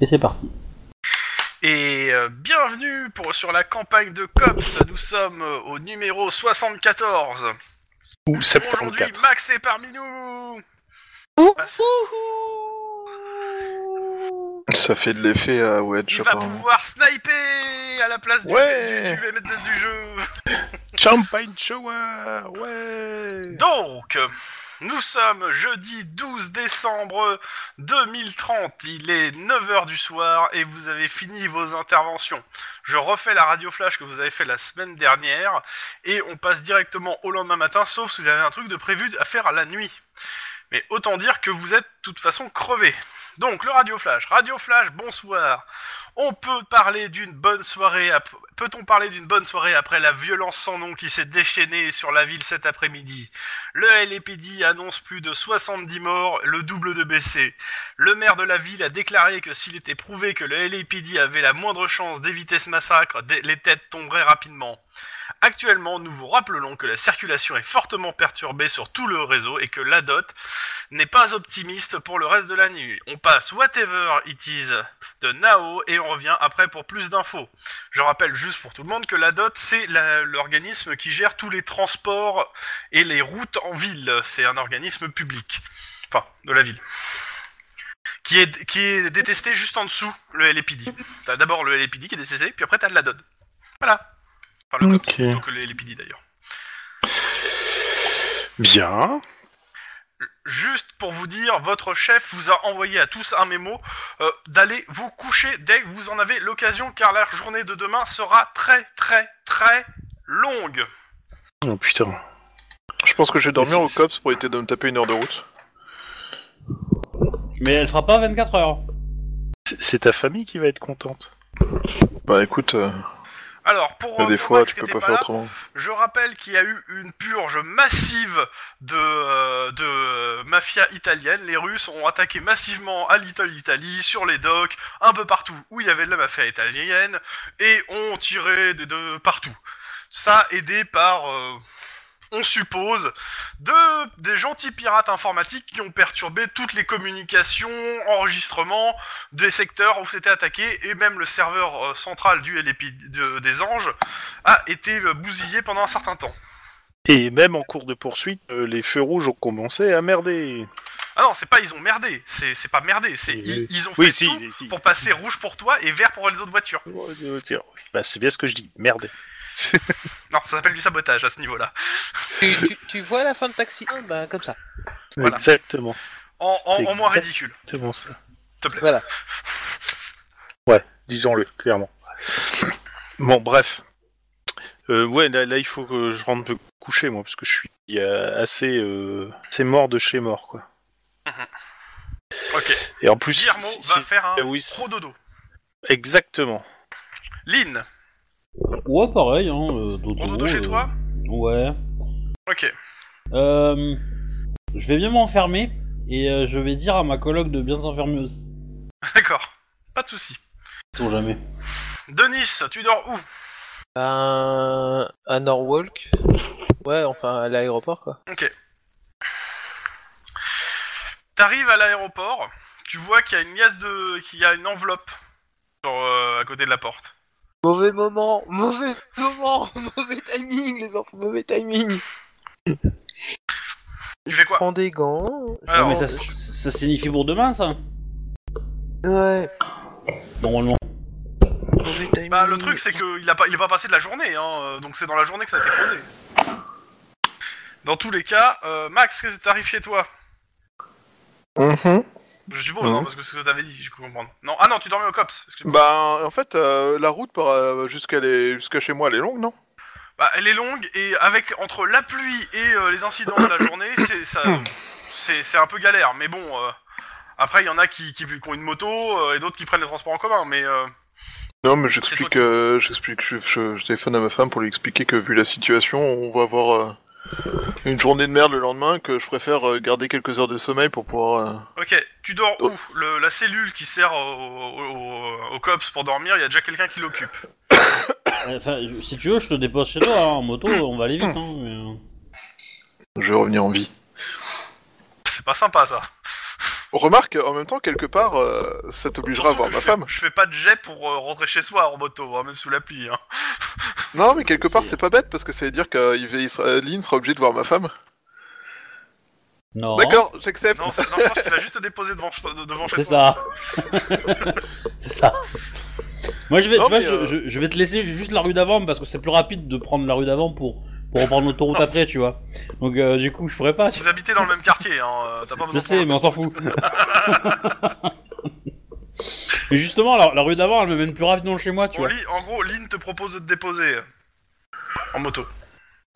et c'est parti. Et euh, bienvenue pour, sur la campagne de COPS. Nous sommes euh, au numéro 74. Ou Aujourd'hui, 74. Max est parmi nous. Ouh, Max, Ça fait de l'effet à Wedge, il va apparemment. pouvoir sniper à la place du, Ouais. du, du VMS du jeu. Champagne shower, ouais. Donc, nous sommes jeudi 12 décembre 2030. Il est 9h du soir et vous avez fini vos interventions. Je refais la radio flash que vous avez fait la semaine dernière et on passe directement au lendemain matin, sauf si vous avez un truc de prévu à faire à la nuit. Mais autant dire que vous êtes de toute façon crevé. Donc, le radio flash. Radio flash, bonsoir. On peut parler d'une bonne soirée. ap- Peut-on parler d'une bonne soirée après la violence sans nom qui s'est déchaînée sur la ville cet après-midi le LAPD annonce plus de 70 morts, le double de blessés. Le maire de la ville a déclaré que s'il était prouvé que le LAPD avait la moindre chance d'éviter ce massacre, des- les têtes tomberaient rapidement. Actuellement, nous vous rappelons que la circulation est fortement perturbée sur tout le réseau et que l'ADOT n'est pas optimiste pour le reste de la nuit. On passe Whatever It Is de Nao et on revient après pour plus d'infos. Je rappelle juste pour tout le monde que l'ADOT, c'est la- l'organisme qui gère tous les transports et les routes en ville. C'est un organisme public, enfin de la ville, qui est qui est détesté juste en dessous le LPD. T'as d'abord le LPD qui est détesté, puis après t'as de la DOD. Voilà. Enfin, le Ok. COPS plutôt que le LPD d'ailleurs. Bien. Juste pour vous dire, votre chef vous a envoyé à tous un mémo euh, d'aller vous coucher dès que vous en avez l'occasion, car la journée de demain sera très très très longue. Oh putain. Je pense que je vais dormir Mais au c'est- COPS pour éviter de me taper une heure de route. Mais elle fera pas 24 heures. C'est- C'est ta famille qui va être contente. Bah écoute, euh, Alors pour il y a euh, des pour fois Max tu qui peux était là, pas faire autrement. Je rappelle qu'il y a eu une purge massive de, euh, de euh, mafia italienne. Les Russes ont attaqué massivement à Little Italy, sur les docks, un peu partout où il y avait de la mafia italienne, et ont tiré de, de partout. Ça aidé par, euh, on suppose, de, des gentils pirates informatiques qui ont perturbé toutes les communications, enregistrements des secteurs où c'était attaqué, et même le serveur euh, central du LP de- des anges a été euh, bousillé pendant un certain temps. Et même en cours de poursuite, euh, les feux rouges ont commencé à merder. Ah non, c'est pas ils ont merdé, c'est c'est pas merdé, c'est ils, ils ont fait Oui, si, tout si. pour passer rouge pour toi et vert pour les autres voitures. Bah, c'est bien ce que je dis. Merder. Non, ça s'appelle du sabotage à ce niveau-là. tu, tu- tu vois la fin de Taxi 1 bah, comme ça. Voilà. Exactement. En, en, en moins Exact. ridicule, C'est bon ça. s'il te plaît. Voilà. Disons-le clairement. Bon, bref. Euh, ouais, là, là, il faut que je rentre me coucher moi parce que je suis euh, assez, euh, assez mort de chez mort quoi. Ok. Et en plus, Guillermo si- va si- faire un euh, oui, si- pro dodo. exactement. Lynn, Ouais, pareil, hein. Euh, dodo, pro dodo chez Oh. euh, toi Ouais. Ok. Euh, je vais bien m'enfermer et euh, je vais dire à ma coloc de bien s'enfermer aussi. D'accord. Pas de souci. Ils sont jamais. Denis, tu dors où Un... Euh, à Norwalk. Ouais, enfin à l'aéroport quoi. Ok. T'arrives à l'aéroport, tu vois qu'il y a une liasse de, qu'il y a une enveloppe sur, euh, à côté de la porte. Mauvais moment, mauvais moment, mauvais timing les enfants, mauvais timing. Tu fais quoi Je prends des gants. je Alors, euh, mais prends- ça, ça signifie pour demain, ça Ouais. Normalement. Mauvais timing. Bah le truc c'est qu'il a pas il est pas passé de la journée hein, euh, donc c'est dans la journée que ça a été posé. Dans tous les cas, euh, Max, qu'est-ce que t'arrives chez toi Mhm. Je suppose, Mhm. hein, parce que c'est ce que t'avais dit, je peux comprendre. Non, ah non, tu dormais au COPS, excuse-moi. Bah en fait, euh, la route par, euh, jusqu'à les... jusqu'à chez moi, elle est longue, non Bah, elle est longue, et avec, entre la pluie et euh, les incidents de la journée, c'est ça- c'est- c'est un peu galère, mais bon... euh, après, il y en a qui, qui, qui ont une moto, euh, et d'autres qui prennent les transports en commun, mais... euh, Non, mais C'est toi j'explique, qui- euh, j'explique, je, je- je téléphone à ma femme pour lui expliquer que vu la situation, on va avoir euh, une journée de merde le lendemain, que je préfère euh, garder quelques heures de sommeil pour pouvoir. euh, Ok, tu dors où Le- La cellule qui sert au, au- au- au COPS pour dormir, il y a déjà quelqu'un qui l'occupe. Enfin, je- si tu veux, je te dépose chez toi, hein, en moto, on va aller vite, hein. mais, euh, Je vais revenir en vie. C'est pas sympa, ça. Remarque, en même temps, quelque part, euh, ça t'obligera à voir Je ma fais- femme. Je fais pas de jet pour euh, rentrer chez soi en moto, hein, même sous la pluie. hein. Non, mais quelque part, c'est pas bête parce que ça veut dire que euh, il va- il sera- Lynn sera obligée de voir ma femme. Non. D'accord, j'accepte. Non, c'est- non, je pense qu'il a juste déposé devant, de- devant chez C'est toi. ça. c'est ça. Moi, je vais, Non, tu vois, mais, je, euh, je- je vais te laisser juste la rue d'avant parce que c'est plus rapide de prendre la rue d'avant pour, pour reprendre l'autoroute après, tu vois. Donc, euh, du coup, je pourrais pas. tu- Vous habitez dans le même quartier, hein, euh, t'as pas Je besoin de sais, mais on s'en fout. mais justement, la, la rue d'avant, elle me mène plus rapidement chez moi, tu Bon, vois. Lynn- en gros, Lynn te propose de te déposer euh, en moto.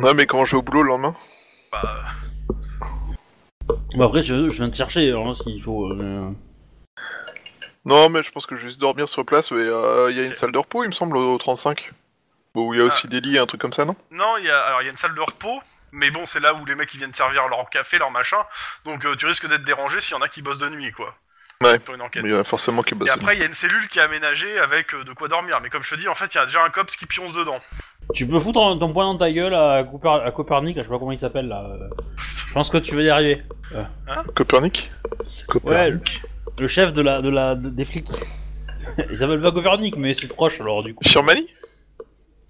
Non, mais comment je vais au boulot le lendemain Bah, euh, Bah, après, je, je viens te chercher, hein, s'il faut. euh, Non, mais je pense que je vais juste dormir sur place. Mais euh, il y a une salle de repos, il me semble, au 35. Où Ah. il y a aussi des lits et un truc comme ça, non non, il y a, alors il y a une salle de repos, mais bon, c'est là où les mecs ils viennent servir leur café, leur machin, donc euh, tu risques d'être dérangé s'il y en a qui bossent de nuit, quoi. Ouais. Pour une enquête. Il y en a euh, forcément qui Et bossent. après, il y a une cellule qui est aménagée avec euh, de quoi dormir, mais comme je te dis, en fait, il y a déjà un cops qui pionce dedans. Tu peux foutre ton point dans ta gueule à, Cooper- à Copernic, là, je sais pas comment il s'appelle là. euh, Je pense que tu vas y arriver. Copernic Ouais, le- le chef de la, de la, de- des flics. Il s'appelle pas Copernic, mais c'est proche alors du coup. Shermani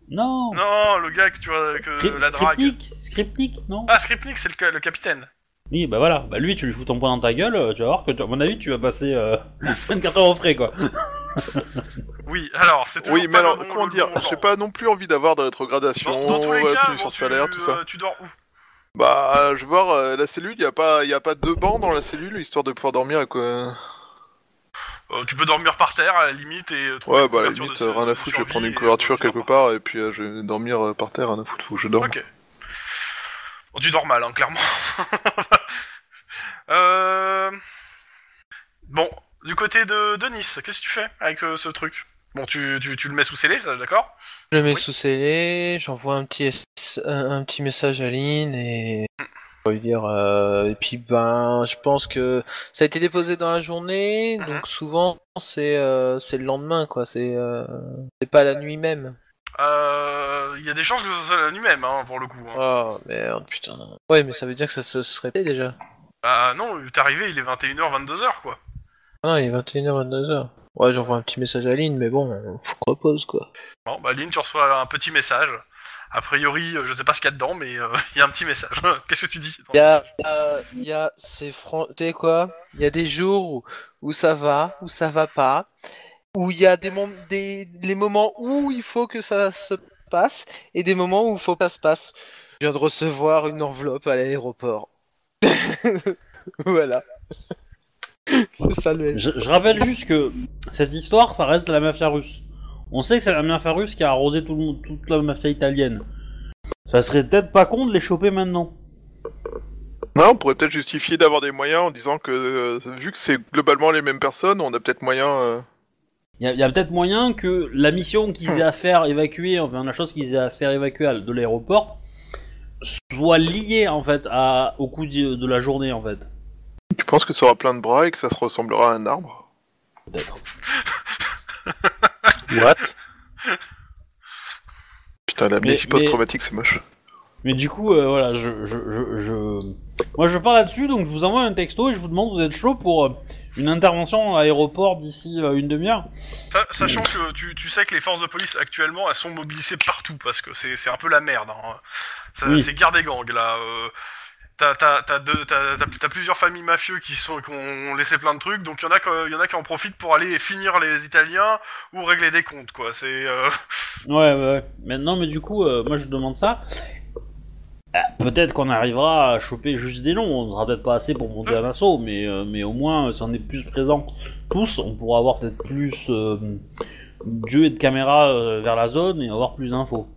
Non, Non, le gars que tu vois, que Scri- la drague. Scriptic Scriptic, non Ah, Skripnik, c'est le, ca- le capitaine. Oui, bah voilà, bah lui tu lui fous ton point dans ta gueule, euh, tu vas voir que, tu- à mon avis, tu vas passer euh, 24 heures au frais quoi. Oui, alors, c'est toujours Oui, mais pas le alors, bon- comment le dire bon J'ai genre. pas non plus envie d'avoir de Dans, rétrogradation, dans tous les ouais, cas, plus bon, sur tu, salaire, tout ça. euh, tu dors où Bah, je vais voir euh, la cellule, il a, pas- y a pas deux bancs dans la cellule, histoire de pouvoir dormir, quoi. Euh, Tu peux dormir par terre, à la limite, et euh, trouver Ouais, une bah, à la couverture limite, de- euh, rien de à foutre, je vais survie prendre une et, euh, couverture tu dors quelque pas. part, et puis euh, je vais dormir euh, par terre, rien à foutre, faut que je dorme. Ok. Bon, tu dors mal, hein, clairement. Euh, Bon, du côté de, de Nice, qu'est-ce que tu fais avec euh, ce truc Bon, tu, tu, tu le mets sous scellé, ça, d'accord Je le mets Oui. sous scellé, j'envoie un petit S- un, un petit message à Lynn et pour lui dire euh, et puis ben je pense que ça a été déposé dans la journée Mhm. donc souvent c'est euh, c'est le lendemain quoi c'est euh, c'est pas la nuit même. Euh, Il y a des chances que ce soit la nuit même, hein, pour le coup. hein. Oh merde putain. Ouais mais ça veut dire que ça se serait fait déjà. Bah non, t'es arrivé, il est 21h, 22h, quoi. Ah non il est 21h 22h. Ouais j'envoie un petit message à Lynn mais bon euh, faut qu'on repose quoi. Bon, bah Lynn, tu reçois un petit message. A priori, euh, je sais pas ce qu'il y a dedans, mais euh, il y a un petit message. Qu'est-ce que tu dis Il y a, euh, y a c'est fran- tu sais quoi Il y a des jours où, où ça va, où ça va pas, où il y a des, mom- des les moments où il faut que ça se passe et des moments où il faut que ça se passe. Je viens de recevoir une enveloppe à l'aéroport. voilà. c'est ça le Je, je rappelle juste que cette histoire, ça reste la mafia russe. On sait que c'est la mafia russe qui a arrosé tout le monde- toute la mafia italienne. Ça serait peut-être pas con de les choper maintenant. Non, on pourrait peut-être justifier d'avoir des moyens en disant que, euh, vu que c'est globalement les mêmes personnes, on a peut-être moyen... euh, Il y a, y a peut-être moyen que la mission qu'ils aient à faire évacuer, enfin la chose qu'ils aient à faire évacuer à- de l'aéroport, soit liée en fait à, au coup de, de la journée en fait. Tu penses que ça aura plein de bras et que ça se ressemblera à un arbre What Putain, Mais- l'amnésie mais- post-traumatique, c'est moche. Mais du coup, euh, voilà, je, je, je, je- Moi je pars là-dessus, donc je vous envoie un texto et je vous demande, vous êtes chaud pour euh, une intervention à l'aéroport d'ici euh, une demi-heure Sa- Sachant que tu, tu sais que les forces de police actuellement elles sont mobilisées partout parce que c'est c'est un peu la merde. Hein. Ça- Oui. C'est guerre des gangs là. euh, T'as t'as- t'as deux- t'as- t'as- t'as plusieurs familles mafieux qui, sont, qui ont laissé plein de trucs, donc il y, en a que- y en a qui en profitent pour aller finir les Italiens ou régler des comptes quoi. C'est euh, Ouais, ouais, ouais. Mais non, mais du coup, euh, moi je demande ça. Ah, Peut-être qu'on arrivera à choper juste des noms, on sera peut-être pas assez pour monter un assaut, mais, euh, mais au moins, euh, si on est plus présents tous, on pourra avoir peut-être plus euh, d'yeux et de caméras euh, vers la zone et avoir plus d'infos.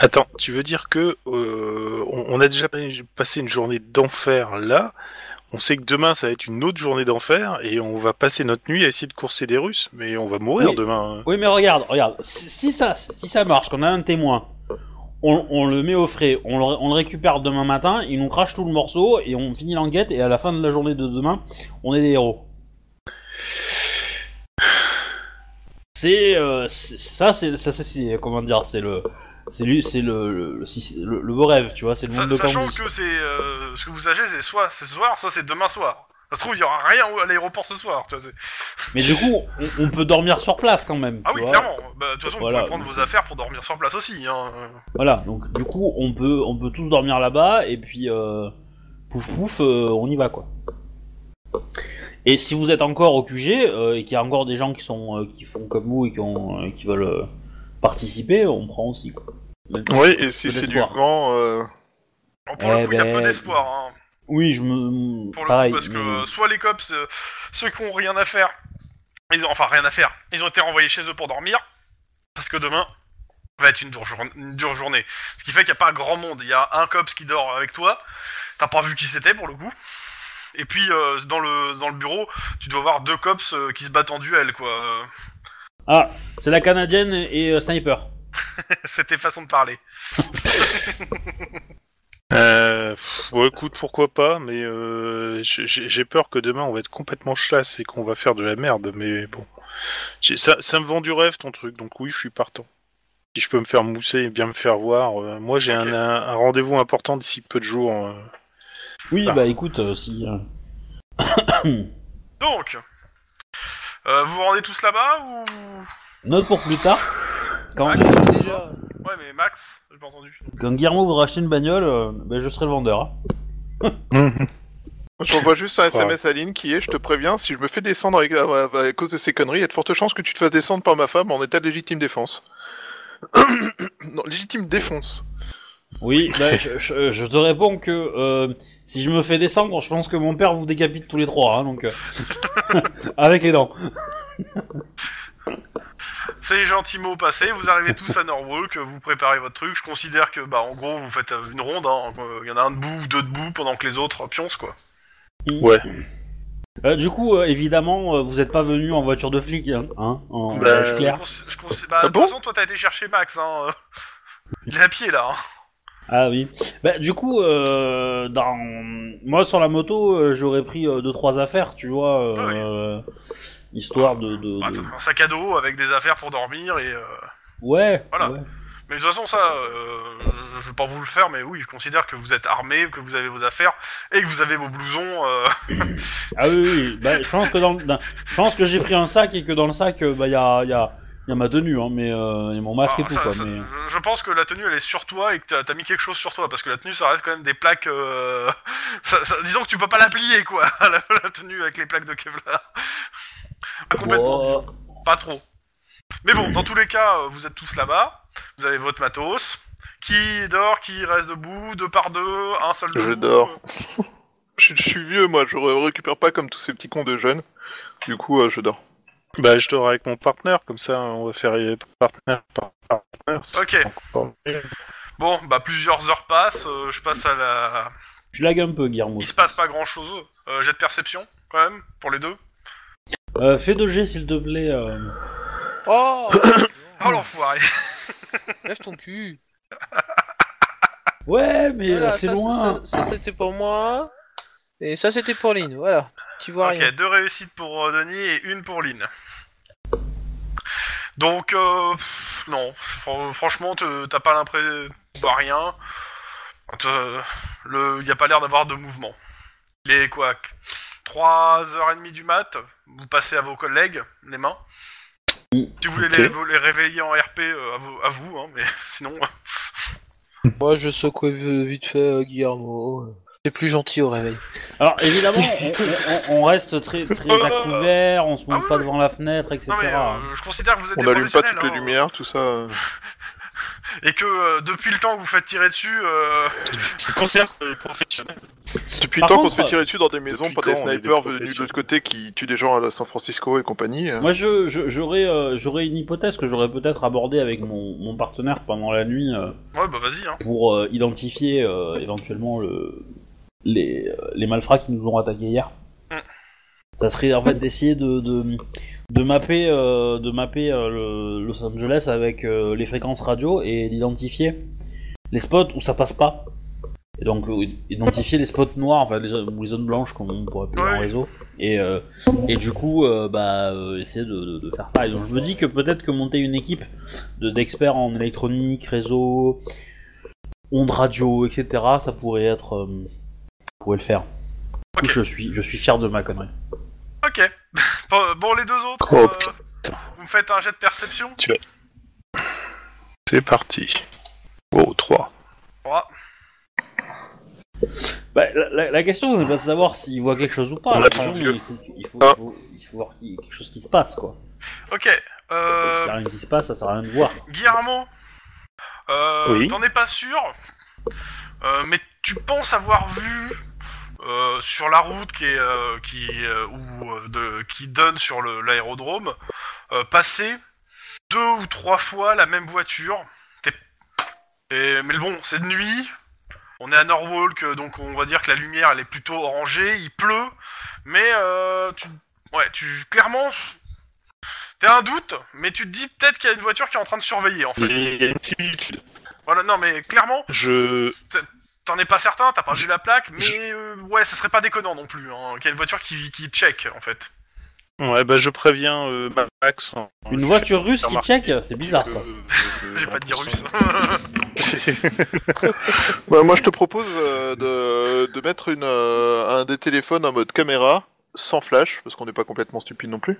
Attends, tu veux dire que euh, on, on a déjà passé une journée d'enfer là on sait que demain ça va être une autre journée d'enfer et on va passer notre nuit à essayer de courser des Russes, mais on va mourir Oui. demain. hein. Oui, mais regarde, regarde, si si ça, si ça marche, qu'on a un témoin, on, on le met au frais, on le, on le récupère demain matin, il nous crache tout le morceau et on finit l'enquête et à la fin de la journée de demain, on est des héros. C'est euh, c'est- ça, c'est ça, c'est- c'est comment dire, c'est le, c'est lui, c'est le, le, le- si- le- le beau rêve, tu vois, c'est le sa- monde de sachant Candy. que c'est euh, ce que vous sachez c'est soit c'est ce soir, soit c'est demain soir. Ça se trouve, il y aura rien au- à l'aéroport ce soir. Tu vois, c'est- Mais du coup, on, on peut dormir sur place quand même. ah tu oui, vois. clairement. Bah, de toute façon, Voilà. vous pouvez prendre vos affaires pour dormir sur place aussi. Hein. Voilà, donc du coup, on peut, on peut tous dormir là-bas et puis euh, pouf pouf, euh, on y va quoi. Et si vous êtes encore au QG euh, et qu'il y a encore des gens qui sont, euh, qui font comme vous et qui, ont, euh, qui veulent euh, participer, on prend aussi quoi. Même si- Oui, et si Peu c'est du d'espoir. grand, euh, Bon, pour Eh le coup, il y a ben, peu d'espoir. Hein. Oui, je me. Pour le Pareil. coup, parce que mais- euh, soit les cops, euh, ceux qui ont rien à faire, ils ont, enfin rien à faire, ils ont été renvoyés chez eux pour dormir, parce que demain va être une dure, jour- une dure journée. Ce qui fait qu'il n'y a pas grand monde. Il y a un cops qui dort avec toi, t'as pas vu qui c'était pour le coup. Et puis euh, dans le dans le bureau, tu dois voir deux cops euh, qui se battent en duel quoi. Euh, Ah, c'est la canadienne et euh, Sniper. C'était façon de parler. Euh, pff, bon, écoute, pourquoi pas, mais euh, j'ai- j'ai j'ai peur que demain on va être complètement chlasse et qu'on va faire de la merde, mais bon. J'ai- Ça, ça me vend du rêve ton truc, donc oui, je suis partant. Si je peux me faire mousser et bien me faire voir, euh, moi j'ai Ok. un, un- un rendez-vous important d'ici peu de jours. euh. Oui, Ah. bah écoute, euh, si. euh, Donc, euh, vous vous rendez tous là-bas ou Note pour plus tard. Quand, Max Déjà. Ouais mais Max, j'ai pas entendu. quand Guillermo voudra acheter une bagnole, euh, bah, je serai le vendeur. hein. J'envoie juste un SMS à Lynn qui est, je te préviens, si je me fais descendre avec- euh, bah, à, à- à cause de ces conneries, il y a de fortes chances que tu te fasses descendre par ma femme en état de légitime défense. non, légitime défense. Oui, bah, je, je- je te réponds que euh, si je me fais descendre, je pense que mon père vous décapite tous les trois, hein, donc euh, avec les dents. C'est les gentils mots passés, vous arrivez tous à Norwalk, vous préparez votre truc, je considère que bah en gros vous faites euh, une ronde, hein. euh, il y en a un debout ou deux debout pendant que les autres euh, pioncent quoi. Euh, du coup, euh, évidemment, euh, vous n'êtes pas venu en voiture de flic, hein, hein, en Ben, Bah, voyage clair. Je cons- je cons- bah, Ah de bon toute façon toi t'as été chercher Max hein. euh. Il est à pied là hein. Ah oui. Bah, du coup, euh, dans... moi sur la moto, euh, j'aurais pris euh, deux trois affaires, tu vois, euh, Ah histoire de. de- Ouais, de- Bah, t'as un sac à dos avec des affaires pour dormir et euh, Ouais. Voilà. ouais. Mais de toute façon ça euh, je vais pas vous le faire mais oui je considère que vous êtes armés, que vous avez vos affaires et que vous avez vos blousons euh, Ah oui, oui. Bah, je pense que dans, le- dans- je pense que j'ai pris un sac et que dans le sac, euh, bah, il y a, il y a- il y a ma tenue, hein, mais euh, et mon masque Alors, et tout, Ah, ça- quoi. ça- mais- euh, Je pense que la tenue elle est sur toi et que t'as- t'as mis quelque chose sur toi parce que la tenue ça reste quand même des plaques. euh, ça- ça- disons que tu peux pas la plier quoi, la, la tenue avec les plaques de Kevlar. Pas complètement, Ouah. disons. pas trop. Mais bon, dans tous les cas, euh, vous êtes tous là-bas, vous avez votre matos. Qui dort, qui reste debout, deux par deux, un seul debout. Je euh. dors. Je, je suis vieux, moi, je re- récupère pas comme tous ces petits cons de jeunes. Du coup, euh, je dors. Bah, je dors avec mon partenaire, comme ça on va faire euh, partenaire par partenaire. c'est Ok. encore mieux. Bon, bah plusieurs heures passent, euh, je passe à la... Tu lagues un peu, Guillermo. Il se passe pas grand chose. Euh, J'ai de perception, quand même, pour les deux. Euh, fais 2G, s'il te plaît. euh. Oh Oh l'enfoiré Lève ton cul Ouais, mais Voilà, euh, c'est Ah, ça, loin. Ça, ça, ça, c'était pour moi. Et ça c'était pour Lynn, voilà. Tu vois Ok, rien. deux réussites pour euh, Denis et une pour Lynn. Donc, euh, pff, non, Fran- franchement, te- t'as pas l'impression pas rien. Te- Le, y a pas l'air d'avoir de mouvement. Il est quoi 3h30 du mat, vous passez à vos collègues les mains. Si vous voulez les, Ok. vous les réveiller en RP, euh, à, vous- à vous, hein, mais sinon. Moi je secouais vi- vite fait euh, Guillermo. C'est plus gentil au réveil. Alors, évidemment, on, on- on reste très, très à couvert, on se Oh Ah monte oui, pas oui. devant la fenêtre, etc. Non, mais euh, je considère que vous êtes On des allume pas toutes les professionnels, hein. lumières, tout ça. euh. Et que euh, depuis le temps que vous faites tirer dessus, euh, Je considère que les professionnels. Depuis Par le temps qu'on contre, se fait tirer dessus dans des maisons depuis par des quand on est des snipers venus de professionnels l'autre côté qui tuent des gens à la San Francisco et compagnie. euh. Moi, je, je- j'aurais, euh, j'aurais une hypothèse que j'aurais peut-être abordée avec mon, mon partenaire pendant la nuit euh, ouais, bah vas-y, hein. pour euh, identifier euh, éventuellement le, les, euh, les malfrats qui nous ont attaqués hier. Mm. Ça serait en fait d'essayer de, de, de mapper, euh, de mapper euh, le- Los Angeles avec euh, les fréquences radio et d'identifier les spots où ça passe pas. Et donc euh, identifier les spots noirs, enfin les, zones- ou les zones blanches comme on pourrait appeler en Ouais. réseau. Et, euh, et du coup, euh, bah, euh, essayer de, de- de faire ça. Et donc je me dis que peut-être que monter une équipe de- d'experts en électronique, réseau, ondes radio, etc., ça pourrait être... euh, pourrait le faire. Du coup, je suis, je suis fier de ma connerie. Ok. Bon, bon, les deux autres, Oh, euh, vous me faites un jet de perception C'est parti. Oh, 3. Trois. Bah, la, la- la question, c'est pas de savoir s'il voit quelque chose ou pas. On La question, attend le il faut, il faut, Ah. il faut- il faut voir qu'il y a quelque chose qui se passe, quoi. Ok. S'il y Euh, a rien qui se passe, ça sert à rien de voir. Guillermo, euh, Oui. t'en es pas sûr, euh, mais tu penses avoir vu euh, sur la route qui, est, euh, qui, euh, ou, euh, de, qui donne sur le- l'aérodrome euh, passer deux ou trois fois la même voiture. T'es- t'es- mais bon, c'est de nuit. On est à Norwalk, euh, donc on va dire que la lumière elle est plutôt orangée, il pleut, mais euh, tu, ouais, tu clairement, t'as un doute, mais tu te dis peut-être qu'il y a une voiture qui est en train de surveiller en fait. Il y a une similitude. Voilà, non mais clairement, Je. T'en es pas certain, t'as pas vu la plaque, mais euh, ouais, ça serait pas déconnant non plus, hein, qu'il y ait une voiture qui, qui check, en fait. Ouais, bah, je préviens euh, Max. en- Une voiture russe qui remarquer check, c'est bizarre Euh, ça. Je vais pas te dire russe. Bah, moi, je te propose euh, de, de mettre une, euh, un des téléphones en mode caméra, sans flash, parce qu'on n'est pas complètement stupide non plus,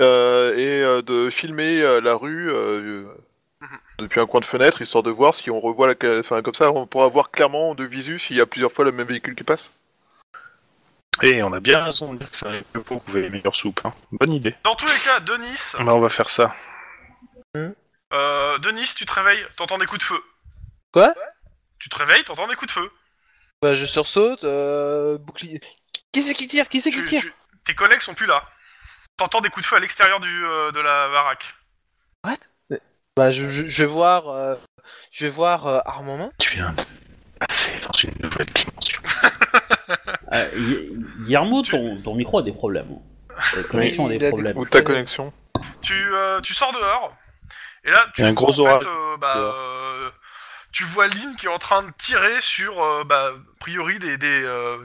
Euh, et euh, de filmer euh, la rue euh, Mhm. depuis un coin de fenêtre, histoire de voir si on revoit la. ca- Enfin, comme ça, on pourra voir clairement de visu s'il y a plusieurs fois le même véhicule qui passe. Et on a bien raison de dire que c'est un peu pour couver les meilleures soupes. hein. Bonne idée. Dans tous les cas, Denis, Bah, on va faire ça. euh, Denis, tu te réveilles, t'entends des coups de feu. Quoi Tu te réveilles, t'entends des coups de feu. Bah, je sursaute, euh, bouclier. Qui c'est qui tire Qui c'est qui Tu- tire tu- tes collègues sont plus là. T'entends des coups de feu à l'extérieur du euh, de la baraque. Bah, je, je- je vais voir, euh, je vais voir euh, Armand. Tu viens de passer dans une nouvelle dimension. Euh, Gu- Guillermo, ton, ton micro a des problèmes. hein. La connexion a Oui, il a des des problèmes. Ou ta connexion. Tu, euh, tu sors dehors, et là, tu Il y a un vois, gros en fait, orage. euh, bah, euh, tu vois Lynn qui est en train de tirer sur, euh, bah, a priori, des, des, euh,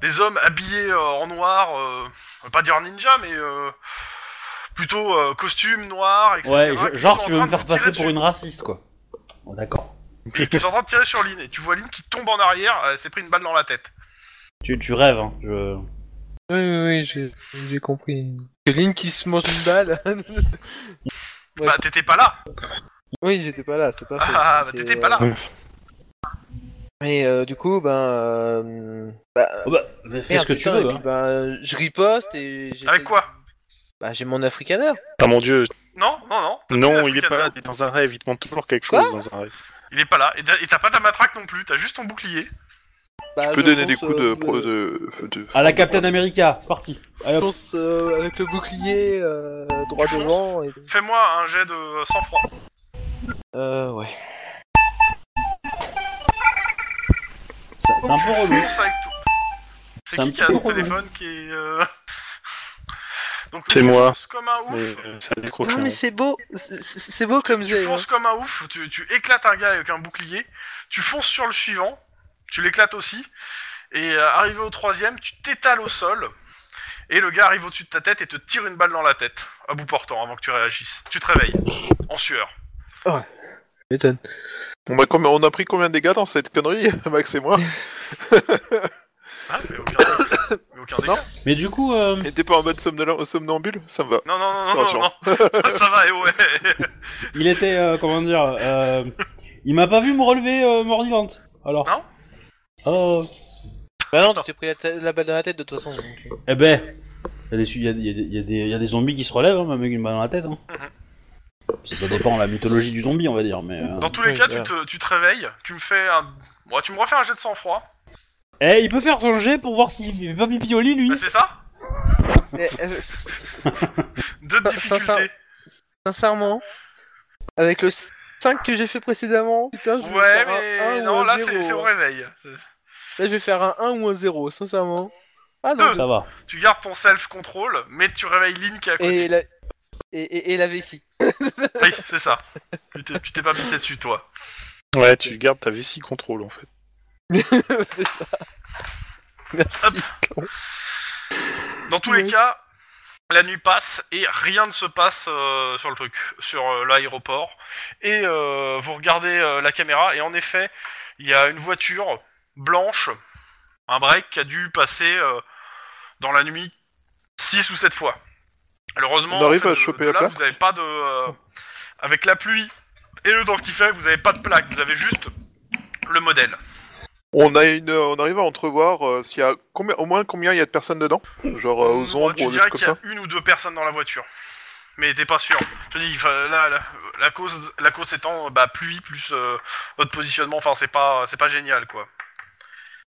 des hommes habillés euh, en noir, euh, on va pas dire ninja, mais euh, plutôt euh, costume noir, etc. Ouais, je- qui genre sont tu en veux me train de faire tirer passer dessus. pour une raciste, quoi. Bon, D'accord. Ils sont en train de tirer sur Lynn, et tu vois Lynn qui tombe en arrière, elle s'est pris une balle dans la tête. Tu, tu rêves, hein. Je... Oui, oui, oui, j'ai, j'ai compris. Que Link qui se mange une balle. Ouais. Bah, t'étais pas là oui, j'étais pas là, c'est pas fait. Ah, bah, C'est, t'étais pas là euh, Mais euh, du coup, ben, euh, bah, Oh bah, fais fais merde, ce que putain, tu et veux. puis, hein. ben, je riposte et. j'essaie Avec de- quoi Bah, j'ai mon africaner. Ah mon dieu. Non, non, non. Non, il Africain, est pas là. non. T'es dans un rêve. Il te manque toujours quelque Quoi chose dans un rêve. Il est pas là, et t'as- et t'as pas ta matraque non plus, t'as juste ton bouclier. Bah, Ah, Tu peux je donner des fonce, coups euh, de. au bout pro- de, de- À la Captain America, c'est parti. Allez, Je hop. fonce euh, avec le bouclier euh, droit Tu fonces devant. Et... Fais-moi un jet de sang-froid. Euh, ouais. C'est c'est un peu relou. Fonce avec tout. C'est C'est un qui qui a petit son peu relou. téléphone qui est. euh, Donc, C'est moi. Tu fonces comme un ouf. Mais euh, ça décroche. Non, hein. mais c'est beau. C'est- C'est c'est beau comme hein. Tu j'ai. fonces comme un ouf. Tu, tu éclates un gars avec un bouclier. Tu fonces sur le suivant. Tu l'éclates aussi. Et euh, arrivé au troisième, tu t'étales au sol. Et le gars arrive au-dessus de ta tête et te tire une balle dans la tête. À bout portant, avant que tu réagisses. Tu te réveilles. En sueur. M'étonne. On, a combien- bah, on a pris combien de dégâts dans cette connerie, Max et moi Hein mais aucun, mais aucun dégât. Mais du coup, euh, Et t'es pas en mode somnolen- somnambule Ça me va. Non, non, non, C'est non, non, rassurant. non. Ça va, et ouais. il était, euh, comment dire, euh, il m'a pas vu me relever euh, mort-vivante. Alors. Non Oh. Bah, non, tu t'es pris la, ta- la balle dans la tête de toute façon. donc, euh. Eh ben, il y, a des- y a des- y a des- y a des- y a des zombies qui se relèvent, hein, même avec une balle dans la tête. Hein. Mhm. Ça, ça dépend de la mythologie du zombie, on va dire. Mais euh, Dans tous les Ouais, cas, voilà. tu te, tu te réveilles, tu me fais un. Bon, tu me refais un jet de sang-froid. Eh, il peut faire son jet pour voir s'il fait pas pipi au lit, lui Ah, c'est ça Eh, eh, c'est- c'est- c'est- Deux Ça- difficultés. ça- Sincèrement, avec le 5 que j'ai fait précédemment, putain, je vais Ouais, faire mais un 1 ou non, un là, 0. c'est c'est au réveil. Là, je vais faire un 1 ou un 0, sincèrement. Ah non, Deux. Ça va. Tu gardes ton self-control, mais tu réveilles Lynn qui est à je- et côté. la... Et, et- et la vessie. Oui, c'est ça. Tu t'es tu t'es pas pissé dessus, toi. Ouais, tu gardes ta vessie contrôle en fait. c'est ça. Merci. Hop. Dans tous les Ouais. cas, la nuit passe et rien ne se passe euh, sur le truc, sur euh, l'aéroport. Et euh, vous regardez euh, la caméra et en effet, il y a une voiture blanche Un break qui a dû passer euh, dans la nuit 6 ou 7 fois. Malheureusement, On arrive à de- choper de la là, plaque vous n'avez pas de. euh, avec la pluie et le temps qu'il fait, vous n'avez pas de plaque, vous avez juste le modèle. On, a une, on arrive à entrevoir euh, s'il y a combien, au moins combien il y a de personnes dedans Genre euh, Mmh, bah, aux ombres tu ou des dirais trucs comme qu'il y a ça une ou deux personnes dans la voiture. Mais t'es pas sûr. Je te dis, enfin, là, la, la cause, la cause étant euh, bah, pluie plus euh, votre positionnement, enfin c'est pas, c'est pas génial quoi.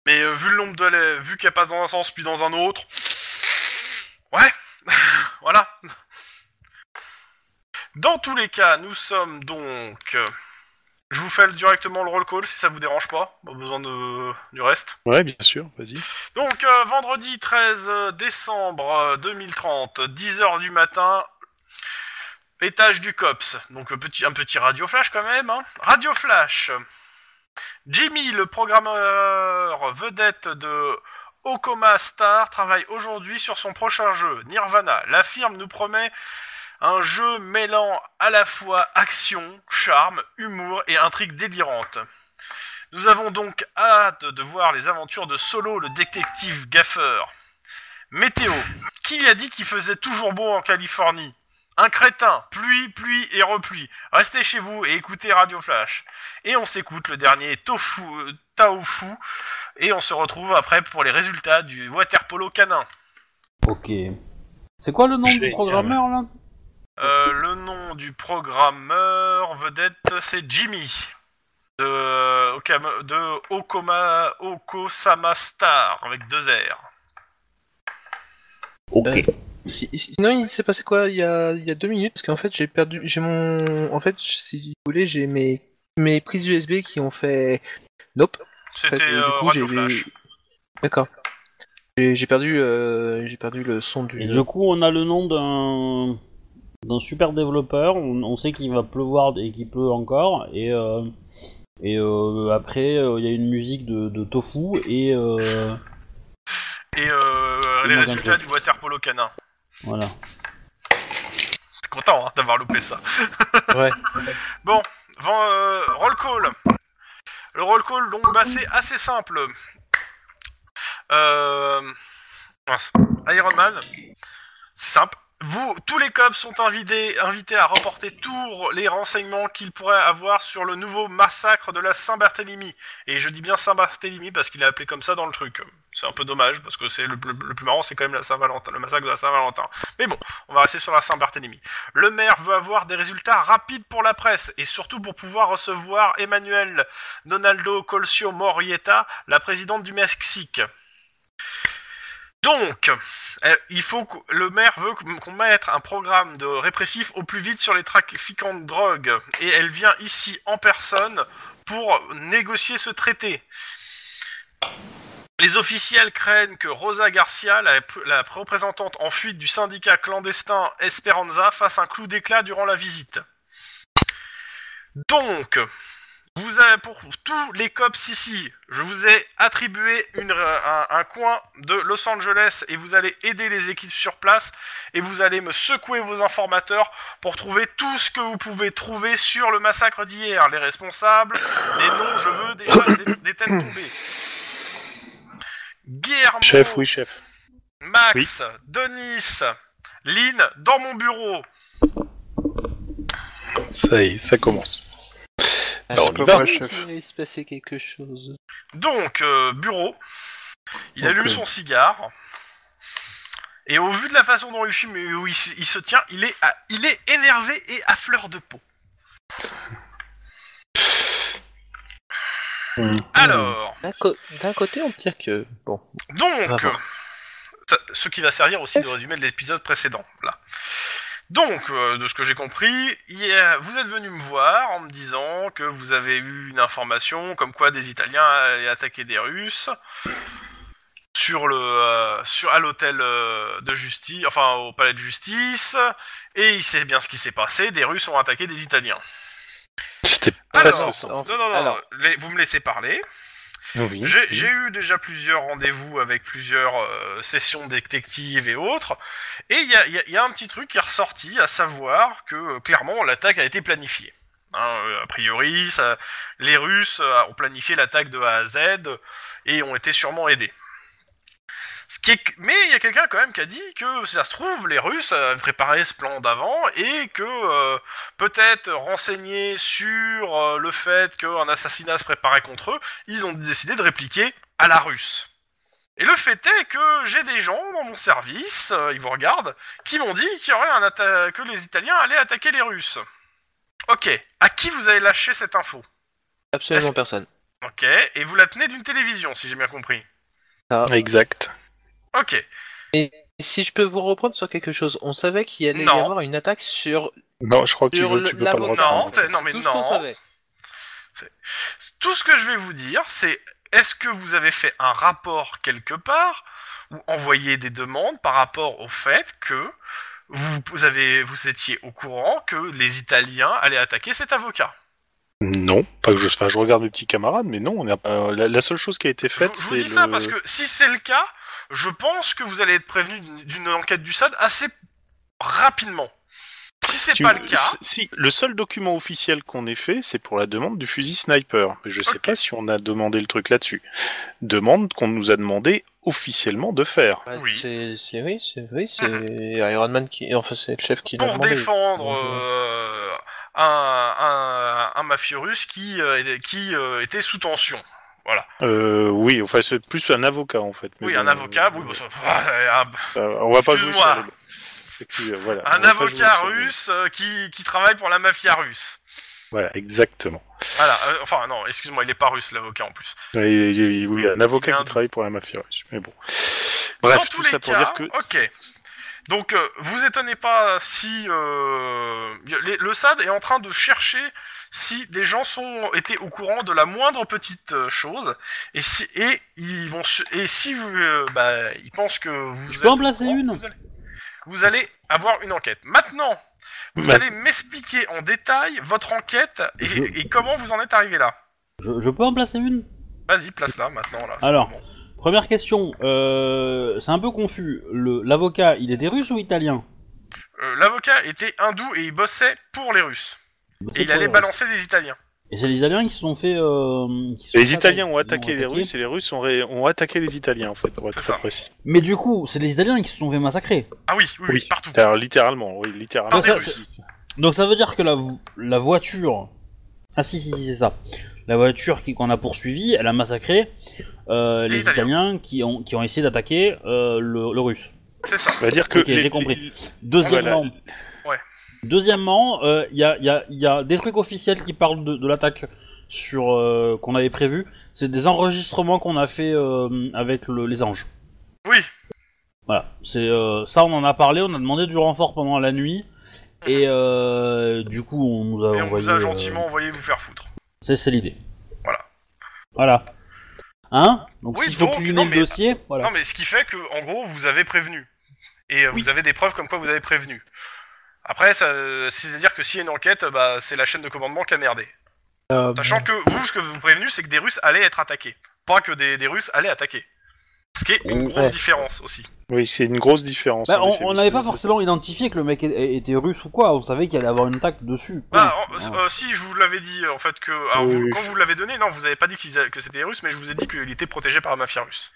Mais euh, vu le nombre de, la- vu qu'elle passe dans un sens puis dans un autre, ouais, voilà. Dans tous les cas, nous sommes donc. euh, je vous fais directement le roll call si ça vous dérange pas. Pas besoin de du reste. Ouais, bien sûr, vas-y. Donc euh, vendredi 13 décembre euh, 2030, 10h du matin, étage du COPS. Donc euh, petit, un petit radio flash quand même. Hein. Radio flash. Jimmy, le programmeur euh, vedette de Okoma Star, travaille aujourd'hui sur son prochain jeu, Nirvana. La firme nous promet un jeu mêlant à la fois action, charme, humour et intrigue délirante. Nous avons donc hâte de voir les aventures de Solo, le détective gaffeur. Météo. Qui y a dit qu'il faisait toujours beau en Californie Un crétin. Pluie, pluie et repluie. Restez chez vous et écoutez Radio Flash. Et on s'écoute le dernier Tofu, euh, Taofu. Et on se retrouve après pour les résultats du water polo canin. Ok. C'est quoi le nom du Génial. programmeur là Euh, le nom du programmeur vedette, c'est Jimmy. De, Okama- de Okoma, Okosama Star, avec deux R. Ok. Euh, Si- si- Sinon, il s'est passé quoi il y, a, il y a deux minutes Parce qu'en fait, j'ai perdu. J'ai mon. En fait, si vous voulez, j'ai mes, mes prises USB qui ont fait. Nope. En fait, C'était et euh, du coup, j'ai Radio les- Flash. D'accord. J'ai j'ai perdu, euh, j'ai perdu le son Et du. du coup, on a le nom d'un d'un super développeur. On, on sait qu'il va pleuvoir et qu'il pleut encore. Et euh, et euh, après, euh, il y a une musique de, de tofu et euh, Et euh, les Demande un résultats peu. du water polo canin. voilà. T'es content hein, d'avoir loupé ça. Ouais. Bon, van- euh, roll call. Le roll call, donc, bah, c'est assez simple. Euh, mince. Iron Man, simple. Vous, tous les cops sont invités, invités à rapporter tous les renseignements qu'ils pourraient avoir sur le nouveau massacre de la Saint-Barthélemy. Et je dis bien Saint-Barthélemy parce qu'il est appelé comme ça dans le truc. C'est un peu dommage parce que c'est le, plus- le plus marrant, c'est quand même la Saint-Valentin, le massacre de la Saint-Valentin. Mais bon, on va rester sur la Saint-Barthélemy. Le maire veut avoir des résultats rapides pour la presse et surtout pour pouvoir recevoir Emmanuel Donaldo Colcio Morieta, la présidente du Mexique. Donc, euh, il faut que le maire veut qu'on qu'on mette un programme de répressif au plus vite sur les trafiquants de drogue et elle vient ici en personne pour négocier ce traité. Les officiels craignent que Rosa Garcia, la, la représentante en fuite du syndicat clandestin Esperanza, fasse un clou d'éclat durant la visite. Donc, vous avez pour tous les cops ici, je vous ai attribué une- un, un coin de Los Angeles et vous allez aider les équipes sur place et vous allez me secouer vos informateurs pour trouver tout ce que vous pouvez trouver sur le massacre d'hier, les responsables, les noms, je veux déjà des, des têtes tombées. Guillermo, Chef, oui, chef. Max, Denis, Lynn, dans mon bureau. Ça y est, ça commence. Ah, Alors, c'est on y pas va. vrai qu'il allait se passer quelque chose. Donc, euh, bureau. Il Ok. allume son cigare. Et au vu de la façon dont il fume et où il, se- il se tient, il est, à- il est énervé et à fleur de peau. Hmm. Alors, D'un co- d'un côté, on tire que. Bon. donc, Bravo. euh, ça- ce qui va servir aussi de résumé de l'épisode précédent. Là. Donc, euh, de ce que j'ai compris, il y a- vous êtes venu me voir en me disant que vous avez eu une information comme quoi des Italiens allaient attaquer des Russes sur le euh, sur à l'hôtel euh, de justice, enfin au palais de justice, et il sait bien ce qui s'est passé. Des Russes ont attaqué des Italiens. C'était Alors, presque ça. non, en- non, non, alors, les- vous me laissez parler. Oui. J'ai j'ai eu déjà plusieurs rendez-vous avec plusieurs euh, sessions détectives et autres, et il y a, il y a- il y a un petit truc qui est ressorti, à savoir que euh, clairement l'attaque a été planifiée. Hein, euh, a priori, ça- les Russes euh, ont planifié l'attaque de A à Z et ont été sûrement aidés. Ce qui est... Mais il y a quelqu'un quand même qui a dit que si ça se trouve, les Russes avaient préparé ce plan d'avant et que euh, peut-être renseigné sur euh, le fait qu'un assassinat se préparait contre eux, ils ont décidé de répliquer à la russe. Et le fait est que j'ai des gens dans mon service, euh, ils vous regardent, qui m'ont dit qu'il y aurait un atta- que les Italiens allaient attaquer les Russes. Ok, à qui vous avez lâché cette info Absolument Est-ce- personne. Ok, et vous la tenez d'une télévision, si j'ai bien compris. Exact. Ok. Et si je peux vous reprendre sur quelque chose, on savait qu'il allait Non. y avoir une attaque sur, Non, je crois que tu, sur veux- le- tu peux la pas le montagne. reprendre. Non, t'es- non, mais Tout ce qu'on non. savait. Tout ce que je vais vous dire, c'est est-ce que vous avez fait un rapport quelque part ou envoyé des demandes par rapport au fait que vous, vous avez, vous étiez au courant que les Italiens allaient attaquer cet avocat. Non, pas que je, enfin, je regarde mes petits camarades, mais non, on a- euh, la, la seule chose qui a été Je, faite, je vous c'est dis le... ça parce que si c'est le cas, je pense que vous allez être prévenu d'une- d'une enquête du SAD assez rapidement. Si c'est Tu- pas le cas, Si, le seul document officiel qu'on ait fait, c'est pour la demande du fusil sniper. Mais Je sais Ok. pas si on a demandé le truc là-dessus. Demande qu'on nous a demandé officiellement de faire. Ouais, Oui. C'est, c'est- oui, Mhm. c'est, oui, c'est Iron Man qui, enfin, c'est le chef qui l'a pour demandé. défendre Mhm. euh, un, un, un mafieux russe qui, euh, qui euh, était sous tension. Euh, oui, enfin, c'est plus un avocat, en fait. mais Oui, bon, un avocat, euh, oui, bon, ça- ah, un- euh, on va pas jouer Excuse-moi. sur les- Excuse- voilà, on un va pas jouer avocat sur les- russe euh, qui, qui travaille pour la mafia russe. Voilà, exactement. Voilà, euh, enfin non, excuse-moi, il est pas russe l'avocat en plus. Et- et- et- oui, un avocat Il y a qui un- travaille pour la mafia russe. Mais bon. Bref, Dans tous tout les ça pour cas, dire que. ok. Donc euh, vous étonnez pas si euh, y a- les- le SAD est en train de chercher si des gens sont étaient au courant de la moindre petite euh, chose et si et ils vont su- et si vous euh, bah, ils pensent que vous Je êtes peux en au placer courant, une vous allez, vous allez avoir une enquête. Maintenant, vous Ma- allez m'expliquer en détail votre enquête et, Je- et comment vous en êtes arrivé là. Je, je peux en placer une Vas-y, place-la maintenant là. c'est Alors. bon. Première question, euh, c'est un peu confus. Le- L'avocat, il était russe ou italien Euh, l'avocat était hindou et il bossait pour les Russes et il allait balancer des Italiens. Et c'est les Italiens qui se sont fait. euh, qui se Les sont Italiens ont ils attaqué les Russes et les Russes ont, ré- ont attaqué les Italiens, en fait, pour être C'est ça. très précis. Mais du coup, c'est les Italiens qui se sont fait massacrer. Ah oui, oui, oui, Oui. partout. Alors, littéralement, oui, littéralement. Non, ça, oui. Donc ça veut dire que la, vo- la voiture. Ah si, si, si, c'est ça. La voiture qui- qu'on a poursuivie, elle a massacré euh, Les les Italiens qui ont, qui ont essayé d'attaquer euh, le, le Russe. C'est ça. On va dire que. Ok, j'ai compris. Deuxièmement, Voilà. Ah, Ouais. deuxièmement, il y, a, y, a, y a des trucs officiels qui parlent de, de l'attaque sur euh, qu'on avait prévu. C'est des enregistrements qu'on a fait euh, avec le- les anges. Oui. Voilà. C'est euh, ça, on en a parlé. On a demandé du renfort pendant la nuit. Et euh, du coup, on nous a Mhm. Et on envoyé. vous a euh, gentiment envoyé vous faire foutre. c'est c'est l'idée. Voilà. Voilà. Hein Donc Oui, s'il faut donc, cuisiner non, le mais- dossier, voilà. Non, mais ce qui fait que, en gros, vous avez prévenu. Et euh, vous avez des preuves comme quoi vous avez prévenu. Après, ça, euh, c'est-à-dire que s'il y a une enquête, euh, bah, c'est la chaîne de commandement qui a merdé. Euh, Sachant que vous, ce que vous prévenu, c'est que des Russes allaient être attaqués. Pas que des, des Russes allaient attaquer. Ce qui est une Ouais. grosse différence aussi. Oui, c'est une grosse différence. Bah, en on effet, on mais n'avait c'est- pas c'est- forcément identifié que le mec é- é- était russe ou quoi, on savait qu'il allait avoir une attaque dessus. point. Bah, en- Voilà. euh, si, je vous l'avais dit, euh, en fait, que. alors, Oui, vous- oui. quand vous l'avez donné, non, vous avez pas dit qu'ils a- que c'était des Russes, mais je vous ai dit qu'il était protégé par la mafia russe.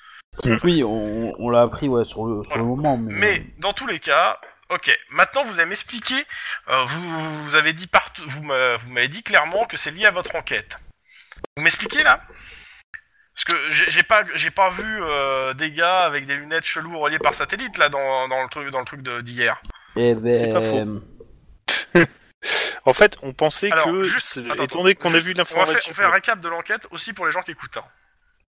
Oui, on, on l'a appris ouais, sur, le, sur le Voilà. moment. Mais, Mais Hmm. dans tous les cas, ok. Maintenant, vous allez m'expliquer. euh, vous, vous avez dit partout, vous m'a- vous m'avez dit clairement que c'est lié à votre enquête. Vous m'expliquez là Parce que j'ai j'ai pas, j'ai pas vu euh, des gars avec des lunettes cheloues reliées par satellite là dans, dans le truc, dans le truc de- d'hier. Eh ben, C'est pas faux. En fait, on pensait Alors, que. juste- c'est- attends, étant donné qu'on a juste- vu de On, va faire- l'information. on fait un récap de l'enquête aussi pour les gens qui écoutent. hein.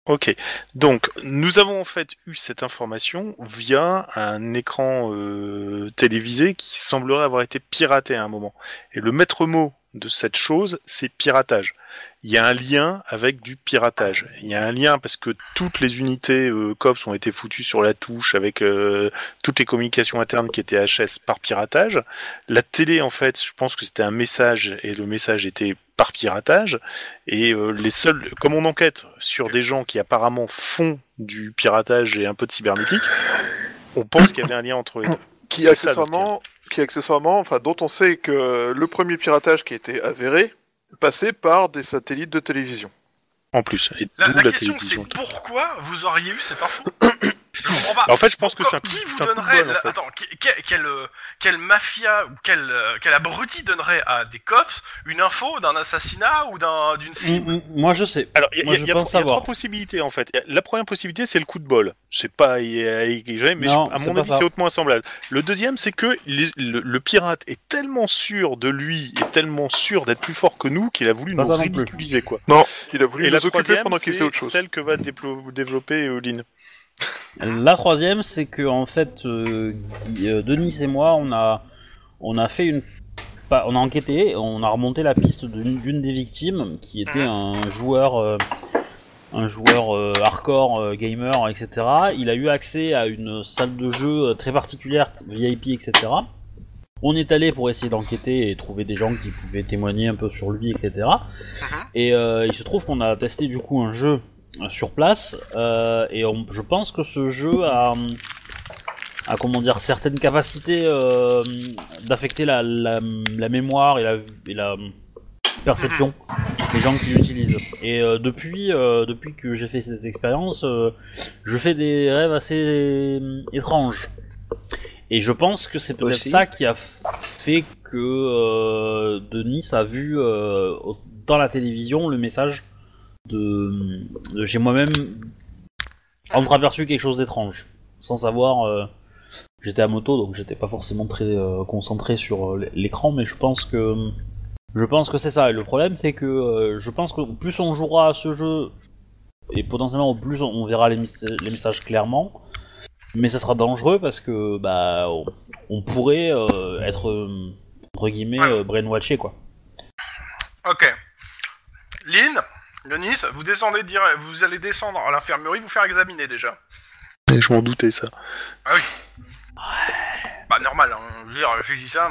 Ok. Donc, nous avons en fait eu cette information via un écran euh, télévisé qui semblerait avoir été piraté à un moment. Et le maître mot de cette chose, c'est piratage. Il y a un lien avec du piratage. Il y a un lien parce que toutes les unités euh, COPS ont été foutues sur la touche avec euh, toutes les communications internes qui étaient HS par piratage. La télé, en fait, je pense que c'était un message et le message était par piratage. Et euh, les seuls, comme on enquête sur des gens qui apparemment font du piratage et un peu de cybernétique, on pense qu'il y avait un lien entre les deux. qui C'est ça, accessoirement, euh. qui accessoirement, enfin dont on sait que le premier piratage qui a été avéré passait par des satellites de télévision. En plus, et La, d'où la la question, c'est télévision. pourquoi vous auriez eu cette info Je comprends pas. Bah, En fait, je pense que c'est un coup, Qui vous c'est un coup de donnerait. bol, en fait. Attends, que- que- quelle, euh, quelle mafia ou quel, euh, quel abruti donnerait à des cops une info d'un assassinat ou d'un- d'une cible Mm, mm, Moi, je sais. Alors, il y, a- Moi, il y je a- il y a pense trois- il y a savoir. trois possibilités en fait. Il y a- La première possibilité, c'est le coup de bol. C'est pas euh, écrit, mais Non, je- à c'est mon pas avis, ça. c'est hautement assemblable. Le deuxième, c'est que les- le, le pirate est tellement sûr de lui et tellement sûr d'être plus fort que nous qu'il a voulu Pas nous ça non plus. ridiculiser quoi. Il a voulu Et la nous occuper troisième, pendant qu'il faisait c'est autre chose. celle que va déplo- développer Olin. La troisième, c'est que en fait, euh, Guy- euh, Denis et moi, on a, on a fait une, pas- on a enquêté, on a remonté la piste d'une d'une des victimes qui était un joueur, euh, un joueur euh, hardcore euh, gamer, etc. Il a eu accès à une salle de jeu euh, très particulière, VIP, etc. On est allé pour essayer d'enquêter et trouver des gens qui pouvaient témoigner un peu sur lui, etc. Et euh, il se trouve qu'on a testé du coup un jeu sur place euh, et on- je pense que ce jeu a, a comment dire certaines capacités euh, d'affecter la, la- la mémoire et la, et la perception des gens qui l'utilisent. Et euh, depuis euh, depuis que j'ai fait cette expérience, euh, je fais des rêves assez euh, étranges. Et je pense que c'est peut-être Aussi. ça qui a fait que euh, Denis a vu euh, au- dans la télévision le message de, de chez moi-même entreaperçu quelque chose d'étrange. Sans savoir, euh, j'étais à moto donc j'étais pas forcément très euh, concentré sur euh, l'écran, mais je pense que je pense que c'est ça. Et le problème c'est que euh, je pense que plus on jouera à ce jeu et potentiellement plus on- on verra les, mys- les messages clairement, mais ça sera dangereux parce que bah on, on pourrait euh, être euh, entre guillemets euh, brainwatché quoi. Mm. Ok. Lynn, Denis, vous descendez dire, vous allez descendre à l'infirmerie, vous faire examiner déjà. Je m'en doutais ça. Bah normal, hein, je veux dire, je dis ça.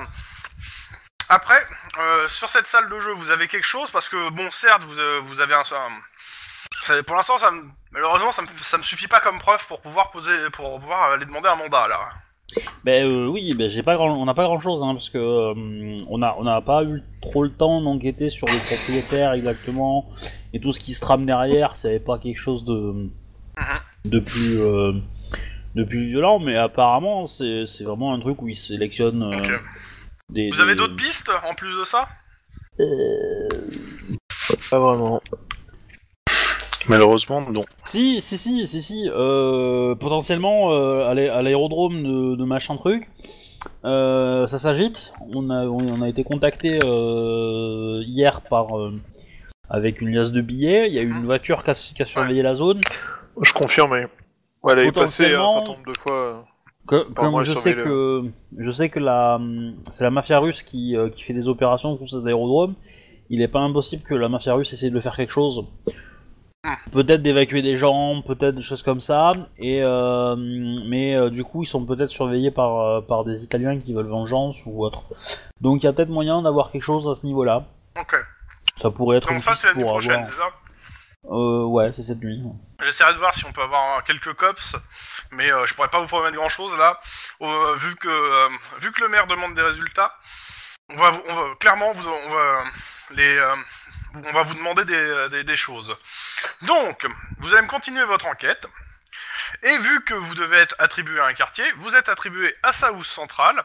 Après, euh, sur cette salle de jeu, vous avez quelque chose parce que bon, certes, vous, euh, vous avez un, un- ça- pour l'instant, ça me- malheureusement, ça me, ça me suffit pas comme preuve pour pouvoir poser, pour pouvoir aller demander un mandat là. Ben euh, oui, ben j'ai pas grand, on n'a pas grand chose hein, parce que euh, on a on n'a pas eu trop le temps d'enquêter sur le propriétaire exactement et tout ce qui se trame derrière, c'est pas quelque chose de de plus euh, de plus violent, mais apparemment c'est c'est vraiment un truc où ils sélectionnent euh, Ok. des. Vous avez des- Euh, d'autres pistes en plus de ça Pas vraiment. Malheureusement, non. Si, si, si, si, si. euh, potentiellement, euh, à l'ai- à l'aérodrome de, de machin truc, euh, ça s'agite. On a, on, on a été contacté euh, hier par euh, avec une liasse de billets. Il y a eu une voiture qui a, qui a surveillé la zone. Je confirme. Ouais, elle est passée un Potentiellement- certain nombre de fois. euh. Que- Par comme moi, je sur sais les- que je sais que la hum, c'est la mafia russe qui, euh, qui fait des opérations sur cet aérodrome, il est pas impossible que la mafia russe essaye de faire quelque chose. Ah. Peut-être d'évacuer des gens, peut-être des choses comme ça. Et euh, mais euh, du coup, ils sont peut-être surveillés par euh, par des Italiens qui veulent vengeance ou autre. Donc il y a peut-être moyen d'avoir quelque chose à ce niveau-là. Ok. Ça pourrait être une Donc ça, piste c'est la nuit pour prochaine, avoir. c'est ça Euh, ouais, c'est cette nuit. J'essaierai de voir si on peut avoir quelques cops, mais euh, je pourrais pas vous promettre grand chose là, Euh, vu que euh, vu que le maire demande des résultats, on va, vous- on va- clairement vous on va les euh, on va vous demander des, des, des choses. Donc vous allez me continuer votre enquête. Et vu que vous devez être attribué à un quartier, vous êtes attribué à South Central.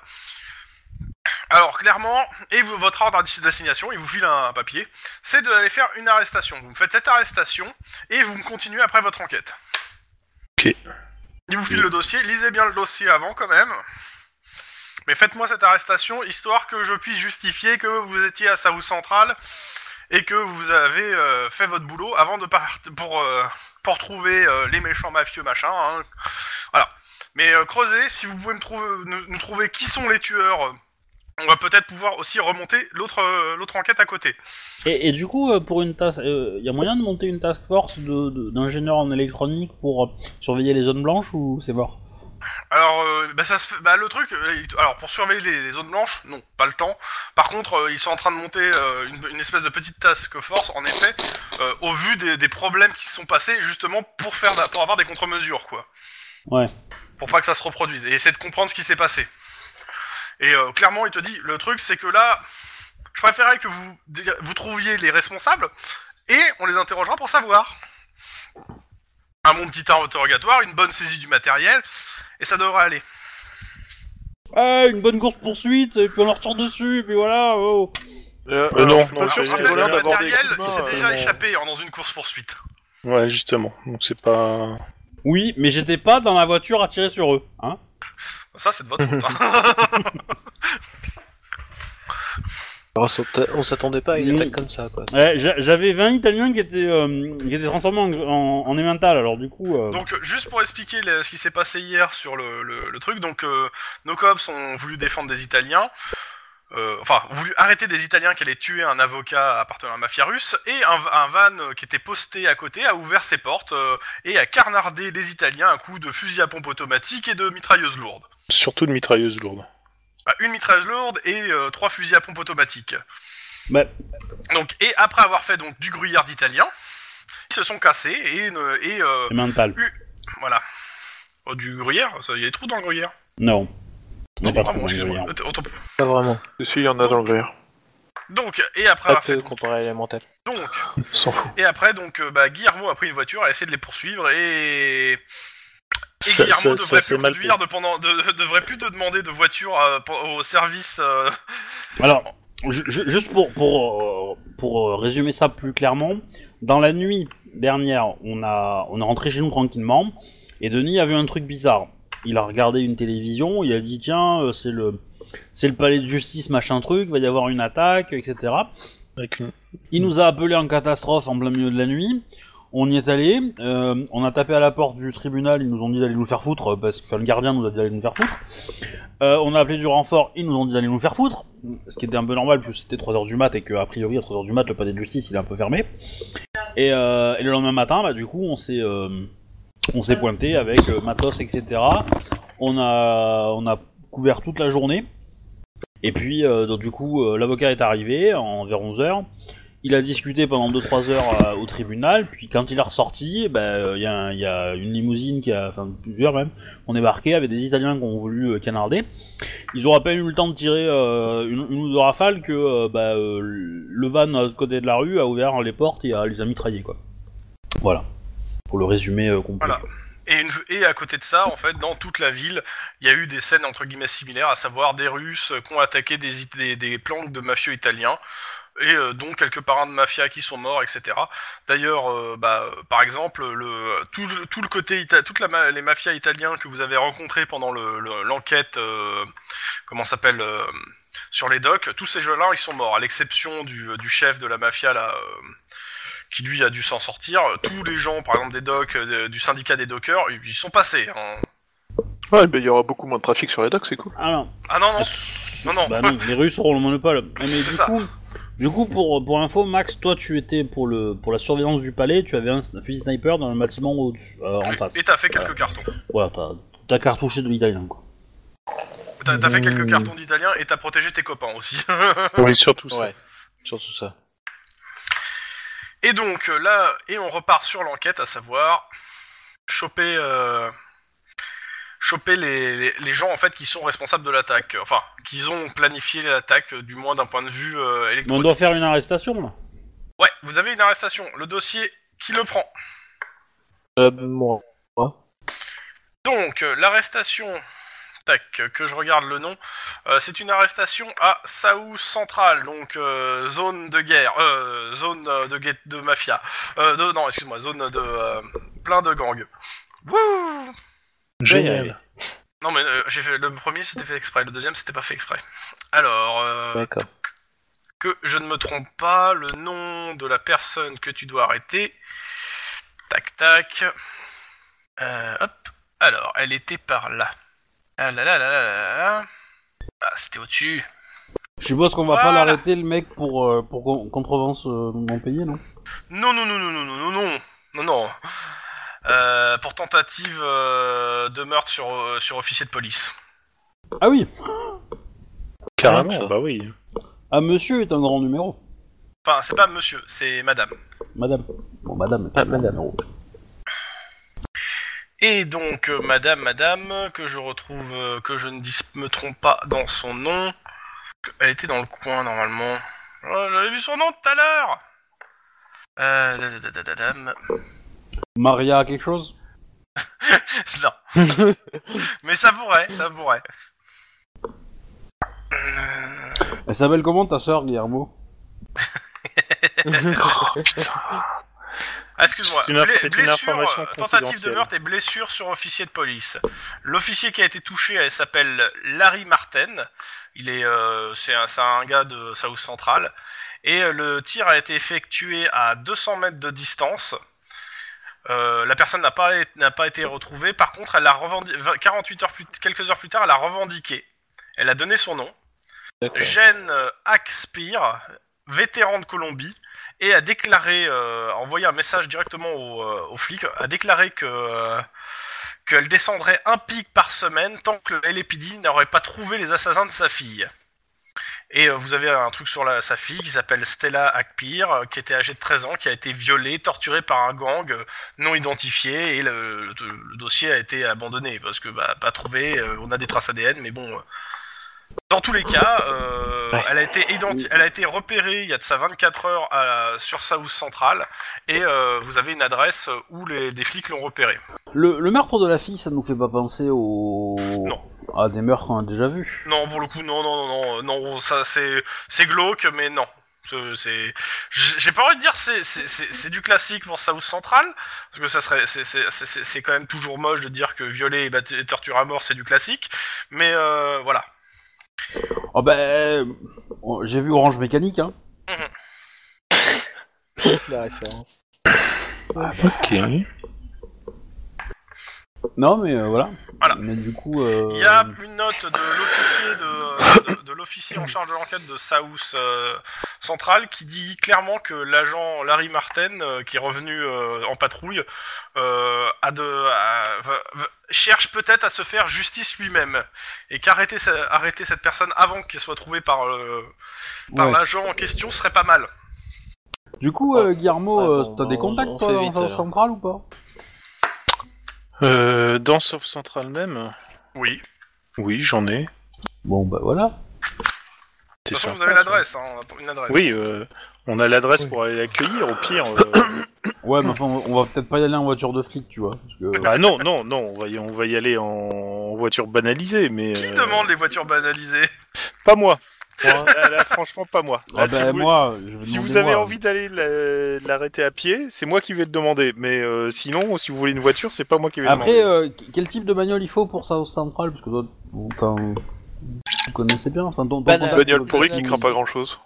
Alors clairement, et vous- votre ordre d'assignation, il vous file un papier, c'est d'aller faire une arrestation. Vous me faites cette arrestation, et vous me continuez après votre enquête. Ok. Il vous file le dossier, lisez bien le dossier avant quand même. Mais faites-moi cette arrestation histoire que je puisse justifier que vous étiez à South Central et que vous avez euh, fait votre boulot avant de partir pour euh, pour trouver euh, les méchants mafieux machin. hein. Voilà. Mais euh, creusez, si vous pouvez me trouver, nous, nous trouver qui sont les tueurs, euh, on va peut-être pouvoir aussi remonter l'autre euh, l'autre enquête à côté. Et, et du coup, euh, pour une task, il y a moyen de monter une task force de- de- d'ingénieurs en électronique pour euh, surveiller les zones blanches ou c'est mort Alors, euh, bah, ça se fait- bah, le truc, euh, il- alors pour surveiller les, les zones blanches, non, pas le temps. Par contre, euh, ils sont en train de monter euh, une, une espèce de petite task force, en effet, euh, au vu des, des problèmes qui se sont passés, justement pour faire, pour avoir des contre-mesures, quoi. Ouais. Pour pas que ça se reproduise et essayer de comprendre ce qui s'est passé. Et euh, clairement, il te dit, le truc, c'est que là, je préférais que vous vous trouviez les responsables et on les interrogera pour savoir. Un bon petit interrogatoire, une bonne saisie du matériel, et ça devrait aller. Ah, une bonne course poursuite, et puis on leur tire dessus, et puis voilà. oh. Euh, Euh, non, je suis non, pas sûr c'est- que Rappelle c'est que voleur le d'aborder matériel, avec une il main, s'est euh, déjà non. échappé en- dans une course poursuite. Ouais, justement. Donc c'est pas. Oui, mais j'étais pas dans la voiture à tirer sur eux. Hein Ça, c'est de votre faute. hein. On s'atta- on s'attendait pas à une Mm. attaque comme ça, quoi. Ouais, j'a- J'avais 20 Italiens qui étaient, euh, qui étaient transformés en, en, en emmental, alors du coup... euh, Donc, euh, juste pour expliquer le- ce qui s'est passé hier sur le, le- le truc, donc euh, nos cops ont voulu défendre des Italiens, euh, enfin, ont voulu arrêter des Italiens qui allaient tuer un avocat appartenant à la mafia russe, et un, un van euh, qui était posté à côté a ouvert ses portes euh, et a carnardé les Italiens à coups de fusil à pompe automatique et de mitrailleuses lourdes. Surtout de mitrailleuse lourde. Bah, une mitrailleuse lourde et euh, trois fusils à pompe automatique. bah, Donc, et après avoir fait donc du gruyère d'Italiens, ils se sont cassés et, ne- et euh, emmental. voilà. Oh, du gruyère, ça- il y a des trous dans le gruyère. Non. Non, pas Ah trop, bon, excuse-moi. rien. Autant pour- Pas vraiment. Si, il y en a dans le verre. Donc, et après Pas avoir fait peu comparé à l'élémental. donc, S'en fout. et après donc, euh, bah, Guillermo a pris une voiture, a essayé de les poursuivre et, et Ça- Guillermo ça- ça devrait s'est plus mal conduire de pendant, de- devrait plus te demander de voiture euh, pour- au service. euh, Alors, ju- ju- juste pour, pour, euh, pour euh, résumer ça plus clairement, dans la nuit dernière, on, a, on est rentré chez nous tranquillement, et Denis a vu un truc bizarre. Il a regardé une télévision, il a dit tiens, euh, c'est le, c'est le palais de justice, machin truc, va y avoir une attaque, etc. Avec une... Il nous a appelé en catastrophe en plein milieu de la nuit. On y est allé. euh, on a tapé à la porte du tribunal. Ils nous ont dit d'aller nous faire foutre euh, parce que enfin, le gardien nous a dit d'aller nous faire foutre. Euh, on a appelé du renfort. Ils nous ont dit d'aller nous faire foutre. Ce qui était un peu normal puisque c'était 3h du mat et que a priori à 3h du mat le palais de justice il est un peu fermé. Et, euh, et le lendemain matin, bah, du coup, on s'est euh, on s'est pointé avec euh, matos, etc. On a on a couvert toute la journée. Et puis, euh, donc, du coup, euh, l'avocat est arrivé en, vers 11h. Il a discuté pendant 2-3 heures euh, au tribunal, puis quand il est ressorti, bah, euh, il y, a un- il y a une limousine, qui a, enfin plusieurs même, qui ont débarqué avec des Italiens qui ont voulu euh, canarder. Ils auraient à peine eu le temps de tirer euh, une, une ou deux rafales que euh, bah, euh, le van à l'autre côté de la rue a ouvert les portes et a, les a mitraillés. Quoi. Voilà, pour le résumé euh, complet. Voilà. Et, une- et à côté de ça, en fait, dans toute la ville, il y a eu des scènes entre guillemets similaires, à savoir des Russes qui ont attaqué des, It- des, des planques de mafieux italiens, et euh, dont quelques parrains de mafia qui sont morts, etc. D'ailleurs, euh, bah, euh, par exemple, le, tout, le- tout le côté, ita- toute la, ma- les mafias italiens que vous avez rencontrés pendant le- le- l'enquête, euh, comment ça s'appelle, euh, sur les docks, tous ces gens-là, ils sont morts, à l'exception du, du chef de la mafia là. euh, qui lui a dû s'en sortir. Euh, Tous les gens, par exemple des docs, euh, du syndicat des dockers, ils sont passés. hein. Ouais, ben il y aura beaucoup moins de trafic sur les docks, c'est cool. Alors, Ah non, non, Ah, non, non. Bah non, les Russes auront le monopole. Mais C'est du ça. coup, du coup pour, pour info, Max, toi tu étais pour, le, pour la surveillance du palais, tu avais un, s- un fusil sniper dans le bâtiment au-dessus, euh, en Oui, face. et t'as fait quelques cartons. Voilà, t'as, t'as cartouché de l'italien quoi. T'as t'as fait Mmh. quelques cartons d'Italien et t'as protégé tes copains aussi. Oui, surtout ça. Ouais. Surtout ça. et donc euh, là, et on repart sur l'enquête, à savoir choper, euh, choper les, les- les gens en fait qui sont responsables de l'attaque. Enfin, qu'ils ont planifié l'attaque, euh, du moins d'un point de vue euh, Mais on électronique. doit faire une arrestation là. Ouais, vous avez une arrestation. Le dossier, qui le prend Euh, moi. Donc, euh, l'arrestation, tac, euh, que je regarde le nom, euh, c'est une arrestation à South Central, donc euh, zone de guerre, euh, zone euh, de, guet- de mafia. Euh, de- non, excuse-moi, zone de euh, plein de gangs. Wouh Génial. non mais euh, j'ai fait, le premier c'était fait exprès, le deuxième c'était pas fait exprès. Alors, euh, D'accord. que je ne me trompe pas, le nom de la personne que tu dois arrêter. Tac tac. Euh, hop. Alors, elle était par là. Ah là là là là là là. Ah, c'était au-dessus. Je suppose qu'on va pas Voilà. l'arrêter le mec pour, euh, pour con- contrevence euh, non payée, non Non, non, non, non, non, non, non, non, non, non. Euh, pour tentative euh, de meurtre sur, euh, sur officier de police. Ah oui, Carrément, ça. bah oui. ah monsieur est un grand numéro. Enfin, c'est pas monsieur, c'est madame. Madame. Bon, madame. Ah, un grand madame. numéro. Et donc, euh, madame, madame, que je retrouve, euh, que je ne dis, me trompe pas dans son nom. Elle était dans le coin normalement. Oh, J'avais vu son nom tout à l'heure Euh, da- da- da- da- da- dam. Maria quelque chose non. Mais ça pourrait, ça pourrait. Euh, Elle s'appelle comment ta sœur, Guillermo Oh, putain. Ah, Excuse-moi. C'est une inf- Blé- c'est une information blessure, euh, tentative de confidentielle. meurtre et blessure sur officier de police. L'officier qui a été touché elle s'appelle Larry Martin. Il est, euh, c'est un, c'est un gars de South Central. Et euh, le tir a été effectué à 200 mètres de distance. Euh, la personne n'a pas, é- n'a pas été retrouvée. Par contre, elle a revendiqué, 48 heures plus, quelques heures plus tard, elle a revendiqué. Elle a donné son nom. Jeanne euh, Axpire, vétéran de Colombie, et a déclaré, euh, a envoyé un message directement au, euh, aux flics, a déclaré que euh, qu'elle descendrait un pic par semaine tant que le LAPD n'aurait pas trouvé les assassins de sa fille. Et euh, vous avez un truc sur la, sa fille qui s'appelle Stella Akpir, euh, qui était âgée de 13 ans, qui a été violée, torturée par un gang euh, non identifié, et le, le- le dossier a été abandonné, parce que bah, pas trouvé, euh, on a des traces ADN, mais bon, euh, dans tous les cas, euh, Ouais. elle, a été identi- elle a été repérée il y a de ça 24 heures à- sur South Central, et euh, vous avez une adresse où les, des flics l'ont repérée. le, le meurtre de la fille, ça nous fait pas penser au... Non. à des meurtres qu'on a déjà vus. Non, pour le coup, non, non, non, non, non, ça c'est c'est glauque, mais non. C'est- C'est, j'ai j'ai pas envie de dire c'est c'est- c'est c'est du classique pour South Central parce que ça serait c'est c'est c'est- c'est c'est quand même toujours moche de dire que violer et, batte- et torture à mort c'est du classique, mais euh, voilà. Oh ben, euh, j'ai vu Orange Mécanique, hein. la référence. Ok. Non, mais euh, voilà. Voilà. Mais du coup... euh, Il y a une note de l'officier de, de, de l'officier en charge de l'enquête de South euh, Central qui dit clairement que l'agent Larry Martin, euh, qui est revenu euh, en patrouille, euh, a de, a- va- va- cherche peut-être à se faire justice lui-même et qu'arrêter sa- arrêter cette personne avant qu'elle soit trouvée par, euh, par ouais. l'agent en question serait pas mal. Du coup, euh, Guillermo, Ouais, euh, bon, t'as des on- contacts, on toi, fait dans vite, South alors. Central ou pas Euh, dans South Central même Oui. Oui, j'en ai. Bon, bah voilà. De C'est toute façon, sympa, vous avez ça. l'adresse, hein, une adresse. Oui, euh, on a l'adresse pour aller l'accueillir, au pire. euh, Ouais, mais enfin, on va peut-être pas y aller en voiture de flic, tu vois. Parce que... ah non, non, non, on va y, on va y aller en, en voiture banalisée, mais... Qui euh, demande les voitures banalisées Pas moi. Bon, là, là, franchement, pas moi. Ah Là, Bah, si ben, vous- moi, je vais Si vous demander avez moi. envie d'aller la- l'arrêter à pied, c'est moi qui vais le demander. Mais euh, sinon, si vous voulez une voiture, c'est pas moi qui vais Après, demander. euh, qu- quel type de bagnole il faut pour South Central Parce que toi, vous, enfin, vous connaissez bien. Enfin, ton, ton Banane. Ah, contact- euh, Bagnole Bagnole pourrie qui craint pas grand chose.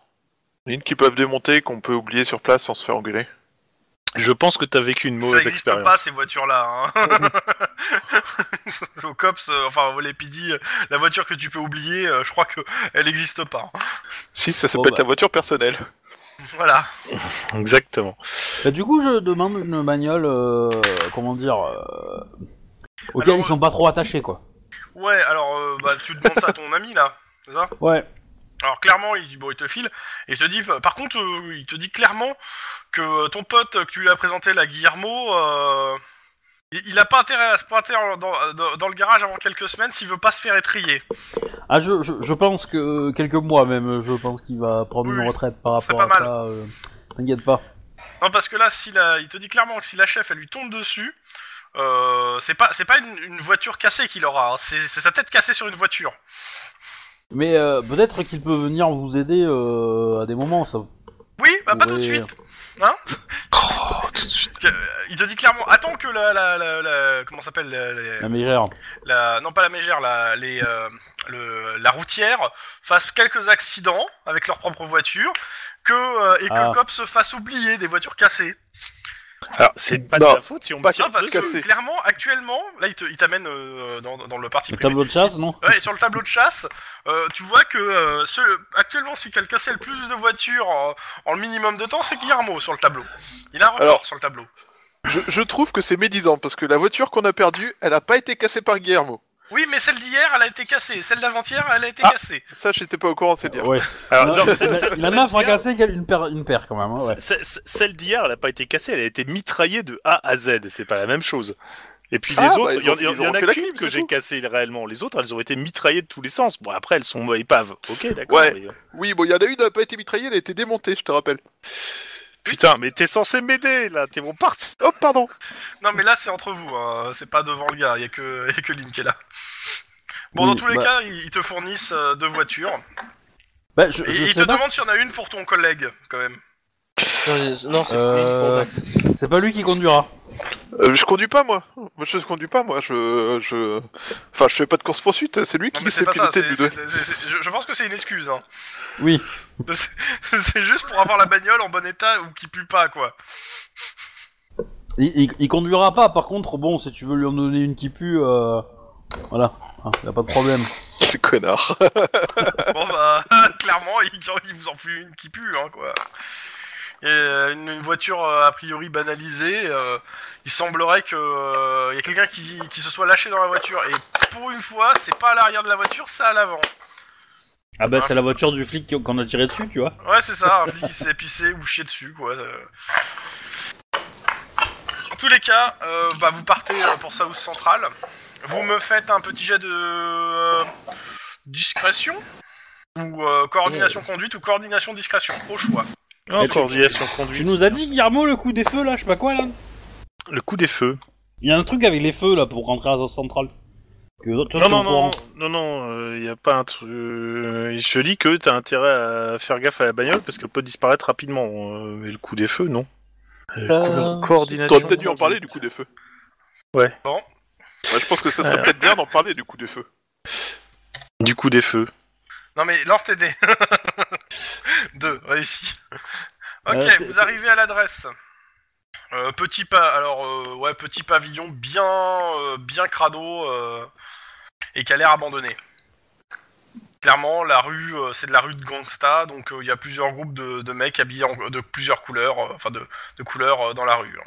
Une qui peuvent démonter, qu'on peut oublier sur place sans se faire engueuler. euh, Je pense que t'as vécu une Ça mauvaise n'existe pas expérience. ces voitures-là. Hein. Au cops, euh, enfin au LAPD, euh, la voiture que tu peux oublier, euh, je crois que elle n'existe pas. hein. Si, ça Bon, s'appelle bah. ta voiture personnelle. Voilà. Exactement. Bah, du coup, je demande une bagnole, euh, comment dire, euh, auquel Alors, ils sont pas trop attachés, quoi. Ouais, alors euh, bah, tu demandes ça à ton ami là, c'est ça Ouais. Alors clairement, il, bon, il te file et il te dit, par contre, euh, il te dit clairement que euh, ton pote euh, que tu lui as présenté, la Guillermo, euh, il, il a pas intérêt à se pointer en- dans, euh, dans- dans le garage avant quelques semaines s'il veut pas se faire étrier. Ah, je, je, je pense que euh, quelques mois même, je pense qu'il va prendre Oui, une oui. retraite par C'est rapport pas à mal. ça. euh, T'inquiète pas. Non, parce que là, si la- il te dit clairement que si la chef, elle lui tombe dessus, euh, c'est pas, c'est pas une, une voiture cassée qu'il aura, hein, c'est c'est sa tête cassée sur une voiture. Mais euh, peut-être qu'il peut venir vous aider euh, à des moments. Ça. Oui, bah pas tout de Ouais. suite. Hein Oh, Parce que, euh, Il te dit clairement, attends que la, la, la, la- comment ça s'appelle la- la- La meilleure. la- non pas la mégère, la, les, euh, le- la routière fasse quelques accidents avec leur propre voiture, que euh, et que Ah. le cop se fasse oublier des voitures cassées. Alors, c'est pas Non. de ta faute si on me Pas tire Non, parce voitures que cassées. clairement, actuellement, là il te- il t'amène euh, dans, dans le parti Le privé. tableau de chasse, non Ouais, et sur le tableau de chasse, euh, tu vois que euh, ce- actuellement, celui qui a le cassé le plus de voitures en, en le minimum de temps, c'est Guillermo sur le tableau. Il a un record Alors- sur le tableau. Je, je trouve que c'est médisant parce que la voiture qu'on a perdue, elle a pas été cassée par Guillermo. Oui, mais celle d'hier, elle a été cassée. Celle d'avant-hier, elle a été Ah. cassée. Ça, j'étais pas au courant, c'est dire. Ah, Ouais. Ah, Alors, Non, non, la- celle- la- celle- la celle main d'hier- fracassée égale une paire, une paire quand même. hein, ouais. celle- celle- Celle d'hier, elle a pas été cassée, elle a été mitraillée de A à Z. C'est pas la même chose. Et puis les Ah, bah, autres, ils il y en- ont- il y, ils en ont a fait la qu'une clim, que c'est j'ai tout. cassée réellement. Les autres, elles ont été mitraillées de tous les sens. Bon, après, elles sont épaves. Ok, d'accord. Ouais. mais- euh, Oui, bon, il y en a une qui a pas été mitraillée, elle a été démontée, je te rappelle. Putain, mais t'es censé m'aider là, t'es mon parti. Oh, pardon Non, mais là, c'est entre vous, hein. c'est pas devant le gars, il y a que, il y a que Lynn qui est là. Bon, dans Oui, tous les bah- cas, ils ils te fournissent euh, deux voitures. Bah, je, Et je ils te sais pas demandent s'il y en a une pour ton collègue, quand même. Non, non, c'est Euh, pour Max. si- C'est pas lui qui conduira. Euh, Je conduis pas, moi Moi, je conduis pas, moi, je... je... Enfin, je fais pas de course-poursuite, c'est lui Non, qui mais c'est s'est pas ça, piloté c'est- nous deux. c'est- c'est- c'est- je, je pense que c'est une excuse. Hein. Oui. C'est juste pour avoir la bagnole en bon état ou qui pue pas, quoi. Il, il- il conduira pas, par contre, bon, si tu veux lui en donner une qui pue, euh, voilà, Ah, y a pas de problème. C'est connard Bon, bah, clairement, il, il vous en fout une qui pue, hein, quoi. Et euh, une, une voiture euh, a priori banalisée, euh, il semblerait que euh, y a quelqu'un qui, qui se soit lâché dans la voiture. Et pour une fois, c'est pas à l'arrière de la voiture, c'est à l'avant. Ah bah c'est la voiture du flic qu'on a tiré dessus, tu vois. Ouais, c'est ça, un flic qui s'est pissé ou chié dessus, quoi. euh. En tous les cas, euh, bah, vous partez euh, pour South Central. Vous me faites un petit jet de euh, discrétion ou euh, coordination conduite ou coordination discrétion, au choix. En tu- coordination Tu conduite. nous as dit Guillermo le coup des feux là, je sais pas quoi là. Le coup des feux. Il y a un truc avec les feux là pour rentrer à la centrale. Que toi, Non, t'es au non, non, courant. non, non, il n'y a pas un truc. euh, Je dis que t'as intérêt à faire gaffe à la bagnole parce qu'elle peut disparaître rapidement. euh, mais le coup des feux, non. Euh, Euh, co- coordination. T'aurais peut-être dû en parler, du coup, des feux. Ouais. Bon. Ouais, je pense que ça serait Ouais. peut-être bien d'en parler, du coup, des feux. Du coup des feux. Non mais lance tes dés. Deux, réussi. Ok, Ouais, Euh, c'est- vous c'est- arrivez c'est- à l'adresse. Euh, petit pas, alors euh, ouais, petit pavillon bien, euh, bien crado euh, et qui a l'air abandonné. Clairement, la rue, euh, c'est de la rue de gangsta, donc euh, il y a plusieurs groupes de, de mecs habillés en- de plusieurs couleurs, euh, enfin de, de couleurs euh, dans la rue. hein.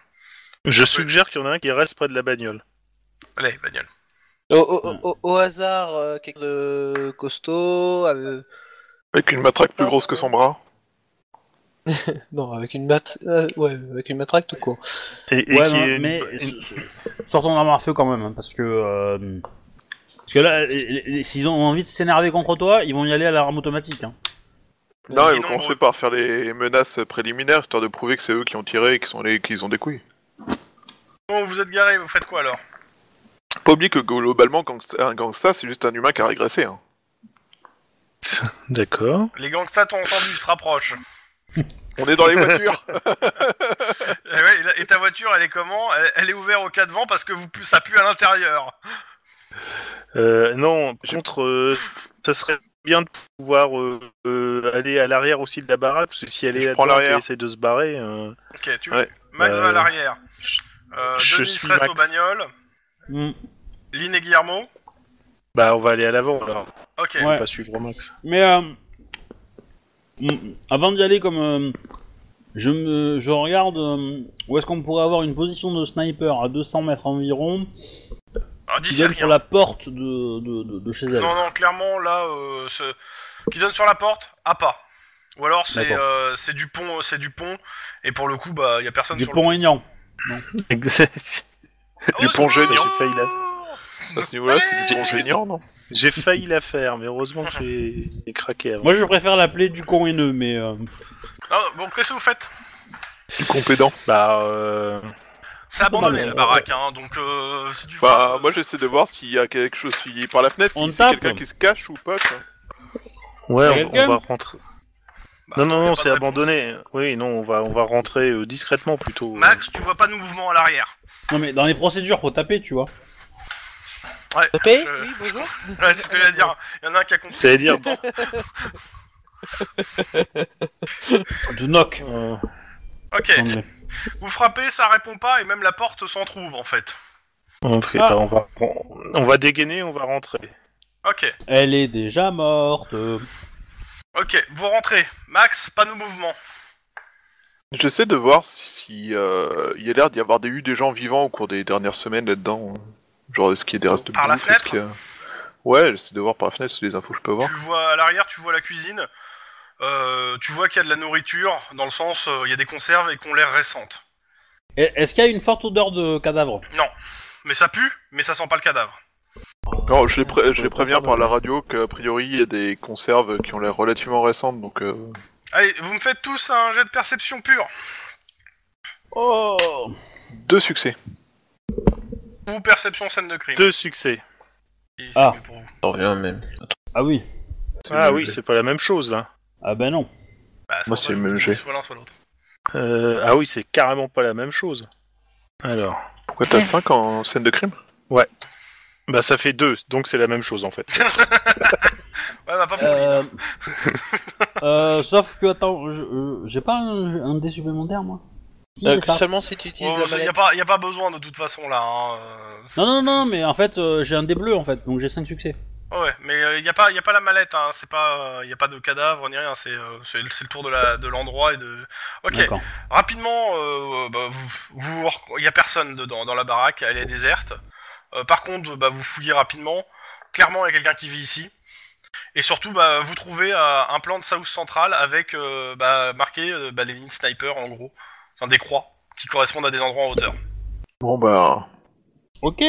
Je suggère qu'il y en a un qui reste près de la bagnole. Allez, bagnole. Au, au- au- au hasard, euh, quelqu'un de costaud, euh, Avec une matraque plus grosse que son bras. non, avec une mat, euh, ouais, avec une matraque tout court. Et, et ouais, qui non, est une- mais une- s- s- sors ton arme à feu quand même, hein, parce que euh, parce que là, les- les- s'ils ont envie de s'énerver contre toi, ils vont y aller à l'arme automatique. Hein. Non, Oui, ils vont non, commencer bon. par faire les menaces préliminaires, histoire de prouver que c'est eux qui ont tiré et qu'ils sont les... qu'ils ont des couilles. Bon, vous êtes garé, vous faites quoi alors Pas oublier que globalement, gangsta- un gangsta, c'est juste un humain qui a régressé. Hein. D'accord. Les gangstas t'ont entendu, ils se rapprochent. On est dans les voitures Et, Eh ouais, et la- et ta voiture, elle est comment elle, elle est ouverte au cas de vent parce que vous pu- ça pue à l'intérieur. Euh, non, par contre, euh, ça serait bien de pouvoir euh, euh, aller à l'arrière aussi de la baraque, parce que si elle Je est à prends l'arrière. elle essaie de se barrer. euh, Ok, tu Ouais. Max va à Euh, l'arrière. Euh, je Denis suis reste Max. au bagnole. Mm. Lynn et Guillermo. Bah, on va aller à l'avant, alors. Ok. Ouais. On va suivre Max. Mais euh, mm, avant d'y aller, comme euh, je me, je regarde euh, où est-ce qu'on pourrait avoir une position de sniper à 200 mètres environ, Ah, qui d'ici donne rien. sur la porte de, de, de, de chez elle. Non, non, clairement, là, euh, ce- qui donne sur la porte, à pas. Ou alors c'est D'accord. euh, c'est du pont, c'est du pont, et pour le coup, bah, y a personne du sur Ah, pont Aignan. le Du pont génial. Génial. J'ai failli là. À ce niveau-là, c'est du bon génial, non J'ai failli la faire, mais heureusement que j'ai- j'ai craqué avant. Moi, je préfère l'appeler du con haineux, mais euh, Ah, bon, qu'est-ce que vous faites Du compédant. Bah, euh, C'est abandonné mal, la ça. baraque, hein, donc euh, si tu Bah, vois- moi j'essaie de voir s'il y a quelque chose qui par la fenêtre, On si c'est tape. quelqu'un qui se cache ou pas. quoi. ouais, Y'a on- on, quelqu'un va rentrer. bah, non, y non, a non, pas de c'est réponse. abandonné. Oui, non, on va, on va rentrer euh, discrètement plutôt. Max, tu vois pas de mouvement à l'arrière. non mais dans les procédures, faut taper, tu vois. Ouais, Tapé je- Oui, bonjour. ouais, c'est ce que j'allais dire. Il y en a un qui a compris. J'allais dire. bon, De knock. euh, Ok, Non, mais- vous frappez, ça répond pas, et même la porte s'entrouve en fait. on, fait- Ah. bah, on va, on va dégainer, on va rentrer. Ok, Elle est déjà morte. E, ok, vous rentrez. Max, pas de mouvement. J'essaie de voir si euh, il y a l'air d'y avoir des- eu des gens vivants au cours des dernières semaines là-dedans. Genre, est-ce qu'il y a des restes de Par la bouffe, est-ce fenêtre qu'il y a- Ouais, j'essaie de voir par la fenêtre, c'est des infos que je peux avoir. Tu vois à l'arrière, tu vois la cuisine. Euh, tu vois qu'il y a de la nourriture, dans le sens, euh, il y a des conserves et qu'on l'air récente. E- Est-ce qu'il y a une forte odeur de cadavre Mais ça pue, mais ça sent pas le cadavre. Non, je les, pré- je peut les pas préviens faire de- par la radio qu'a priori il y a des conserves qui ont l'air relativement récentes, donc euh, Allez, vous me faites tous un jet de perception pure. Oh Deux succès. Ou perception scène de crime. Deux succès. Si, c'est Ah. mieux pour vous. T'en reviens même. Ah oui. Ah oui, c'est pas la même chose là. Ah ben non. Bah, Moi, ça c'est va, le même jet. Soit l'un, soit l'autre. Euh, ah oui, c'est carrément pas la même chose. Alors, Pourquoi t'as 5 en scène de crime bah ça fait deux, donc c'est la même chose en fait. Ouais, bah, pas pour lui. Euh... euh, sauf que, attends, je- euh, j'ai pas un, un dé supplémentaire, moi Si, Euh, c'est ça. seulement si tu utilises la Il n'y mallette. a, pas- Oh, y a pas besoin de toute façon là. hein, euh. Non, non, non, mais en fait, euh, j'ai un dé bleu, en fait, donc j'ai 5 succès. Ouais, mais il n'y a, pas- y a pas la mallette, hein. c'est pas, il n'y a pas de cadavre ni rien, c'est euh, c'est le c'est le tour de la- de l'endroit et de... Ok, D'accord. rapidement, euh, bah, vous, vous, il y a personne dedans, dans la baraque, elle est déserte. Euh, par contre, bah, vous fouillez rapidement. Clairement, il y a quelqu'un qui vit ici. Et surtout, bah, vous trouvez euh, un plan de South Central avec euh, bah, marqué euh, bah, les lignes sniper en gros, enfin des croix qui correspondent à des endroits en hauteur. Bon bah, Ok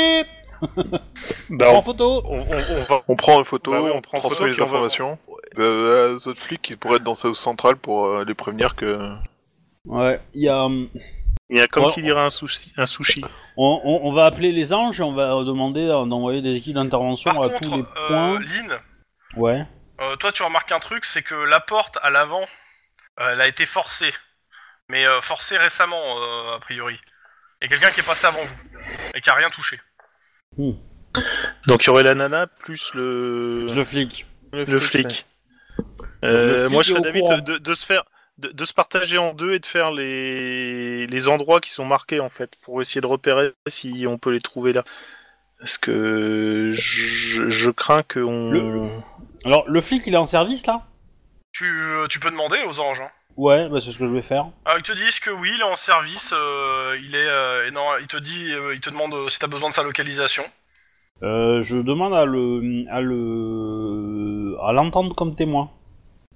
Bah En on, photo on- on- on va. on prend une photo, Bah oui, on on, prend une transmet photo, les puis on va- informations euh, aux autres flics qui pourraient être dans South Central pour euh, les prévenir que... Ouais, il y a... euh, hum, Il y a comme Ouais, qui dirait un sushi. Un sushi. On, on- on va appeler les anges et on va leur demander euh, d'envoyer des équipes d'intervention Par à contre, tous les euh, points. Lynn, Ouais. Euh, toi, tu remarques un truc, c'est que la porte à l'avant, euh, elle a été forcée. Mais euh, forcée récemment, euh, a priori. Et quelqu'un qui est passé avant vous. Et qui a rien touché. Donc il y aurait la nana plus le Le flic. le flic. Euh, Le flic moi est je serais au d'avis courant. de, de- de se faire de, de se partager en deux et de faire les les endroits qui sont marqués en fait pour essayer de repérer si on peut les trouver là. Parce que je, je crains qu'on Le- Alors, le flic, il est en service, là Tu, euh, tu peux demander aux anges. hein. Ouais, bah c'est ce que je vais faire. Alors, ils te disent que oui, il est en service. euh, il est. euh, et non, il te dit, euh, il te demande euh, si t'as besoin de sa localisation. Euh, je demande à le à le à l'entendre comme témoin.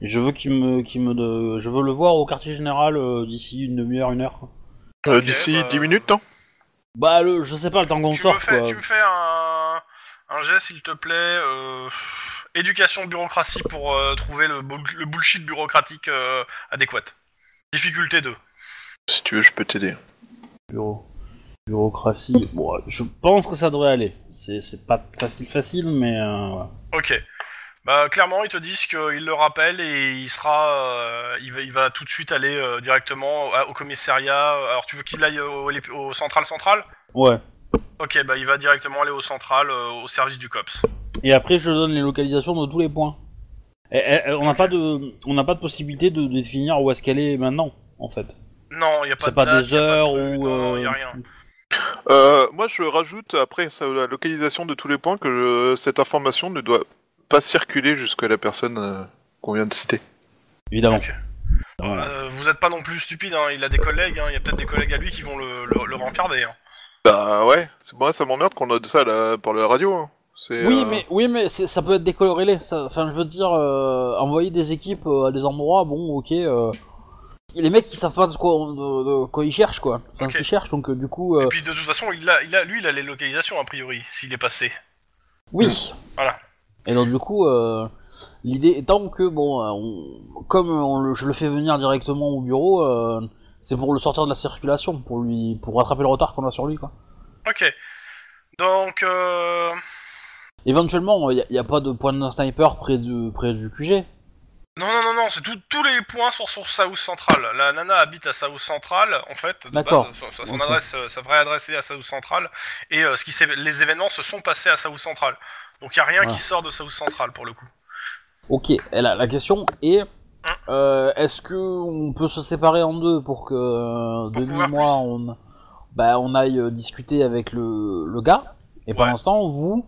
Et je veux qu'il me qu'il me de- je veux le voir au quartier général euh, d'ici une demi-heure, une heure. quoi. Euh, Ok, D'ici bah, 10 minutes, non Bah le, je sais pas le temps qu'on tu, me sort fais, quoi. tu me fais un, un geste, s'il te plaît. euh, éducation bureaucratie pour euh, trouver le, bu- le bullshit bureaucratique euh, adéquat. Difficulté 2. Si tu veux, je peux t'aider. Bureau- bureaucratie. Bon, je pense que ça devrait aller. C'est c'est pas facile facile mais euh, voilà. Ok. Bah clairement ils te disent qu'ils le rappellent et il sera, euh, il va, il va tout de suite aller euh, directement au, au commissariat. Alors tu veux qu'il aille au, au- au central central ouais. Ok, bah il va directement aller au central, euh, au service du cops. Et après je donne les localisations de tous les points. Et- et- et on n'a pas de on n'a pas de possibilité de définir où est-ce qu'elle est maintenant en fait. Non, il y a pas C'est de pas date, des y a de heures truc, ou non, non, euh, y a rien. Euh, moi, je rajoute, après sa- la localisation de tous les points, que euh, cette information ne doit pas circuler jusqu'à la personne euh, qu'on vient de citer. évidemment. Ok. Voilà. Euh, vous êtes pas non plus stupide, hein. il a des collègues, hein. il y a peut-être des collègues à lui qui vont le, le, le rencarder. Hein. Bah ouais, c'est- moi ça m'emmerde qu'on a de ça à la- par la radio. hein. C'est, Oui, euh, mais, oui, mais c'est- ça peut être décoloré. ça- Enfin, je veux dire, euh, envoyer des équipes euh, à des endroits, bon, ok. euh, les mecs, ils savent pas de quoi, de- de quoi ils cherchent, quoi. Enfin, Ok. ce qu'ils cherchent, donc euh, du coup. euh, Et puis de toute façon, il a, il a, lui il a les localisations a priori, s'il est passé. Oui. Voilà. Et donc du coup, euh, l'idée étant que bon, euh, on- comme on le- je le fais venir directement au bureau, euh, c'est pour le sortir de la circulation, pour lui, pour rattraper le retard qu'on a sur lui, quoi. Ok. Donc, euh... Éventuellement, il n'y a, pas de point de sniper près du, près du QG. Non, non, non, non, c'est tout- tous les points sont sur South Central. La nana habite à South Central, en fait. de D'accord. base, Son, son- son Ok. adresse, euh, sa vraie adresse est à South Central. Et euh, ce qui s'est- les événements se sont passés à South Central. Donc il a rien Ouais. qui sort de South Central pour le coup. Ok, et la, la question est Hein euh, est-ce que on peut se séparer en deux pour que euh, Pour Denis pouvoir et moi on, bah, on aille euh, discuter avec le, le gars et Ouais. pendant ce temps vous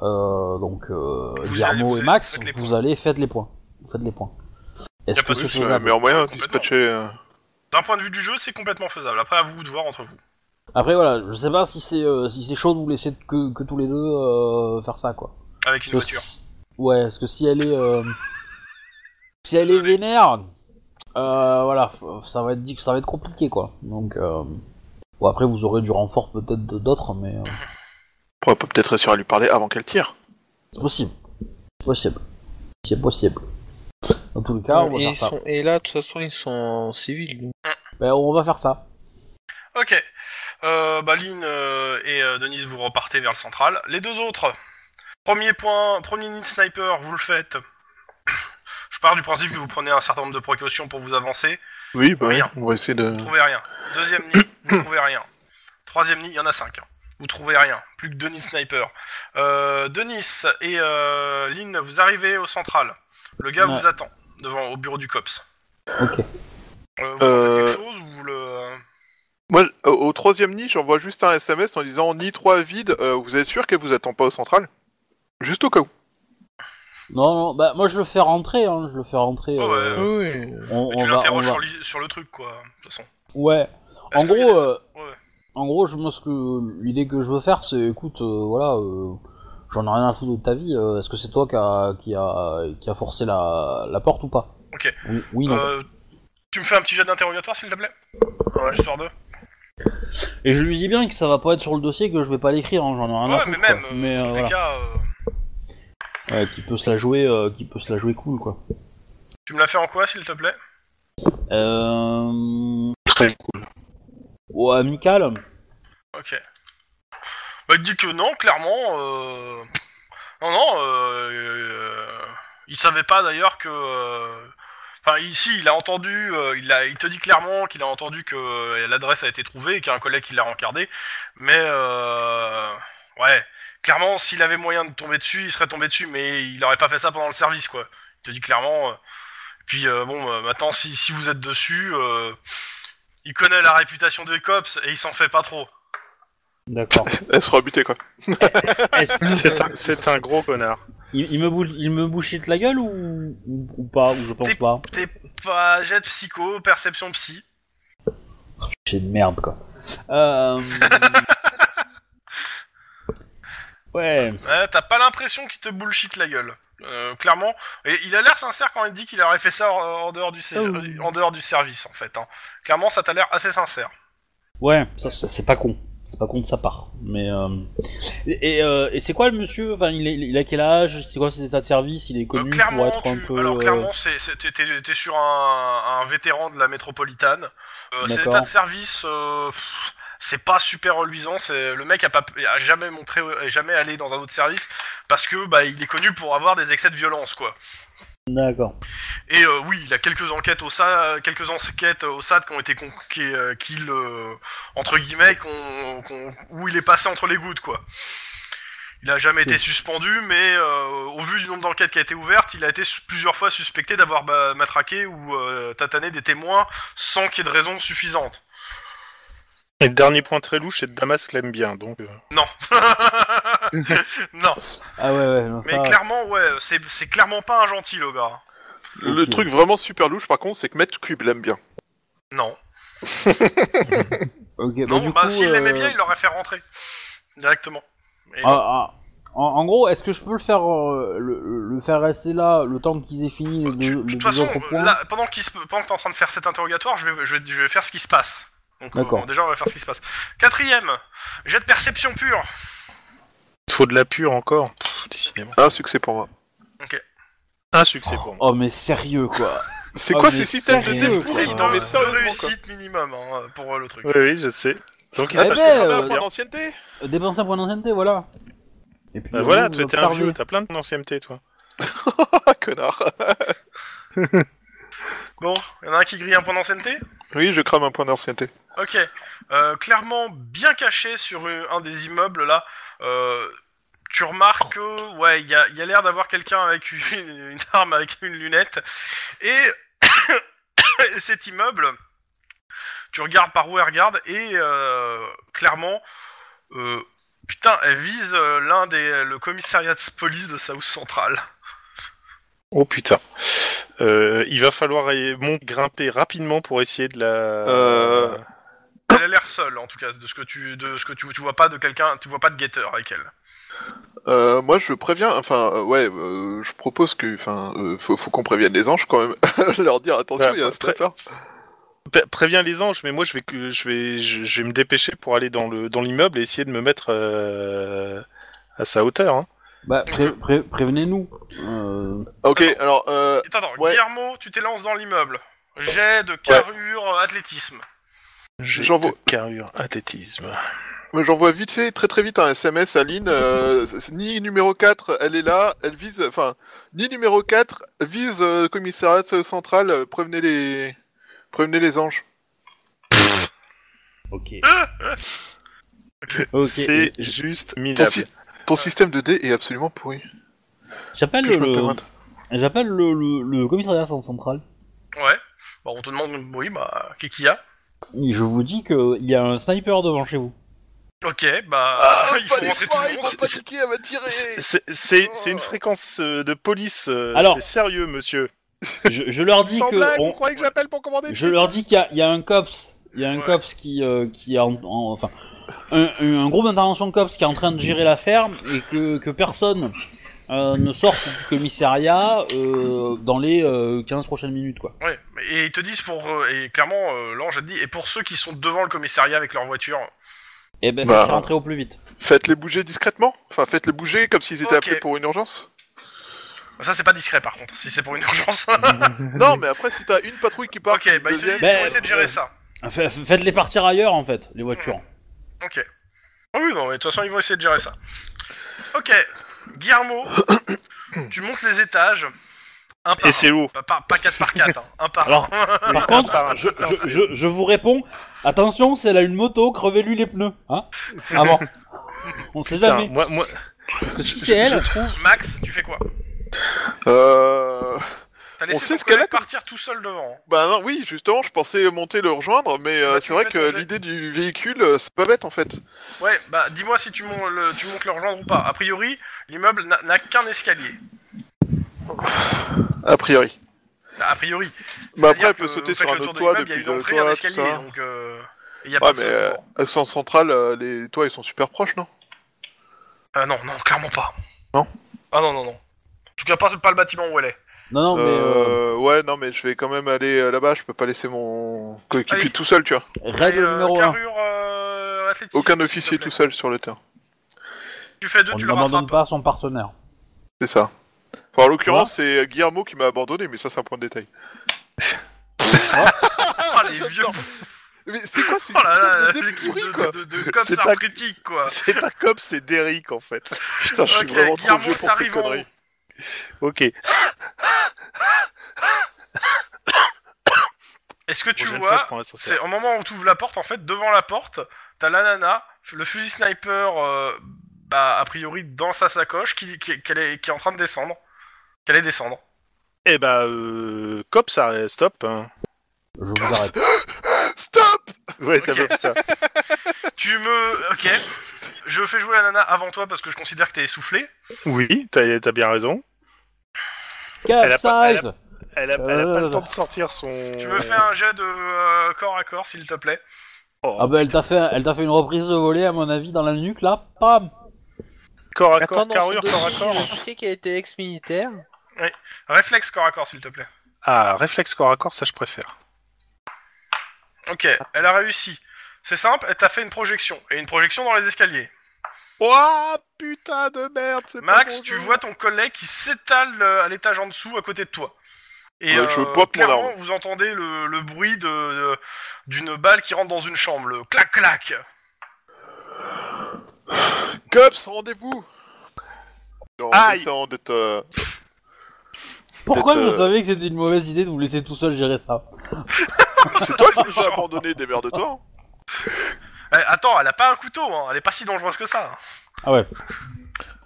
euh, donc euh, Vous allez- vous Guillermo et allez- Max faites les vous points. allez faites les poins vous faites les points Y est-ce a pas que de oui, c'est c'est faisable meilleur moyen de Complètement. dispatcher. euh, D'un point de vue du jeu, c'est complètement faisable. Après, à vous de voir entre vous. après voilà je sais pas si c'est euh, si c'est chaud de vous laisser que, que tous les deux euh, faire ça quoi Avec une Parce que voiture. si- Ouais, parce que si elle est, euh, si elle est vénère, euh, voilà, f- ça va être dit que ça va être compliqué quoi. Donc, euh, bon, après vous aurez du renfort peut-être de- d'autres, mais Mhm. euh, On peut peut-être réussir à lui parler avant qu'elle tire. c'est possible, c'est possible, c'est possible. Dans tous les cas, on va et, faire ils ça. sont- et là, de toute façon, ils sont en civil. donc. Ben, on va faire ça. Ok. Euh, bah, Lynn euh, et euh, Denise, vous repartez vers le central. Les deux autres. Premier point, premier nid sniper, vous le faites. Je pars du principe que vous prenez un certain nombre de précautions pour vous avancer. Oui, bah, Rien. on va essayer de. Vous trouvez rien. Deuxième nid, vous trouvez rien. Troisième nid, il y en a cinq. hein. Vous trouvez rien. Plus que Denis Sniper. Euh, Denis et euh, Lynn, vous arrivez au central. Le gars Ouais. vous attend devant au bureau du COPS. Ok. Euh, vous Euh, faites quelque chose ou vous le... Moi, au, au troisième nid, j'envoie juste un SMS en disant nid 3 vide, euh, vous êtes sûr qu'elle vous attend pas au central Juste au cas où. Non, non, bah moi je le fais rentrer, hein, je le fais rentrer. Oh, Ouais, euh, Oui. on, on Mais tu va, on l'interroges va. sur, li- sur le truc, quoi, de toute façon. Ouais. En Est-ce qu'il y a gros, des- euh, Ouais. en gros, je, moi ce que l'idée que je veux faire, c'est écoute, euh, voilà, euh, j'en ai rien à foutre de ta vie. euh, Est-ce que c'est toi qui a, qui a, qui a forcé la, la porte ou pas Ok. Oui, oui, non. Euh, tu me fais un petit jet d'interrogatoire, s'il te plaît Ouais. Histoire de... Et je lui dis bien que ça va pas être sur le dossier que je vais pas l'écrire, hein, j'en ai rien à Ouais, foutre. mais même, quoi. euh, mais euh, dans tous les voilà, cas, euh, Ouais, qui peut se la jouer, euh, qui peut se la jouer cool quoi. tu me l'as fait en quoi, s'il te plaît Euh... Très cool. Ouais, amical. Ok. Bah, il te dit que non, clairement. euh, Non, non. euh, euh, Il savait pas d'ailleurs que. euh, Enfin, ici, il a entendu. euh, il, a... il te dit clairement qu'il a entendu que euh, l'adresse a été trouvée et qu'un collègue qui l'a rencardé. Mais. euh, Ouais. Clairement, s'il avait moyen de tomber dessus, il serait tombé dessus, mais il aurait pas fait ça pendant le service, quoi. Il te dit clairement. euh, Puis, euh, bon, euh, maintenant, si, si vous êtes dessus. euh, Il connaît la réputation des cops et il s'en fait pas trop. D'accord. Elle sera butée quoi. Est-ce- C'est un- C'est un, gros connard. il, il me bou- il me bullshit la gueule ou, ou, ou pas Ou je pense T'es- pas T'es pas Bah, jet de psycho, perception psy. J'ai de merde quoi. Euh... ouais. Ouais, T'as pas l'impression qu'il te bullshit la gueule. Euh, clairement, et il a l'air sincère quand il dit qu'il aurait fait ça en en dehors du, sé- Oh. en dehors du service en fait. hein. Clairement, ça t'a l'air assez sincère. Ouais, ça, ça, c'est pas con. C'est pas con de sa part. Mais euh... Et, et, euh, et c'est quoi le monsieur Enfin, il, est- il a quel âge C'est quoi ses états de service Il est Euh, connu pour clairement, être un tu- peu. alors euh, clairement, c'est- c'est- t'es- t'es t'es sur un, un vétéran de la métropolitaine. Euh, Ses D'accord. états de service, euh, pff, c'est pas super reluisant. C'est le mec a pas, a jamais montré, est jamais allé dans un autre service parce que bah il est connu pour avoir des excès de violence quoi. D'accord. Et euh, oui, il a quelques enquêtes au SAD, quelques enquêtes au SAD qui ont été con- qui, euh, qui le- entre guillemets, qu'on- qu'on- où il est passé entre les gouttes, quoi. Il a jamais été Oui. suspendu, mais euh, au vu du nombre d'enquêtes qui a été ouverte, il a été su- plusieurs fois suspecté d'avoir bah, matraqué ou euh, tatané des témoins sans qu'il y ait de raison suffisante. Et le dernier point très louche, c'est que Damas l'aime bien, donc... euh, Non. non. Ah ouais, ouais, non, Mais ça, clairement, ouais, c'est c'est clairement pas un gentil, le gars. Le Ok. truc vraiment super louche par contre, c'est que Maître Cube l'aime bien. Non. ok, bah, non, du bah coup, s'il l'aimait euh, bien, il l'aurait fait rentrer. Directement. Et Ah, ah. En, en gros, est-ce que je peux le faire, euh, le, le faire rester là le temps qu'ils aient fini le, Tu- le, de toute les façon, autres euh, points là, pendant qu'il se- pendant que t'es en train de faire cet interrogatoire, je vais, je vais, je vais faire ce qui se passe. Donc, euh, D'accord. déjà, on va faire ce qui se passe. Quatrième, jet de perception pure. Il faut de la pure encore. Pff, décidément. Un succès pour moi. Un succès pour moi. Oh mais sérieux quoi C'est Ah, quoi mais ce système de sérieux, débouche quoi. C'est Oh, dans Non mais le deux sérieusement quoi. réussites minimum hein, pour euh, le truc. Oui, oui, je sais. Donc il se Eh passe ben, rien. Ah, euh, un point d'ancienneté Dépenser un point d'ancienneté, voilà Et puis Bah euh, voilà, vous toi t'es un observez. vieux, t'as plein d'ancienneté toi. Ah connard Bon, il y en a un qui grille un point d'ancienneté Oui, je crame un point d'ancienneté. Ok. Euh, clairement, bien caché sur euh, un des immeubles là. euh, tu remarques que, ouais, il y a, il y a l'air d'avoir quelqu'un avec une, une arme, avec une lunette. Et cet immeuble, tu regardes par où elle regarde, et euh, clairement, euh, putain, elle vise euh, l'un des. le commissariat de police de South Central. Oh putain. Euh, il va falloir eh, mon- grimper rapidement pour essayer de la. Euh, Elle a l'air seule, en tout cas, de ce que tu, de ce que tu, tu vois pas de quelqu'un, tu vois pas de guetteur avec elle. Euh, moi, je préviens. Enfin, euh, ouais, euh, je propose que, enfin, euh, faut, faut qu'on prévienne les anges quand même. leur dire attention, Ouais, il y a un après- sniper. Pré- Préviens les anges, mais moi je vais, que- je vais, je, je vais me dépêcher pour aller dans le dans l'immeuble et essayer de me mettre euh, à sa hauteur. hein. Bah pré- pré- prévenez-nous euh, Ok, alors, euh, Attends, attends, Ouais. Guillermo, tu t'élances dans l'immeuble. Jet de carrure, euh, athlétisme. J'ai J'en vois- carrure athlétisme. Moi, J'envoie vite fait, très très vite un SMS à Lynn. euh, c'est- ni numéro 4, elle est là, elle vise. Enfin, ni numéro 4 vise euh, commissariat central, euh, prévenez les. Prévenez les anges. Ok. Ok. Ah, C'est juste Ton, minable. sy- ton système de dés est absolument pourri. J'appelle Que je me le, permette. j'appelle le, le, le commissariat central. Ouais. Bon, on te demande, oui, bah, qu'est-ce qu'il y a Et je vous dis qu'il y a un sniper devant chez vous. Ok, bah, Ah, il faut pas les rentrer tout soins, le monde. il va paniquer, elle va tirer C'est- C'est c'est- c'est une fréquence euh, de police. euh, Alors- C'est sérieux, monsieur. Je, je leur dis Sans blague, que. on- vous croyez que j'appelle pour commander Je leur dis qu'il y a- il y, a un cops, il y a un Ouais. cops qui, euh, qui est en, en- enfin, un, un- un groupe d'intervention cops qui est en train de gérer l'affaire et que, que personne euh, ne sorte du commissariat euh, dans les euh, 15 prochaines minutes, quoi. Ouais, et ils te disent pour. euh, Et clairement, euh, l'ange a dit, et pour ceux qui sont devant le commissariat avec leur voiture. Et ben, Bah. faut rentrer au plus vite. Faites-les bouger discrètement. Enfin, faites-les bouger comme s'ils étaient Ok. appelés pour une urgence. Ça, c'est pas discret par contre, si c'est pour une urgence. non, mais après, si t'as une patrouille qui part, ok, bah, ils, se disent, deuxième, ils vont Ben, essayer de gérer euh, ça. Fa- Faites-les partir ailleurs, en fait, les voitures. Ok. Ah oui, non, mais de toute façon, ils vont essayer de gérer ça. Ok, Guillermo, tu montes les étages. Un par Et un. c'est où Pas, pas, pas quatre par quatre, hein. un par Alors, un. Par contre, je, je, je, je vous réponds, attention, c'est là une moto, crevez-lui les pneus, hein Avant. On sait Putain, jamais. moi, moi, Parce que si je- c'est je- elle, Max, tu fais quoi euh... T'as laissé On sait ton ce qu'elle a collègue comme- partir tout seul devant. hein. Bah non, oui, justement, je pensais monter le rejoindre, mais euh, Bah, tu c'est vrai fais que ton jet. l'idée du véhicule, euh, c'est pas bête en fait. Ouais, bah dis-moi si tu, mon- le- tu montes le rejoindre ou pas. A priori, l'immeuble n'a- n'a qu'un escalier. A priori. A priori. Bah après, C'est-à-dire elle peut que sauter vous sur faites un le autre tour de toit l'immeuble, il y a depuis une entrée, le toit, un tout escalier, ça. donc euh, il y a pas Ouais, de mais secours. euh, elles sont centrales, euh, les toits ils sont super proches, non Ah non, non, clairement pas. Non Ah non, non, non. En tout cas, pas, pas le bâtiment où elle est. non, non, mais euh, euh, Ouais, non, mais je vais quand même aller euh, là-bas, je peux pas laisser mon coéquipier Allez. tout seul, tu vois. règle Et, euh, numéro 1. carrure, euh, athlétique, Aucun s'il te officier plaît. tout seul sur le terrain. Tu fais deux, On tu le n'abandonne rattrapes. pas son partenaire. C'est ça. Enfin, en l'occurrence, c'est Guillermo qui m'a abandonné, mais ça, c'est un point de détail. Ah, les vieux. Mais c'est quoi ce Oh là là, système de dés l'équipe pourri, de, quoi de, de, de cops C'est pas- arthritiques, quoi. c'est pas comme c'est Derrick en fait. Putain, Ah, je suis Ok, vraiment trop Guillermo, vieux pour ça ces arrive hein. en conneries. Ok. Est-ce que tu Prochaine fois, je vois prends C'est l'ascenseur. au moment où tu ouvres la porte, en fait, devant la porte, t'as la nana, le fusil sniper, euh, bah, a priori, dans sa sacoche, qui, qui, qu'elle est, qui est en train de descendre. Qu'elle est descendre. Eh bah, euh, cop, ça stop. hein. Je vous arrête. Stop Ouais, ça Ok. veut ça. Tu me. Ok. Je fais jouer la nana avant toi parce que je considère que t'es essoufflé. Oui, t'as t'as bien raison. Elle a pas- elle a- Capsize Elle a, elle a pas le temps de sortir son. Tu me fais un jet de euh, corps à corps, s'il te plaît. Oh, Ah bah elle t'a fait, elle t'a fait une reprise de volée à mon avis dans la nuque là, pam. corps à Attends, corps, dans carrure, son corps à dossier, corps. il y a marqué qu'elle était ex-militaire. Réflexe corps à corps, s'il te plaît. Ah, réflexe corps à corps, ça je préfère. Ok, elle a réussi. C'est simple, elle t'a fait une projection. Et une projection dans les escaliers. Ouah, putain de merde. c'est pas Max, bon tu jeu. vois ton collègue qui s'étale euh, à l'étage en dessous à côté de toi. Et Ouais, je euh, veux pas prendre clairement, l'arme. vous entendez le, le bruit de- de- d'une balle qui rentre dans une chambre. Le clac clac. Cops, rendez-vous Non, Aïe. essayant d'être... euh, Pourquoi Peut-être, vous euh, savez que c'était une mauvaise idée de vous laisser tout seul gérer ça C'est toi qui nous as abandonné, hein. des de toi Eh, attends, elle a pas un couteau, hein. elle est pas si dangereuse que ça. hein. Ah ouais.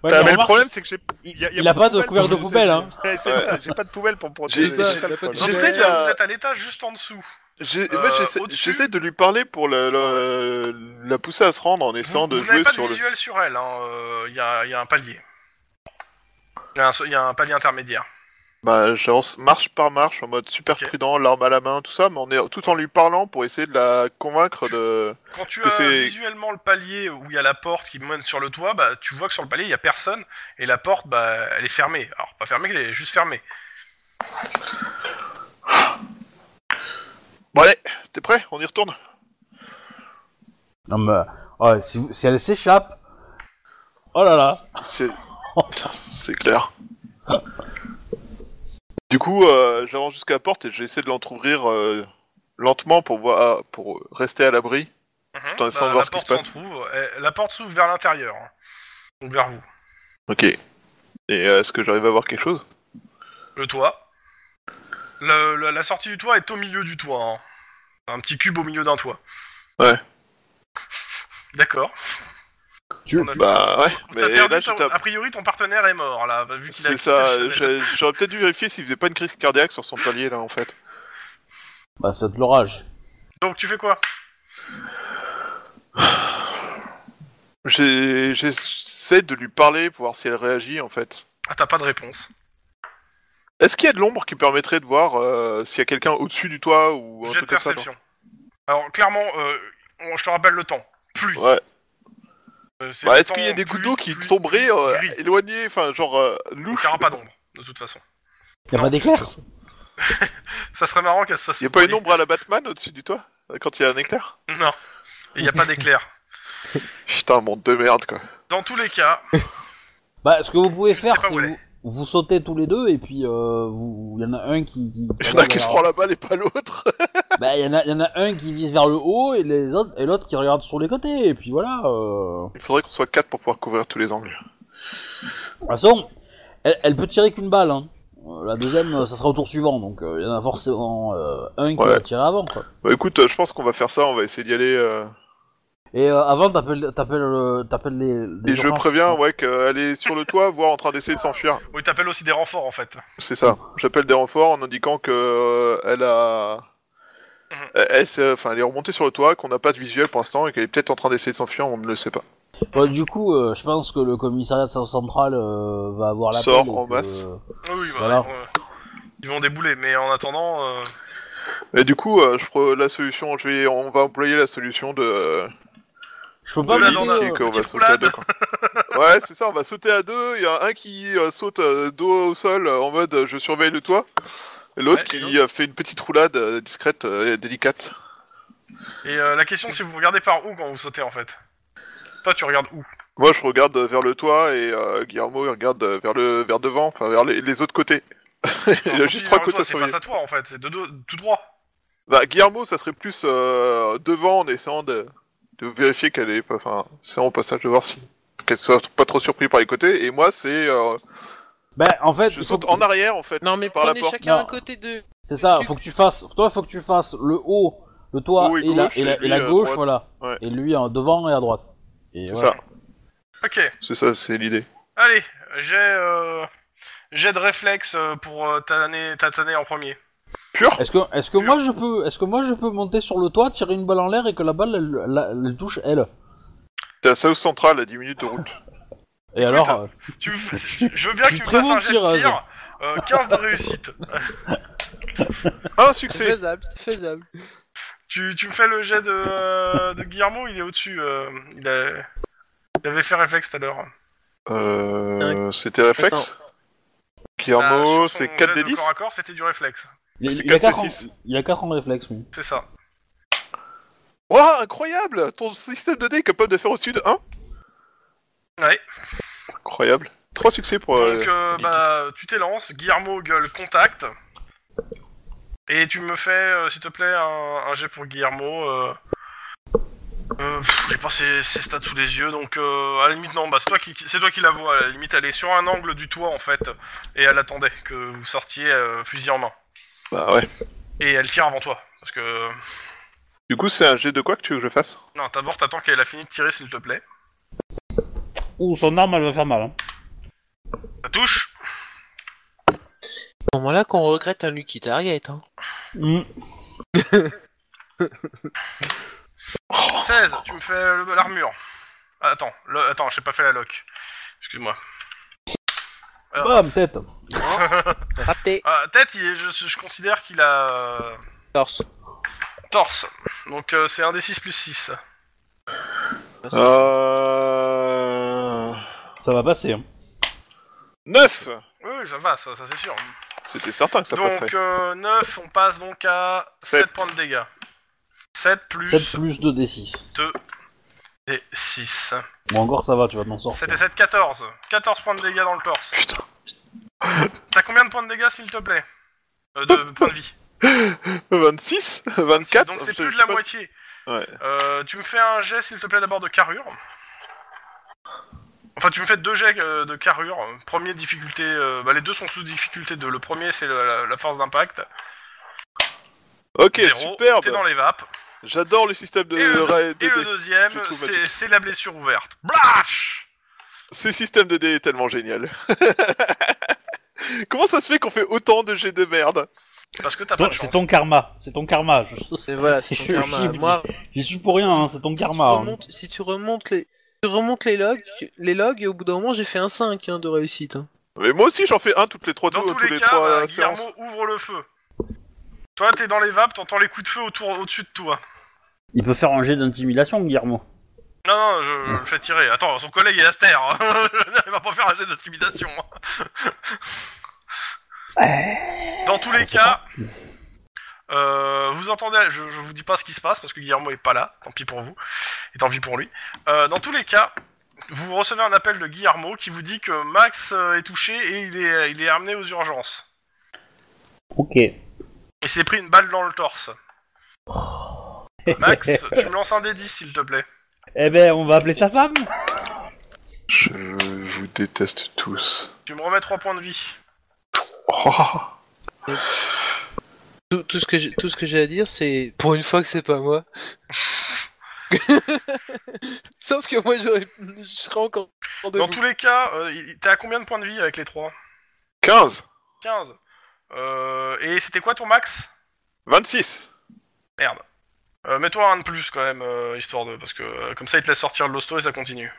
Ouais, mais Putain, mais le remarque, problème, c'est que j'ai. y il a pas de couvert couvert de poubelle, hein. Ouais, c'est Ouais. ça, j'ai pas de poubelle pour me protéger. J'ai- c'est j'ai- ça, le problème. j'ai- J'essaie de. la- Vous êtes à l'étage juste en dessous. J'ai- Euh, moi, j'essa- au-dessus- j'essaie de lui parler pour la, la, la pousser à se rendre en essayant Vous, de vous n'avez jouer pas de sur le. visuel sur elle. Il hein. euh, y, a, y a un palier. Il y, a un so- y a un palier intermédiaire. Bah, j'avance marche par marche en mode super Ok. prudent, l'arme à la main, tout ça, mais on est tout en lui parlant pour essayer de la convaincre de. Quand tu Que as c'est- visuellement le palier où il y a la porte qui mène sur le toit, bah, tu vois que sur le palier il y a personne et la porte bah, elle est fermée. Alors pas fermée, elle est juste fermée. Bon allez, t'es prêt On y retourne. Non mais, ouais, si, vous- si elle s'échappe. Oh là là. C'est. Putain, C'est clair. Du coup, euh, j'avance jusqu'à la porte et j'essaie de l'entrouvrir euh, lentement pour, voir, ah, pour rester à l'abri. Mhm. Tout en essayant de Bah, voir la ce qui se porte passe. s'entrouvre, et La porte s'ouvre vers l'intérieur. hein. Donc vers vous. Ok. Et euh, est-ce que j'arrive à voir quelque chose Le toit. Le- le- la sortie du toit est au milieu du toit. hein. Un petit cube au milieu d'un toit. Ouais. D'accord. Tu, On a- Bah ouais, T'as mais perdu là je ton- tape. A priori, ton partenaire est mort là, vu qu'il a C'est quitté ça, le Chanel. j'ai- j'aurais peut-être dû vérifier s'il faisait pas une crise cardiaque sur son palier là en fait. Bah, c'est de l'orage. Donc tu fais quoi J'ai- J'essaie de lui parler pour voir si elle réagit en fait. Ah, t'as pas de réponse. Est-ce qu'il y a de l'ombre qui permettrait de voir euh, s'il y a quelqu'un au-dessus du toit ou un J'ai de truc comme ça non perception. Alors clairement, euh, on- je te rappelle le temps. Pluie. Ouais. Euh, c'est Bah, le est-ce qu'il y a temps, des coups pluie, d'eau qui pluie, tomberaient pluie, euh, gris. éloignés, enfin genre euh, Il louche y aura pas d'ombre, de toute façon. Y'a Non. pas d'éclair Ça serait marrant qu'elle se fasse. Il y a pas une brûler. ombre à la Batman au-dessus du toit euh, quand il y a un éclair Non. Il n'y a pas d'éclair. Putain, monde de merde quoi. Dans tous les cas, Bah, ce que vous pouvez Je faire, sais pas c'est où elle vous, vous sautez tous les deux et puis euh, vous, il y en a un qui. qui- Il y en a qui se prend la balle et pas l'autre. Bah, il y, en a- y en a un qui vise vers le haut et les autres et l'autre qui regarde sur les côtés et puis voilà. Euh... Il faudrait qu'on soit quatre pour pouvoir couvrir tous les angles. De toute façon, elle, elle peut tirer qu'une balle. Hein. Euh, La deuxième, euh, ça sera au tour suivant, donc il y en a forcément euh, un qui Ouais. va tirer avant. Quoi. Bah écoute, euh, je pense qu'on va faire ça, on va essayer d'y aller. euh, Et euh, avant, t'appelles, t'appelles, euh, t'appelles les. les Et je urgences. préviens, ouais, qu'elle est sur le toit, voire en train d'essayer de s'enfuir. oui, t'appelles oh, aussi des renforts en fait. C'est ça. J'appelle des renforts en indiquant que euh, elle a. Mhm. Elle, elle s'est- enfin, elle est remontée sur le toit, qu'on n'a pas de visuel pour l'instant et qu'elle est peut-être en train d'essayer de s'enfuir, on ne le sait pas. Ouais, du coup, euh, je pense que le commissariat de South Central euh, va avoir la. Sort en masse. Oui, oui, bah, Voilà. euh, ils vont débouler, mais en attendant, euh, Et du coup, euh, je pre- la solution, je vais, on va employer la solution de. euh, Je peux pas. Voilà, vous dans dire, la- et euh, qu'on va petite sauter à deux. Quoi. ouais, c'est ça, on va sauter à deux. Il y a un qui euh, saute euh, dos au sol euh, en mode euh, je surveille le toit. Et L'autre Ouais, et qui l'autre euh, fait une petite roulade euh, discrète euh, et délicate. et euh, la question c'est vous regardez par où quand vous sautez en fait. Toi, tu regardes où Moi, je regarde euh, vers le toit et euh, Guillermo il regarde euh, vers le vers devant, enfin vers les, les autres côtés. il a Alors, juste si, trois vers le côtés à toit, C'est surveiller. face à toi en fait, c'est de, de- tout droit. Bah, Guillermo, ça serait plus euh, devant en essayant de, de vérifier qu'elle est pas, enfin, c'est au passage de voir si qu'elle soit pas trop surprise par les côtés. Et moi, c'est euh, Ben, en fait, je il saute que- en arrière en fait. Non, mais Par la prenez porte. chacun Non. un côté de. C'est ça, Tu- faut que tu fasses, toi faut que tu fasses le haut, le toit Haut et et, la, gauche, et, la, et lui, et la euh, gauche, droite. voilà. Ouais. Et lui en devant et à droite. Et C'est voilà. ça, Ok, c'est ça, c'est l'idée. allez, j'ai euh, j'ai de réflexe euh, pour euh, tanner, tanner en premier. Pur. Est-ce que, est-ce que moi je peux, est-ce que moi je peux monter sur le toit, tirer une balle en l'air et que la balle elle, la- elle touche elle T'es à South Central à 10 minutes de route. Et alors, euh, Tu me fais- je veux bien que suis tu me très fasses bon un jet de tireuse. tir, euh, 15 de réussite. Un C'est succès. faisable, c'est faisable. Tu, tu me fais le jet de, euh, de Guillermo, il est au-dessus. euh, il, a- il avait fait réflexe tout à l'heure. Euh, c'était réflexe. Guillermo, Bah, sur son c'est 4 jet des de 10. corps à corps, c'était du réflexe. il, c'est il a 4 4 et en, six. il a quatre en réflexe, oui. C'est ça. Ouah, Oh, incroyable Ton système de dés est capable de faire au sud 1 Ouais. Incroyable. 3 succès pour... euh, Donc, euh, bah, tu t'élances, Guillermo gueule contact. Et tu me fais, euh, s'il te plaît, un, un jet pour Guillermo. Euh... Euh, pff, J'ai pas ses, ses stats sous les yeux, donc euh, à la limite, non, bah, c'est toi, qui, c'est toi qui la vois. À la limite, elle est sur un angle du toit en fait, et elle attendait que vous sortiez euh, fusil en main. Bah ouais. Et elle tire avant toi, parce que. Du coup, c'est un jet de quoi que tu veux que je fasse Non, d'abord t'attends qu'elle a fini de tirer, s'il te plaît. Ou son arme elle va faire mal. Hein. Ça touche À ce moment-là qu'on regrette un Lucky Target. Hein. Mm. Oh. 16, tu me fais le- l'armure. Ah, attends, le- attends, j'ai pas fait la lock. Excuse-moi. Alors, Bam, tête. Raté. ah, tête, il est- je, je considère qu'il a euh, Torse. torse. Donc euh, c'est un des 6 plus 6. Euh... Ça va passer. Hein. 9 Oui, ça va, ça, ça c'est sûr. C'était certain que ça passerait. donc euh, 9, on passe donc à 7, Sept. points de dégâts. 7 plus, 7 plus 2 d 6. 2 et 6. Bon encore ça va, tu vas t'en sortir. 7 et 7, 14. 14 points de dégâts dans le torse. Putain. T'as combien de points de dégâts, s'il te plaît euh, De points de vie. 26 24 Donc je c'est sais- plus de la Ah, je sais pas. moitié. Ouais. Euh, tu me fais un jet s'il te plaît d'abord de carrure. Enfin tu me fais deux jets euh, de carrure. Premier difficulté, euh, bah, les deux sont sous difficulté 2. Le premier c'est la, la- la force d'impact. Ok, Zéro, superbe Euh, T'es dans les vapes. J'adore le système de Et le- ra- Et euh, de le dé. deuxième je trouve c'est- magique. c'est la blessure ouverte. Blash Ce système de dé est tellement génial. Comment ça se fait qu'on fait autant de jets de merde Parce que t'as pas Toi, de C'est chance. ton karma, c'est ton karma. je- Et voilà, c'est ton Je- karma. je- Moi, J'y suis pour rien, hein, c'est ton karma. Si tu hein. remontes, si tu remontes les, tu remontes les logs, les logs et au bout d'un moment j'ai fait un 5 hein, de réussite. hein. Mais moi aussi j'en fais un toutes les trois, Dans tours- tous les, cas, trois euh, Guillermo séances. ouvre le feu. Toi t'es dans les vapes, t'entends les coups de feu autour au-dessus de toi. Il peut faire un jet d'intimidation, Guillermo. Non, non, je, je le fais tirer. Attends, son collègue est aster. hein. Il va pas faire un jet d'intimidation. hein. Dans tous les On sait cas, euh, vous entendez, je, je vous dis pas ce qui se passe parce que Guillermo est pas là, tant pis pour vous, et tant pis pour lui. Euh, dans tous les cas, vous recevez un appel de Guillermo qui vous dit que Max euh, est touché et il est, il est amené aux urgences. Ok. Il s'est pris une balle dans le torse. Max, tu me lances un D10 s'il te plaît. eh ben, on va appeler sa femme. Je vous déteste tous. Tu me remets 3 points de vie. Oh. Tout, tout ce que j'ai- tout ce que j'ai à dire, c'est pour une fois que c'est pas moi. Sauf que moi j'aurais, je serais encore en Dans debout. tous les cas, euh, il- t'es à combien de points de vie avec les trois 15 15. Euh, et c'était quoi ton max 26 Merde. Euh, Mets-toi un de plus quand même, euh, histoire de. Parce que euh, comme ça, ils te laissent sortir de l'hosto et ça continue.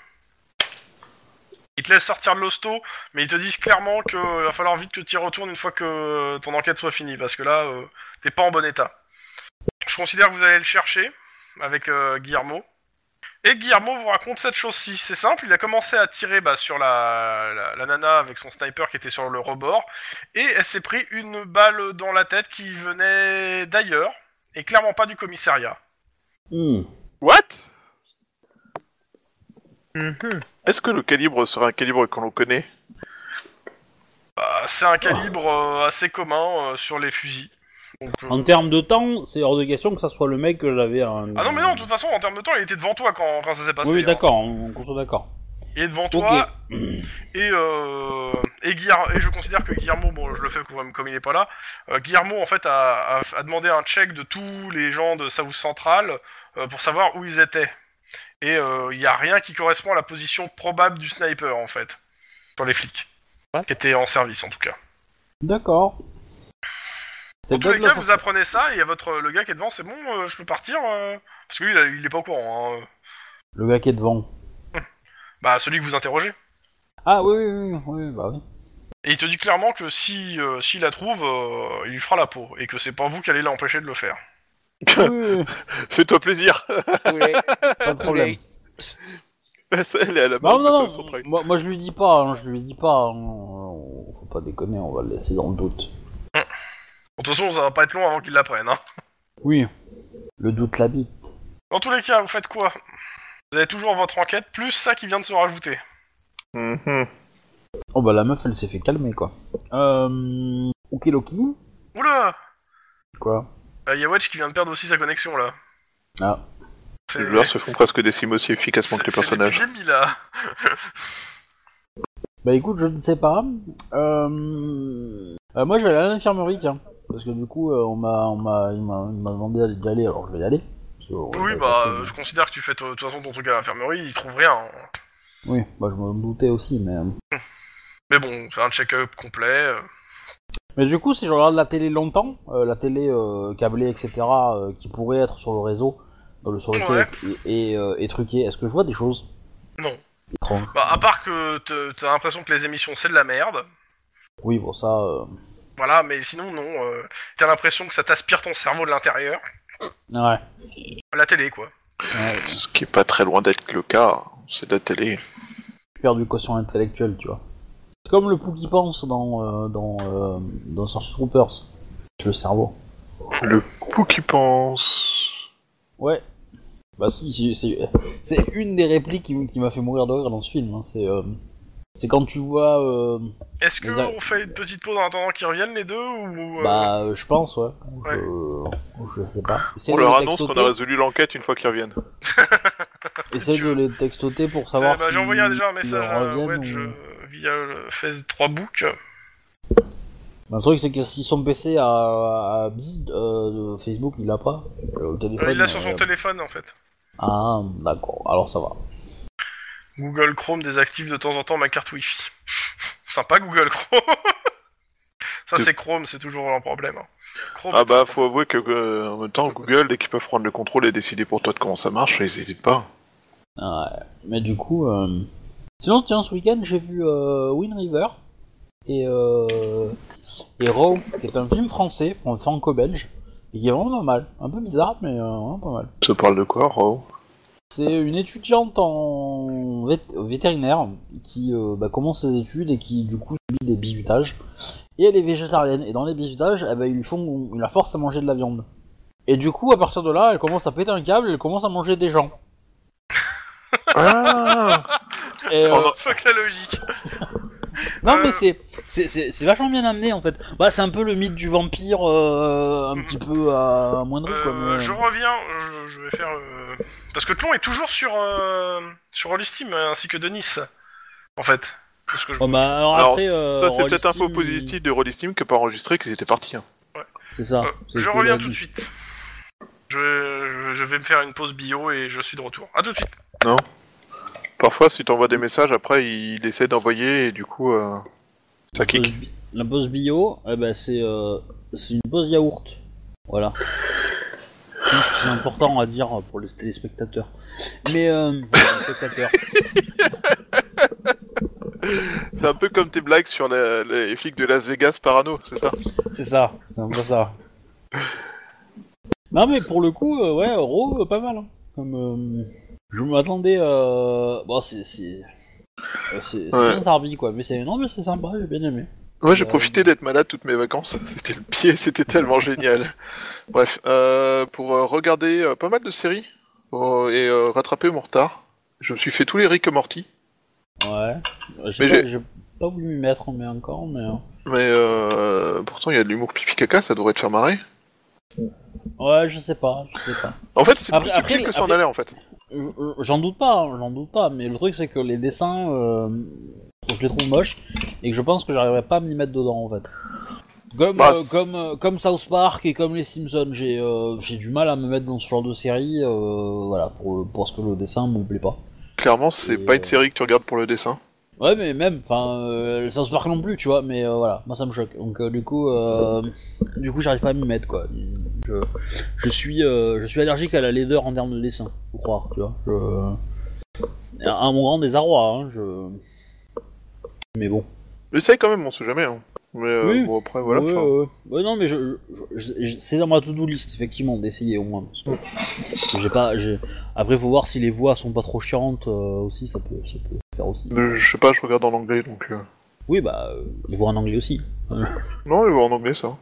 Ils te laissent sortir de l'hosto, mais ils te disent clairement qu'il va falloir vite que tu y retournes une fois que euh, ton enquête soit finie, parce que là, euh, t'es pas en bon état. Je considère que vous allez le chercher avec euh, Guillermo. Et Guillermo vous raconte cette chose-ci. C'est simple, il a commencé à tirer bah, sur la, la, la nana avec son sniper qui était sur le rebord, et elle s'est pris une balle dans la tête qui venait d'ailleurs, et clairement pas du commissariat. Hmm. What Mhm. Est-ce que le calibre sera un calibre que l'on connaît Bah, c'est un calibre euh, assez commun euh, sur les fusils. Donc, euh, En termes de temps, c'est hors de question que ça soit le mec que j'avais. un- Ah non, mais non, de toute façon, en termes de temps, il était devant toi quand, quand ça s'est passé. Oui, oui, hein. d'accord, on, on soit d'accord. Il est devant Ok. toi, Et, euh, et, Guillermo, et je considère que Guillermo, bon, je le fais comme, comme il n'est pas là, euh, Guillermo en fait a, a, a demandé un check de tous les gens de South Central euh, pour savoir où ils étaient. Et euh, il n'y a rien qui correspond à la position probable du sniper en fait, pour les flics, Ouais. qui étaient en service en tout cas. D'accord. En C'est tous les peut-être cas, l'assassin- vous apprenez ça et à votre, le gars qui est devant, c'est bon, euh, je peux partir euh, Parce que lui, il a- il est pas au courant. hein. le gars qui est devant. Bah, celui que vous interrogez. Ah oui, oui, oui, oui, bah oui. Et il te dit clairement que si euh, s'il la trouve, euh, il lui fera la peau et que c'est pas vous qui allez l'empêcher de le faire. Oui, oui, oui, Fais-toi plaisir Tous les- pas de problème. Elle est à la Bah, Non, marge de non, South non, Central. moi, moi, je lui dis pas, hein, je lui dis pas. hein, euh, Faut pas déconner, on va le laisser dans le doute. De toute façon, ça va pas être long avant qu'ils l'apprennent. Hein. Oui, le doute l'habite. Dans tous les cas, vous faites quoi Vous avez toujours votre enquête, plus ça qui vient de se rajouter. Mhm. Oh bah la meuf, elle s'est fait calmer quoi. Euh. Ok, Loki Oula Euh, Quoi Il y a Watch qui vient de perdre aussi sa connexion là. Ah. C'est Les joueurs se font presque des sims aussi efficacement c'est- que les c'est personnages. l'épidémie, là. Bah écoute, je ne sais pas. Euh... euh, moi, je vais aller à l'infirmerie, tiens. Parce que du coup, euh, on m'a, on m'a, il m'a, il m'a demandé d'aller- d'y aller, alors je vais y aller. Parce que, euh, Oui, j'avais bah, pas fait, euh, mais- je considère que tu fais de toute façon ton truc à l'infirmerie, ils trouvent rien. hein. Oui, bah, je me doutais aussi, mais... euh. Mais bon, c'est un check-up complet. euh. Mais du coup, si je regarde la télé longtemps, euh, la télé euh, câblée, etc., euh, qui pourrait être sur le réseau, euh, le sur Ouais. et, et, euh, et truquée, est-ce que je vois des choses Non. étranges Bah, à part que te- t'as l'impression que les émissions c'est de la merde. Oui, bon, ça... euh, Voilà, mais sinon, non. euh, t'as l'impression que ça t'aspire ton cerveau de l'intérieur. Ouais. La télé, quoi. ouais. Ce qui est pas très loin d'être le cas, hein. c'est de la télé. Tu perds du quotient intellectuel, tu vois. C'est comme le pou qui pense dans, euh, dans, euh, dans Starship Troopers. C'est le cerveau. Le coup qui pense... Ouais. Bah si, si, c'est c'est une des répliques qui, m- qui m'a fait mourir de rire dans ce film. hein, C'est euh, C'est quand tu vois. euh, Est-ce que Exact. on fait une petite pause en attendant qu'ils reviennent les deux ou euh, Bah, euh, je pense, ouais. Ouais. Euh, je sais pas. Essaye On de leur les annonce qu'on a textoter. résolu l'enquête une fois qu'ils reviennent. Essaye de les textoter pour savoir c'est- bah, si. J'ai envoyé déjà un ils message à reviennent Wedge ou- euh, via le Euh, Fez 3 Book. Le truc, c'est que si son PC à, à Bzz, euh, Facebook, il l'a pas. Euh, le téléphone. Euh, il l'a sur son euh, téléphone en fait. Ah, d'accord. Alors ça va. Google Chrome désactive de temps en temps ma carte Wi-Fi. Sympa Google Chrome. Ça Que- c'est Chrome, c'est toujours un problème. hein. Chrome, Ah bah, faut avouer que euh, en même temps, Google, dès qu'ils peuvent prendre le contrôle et décider pour toi de comment ça marche, ils hésitent pas. Ouais. Mais du coup, euh, sinon, tiens, ce week-end, j'ai vu euh, Wind River et, euh, et Raw, qui est un film français, franco-belge, et qui est vraiment pas mal. Un peu bizarre, mais euh, vraiment pas mal. Ça parle de quoi, Rao C'est une étudiante en vét- vétérinaire qui euh, bah, commence ses études et qui, du coup, subit des bizutages. Et elle est végétarienne, et dans les bizutages, eh ben, ils lui font, ils la forcent à manger de la viande. Et du coup, à partir de là, elle commence à péter un câble et elle commence à manger des gens. Ah Et, euh, Fuck la logique. Non Oh, Euh, mais c'est c'est- c'est c'est vachement bien amené en fait. Bah c'est un peu le mythe du vampire euh, un petit peu à moindre Mm. Euh, quoi. mais- je reviens, je, je vais faire. euh, Parce que Tlon est toujours sur euh, sur Holy Steam euh, ainsi que Denis, en fait. Parce que je... Oh, bah, alors, Alors, après, euh, ça, c'est Rolling peut-être un faux Steam, positif de Rolling Steam que pas enregistré qu'ils étaient partis. hein. C'est ça. Euh, Ah, c'est je ce que reviens j'ai tout de dit. suite. Je, je vais me faire une pause bio et je suis de retour. À tout de suite. Parfois, si t'envoies des messages, après, ils essaient d'envoyer et du coup, euh, ça La kick. pause bi- Euh, La pause bio, eh ben, c'est euh, c'est une pause yaourt. Voilà. Je pense que C'est important à dire pour les téléspectateurs. Mais euh, les spectateurs. C'est un peu comme tes blagues sur la- les flics de Las Vegas parano, c'est ça C'est ça, c'est un peu ça. Non mais pour le coup, euh, ouais, Raw, euh, pas mal. hein. Comme, euh, je m'attendais. Euh... Bon, c'est c'est euh, c'est c'est Ouais. bien tarbi quoi, mais c'est non mais c'est sympa, j'ai bien aimé. Moi, j'ai Euh, profité d'être malade toutes mes vacances. C'était le pied, c'était tellement génial. Bref, euh, pour euh, regarder euh, pas mal de séries euh, et euh, rattraper mon retard, je me suis fait tous les Rick et Morty. Ouais. Euh, J'ai Mais pas, j'ai- j'ai pas voulu m'y mettre mais encore, mais euh, Mais euh, pourtant, il y a de l'humour pipi caca, ça devrait te faire marrer. ouais, je sais pas, je sais pas. En fait, c'est Après- plus subtil après- que ça en après- allait en fait. Euh, euh, J'en doute pas, hein, j'en doute pas, mais le truc c'est que les dessins, euh, je les trouve moches et que je pense que j'arriverai pas à m'y mettre dedans en fait. Comme, Bah, euh, c'est- comme, euh, comme South Park et comme les Simpsons, j'ai euh, j'ai du mal à me mettre dans ce genre de série, euh, voilà, pour, pour ce que le dessin me plaît pas. Clairement, c'est Et, pas euh, une série que tu regardes pour le dessin. Ouais, mais même, enfin, euh, South Park non plus, tu vois, mais euh, voilà, moi ça me choque. Donc euh, du coup, euh, du coup, j'arrive pas à m'y mettre quoi. Je, je suis, euh, je suis allergique à la laideur en termes de dessin, faut croire, tu vois. Je... À mon grand désarroi, hein, je. Mais bon. J'essaye quand même, on sait jamais. hein. Mais euh, Oui. bon, après, voilà. Ouais, enfin, ouais, ouais. Ouais, non, mais je, je- je- je- c'est dans ma to-do list, effectivement, d'essayer au moins. Parce que j'ai pas, j'ai- Après, faut voir si les voix sont pas trop chiantes euh, aussi, ça peut, ça peut faire aussi. mais Je sais pas, je regarde en anglais donc. euh, Oui, bah, euh, les voix en anglais aussi. Non, il va en anglais ça. va.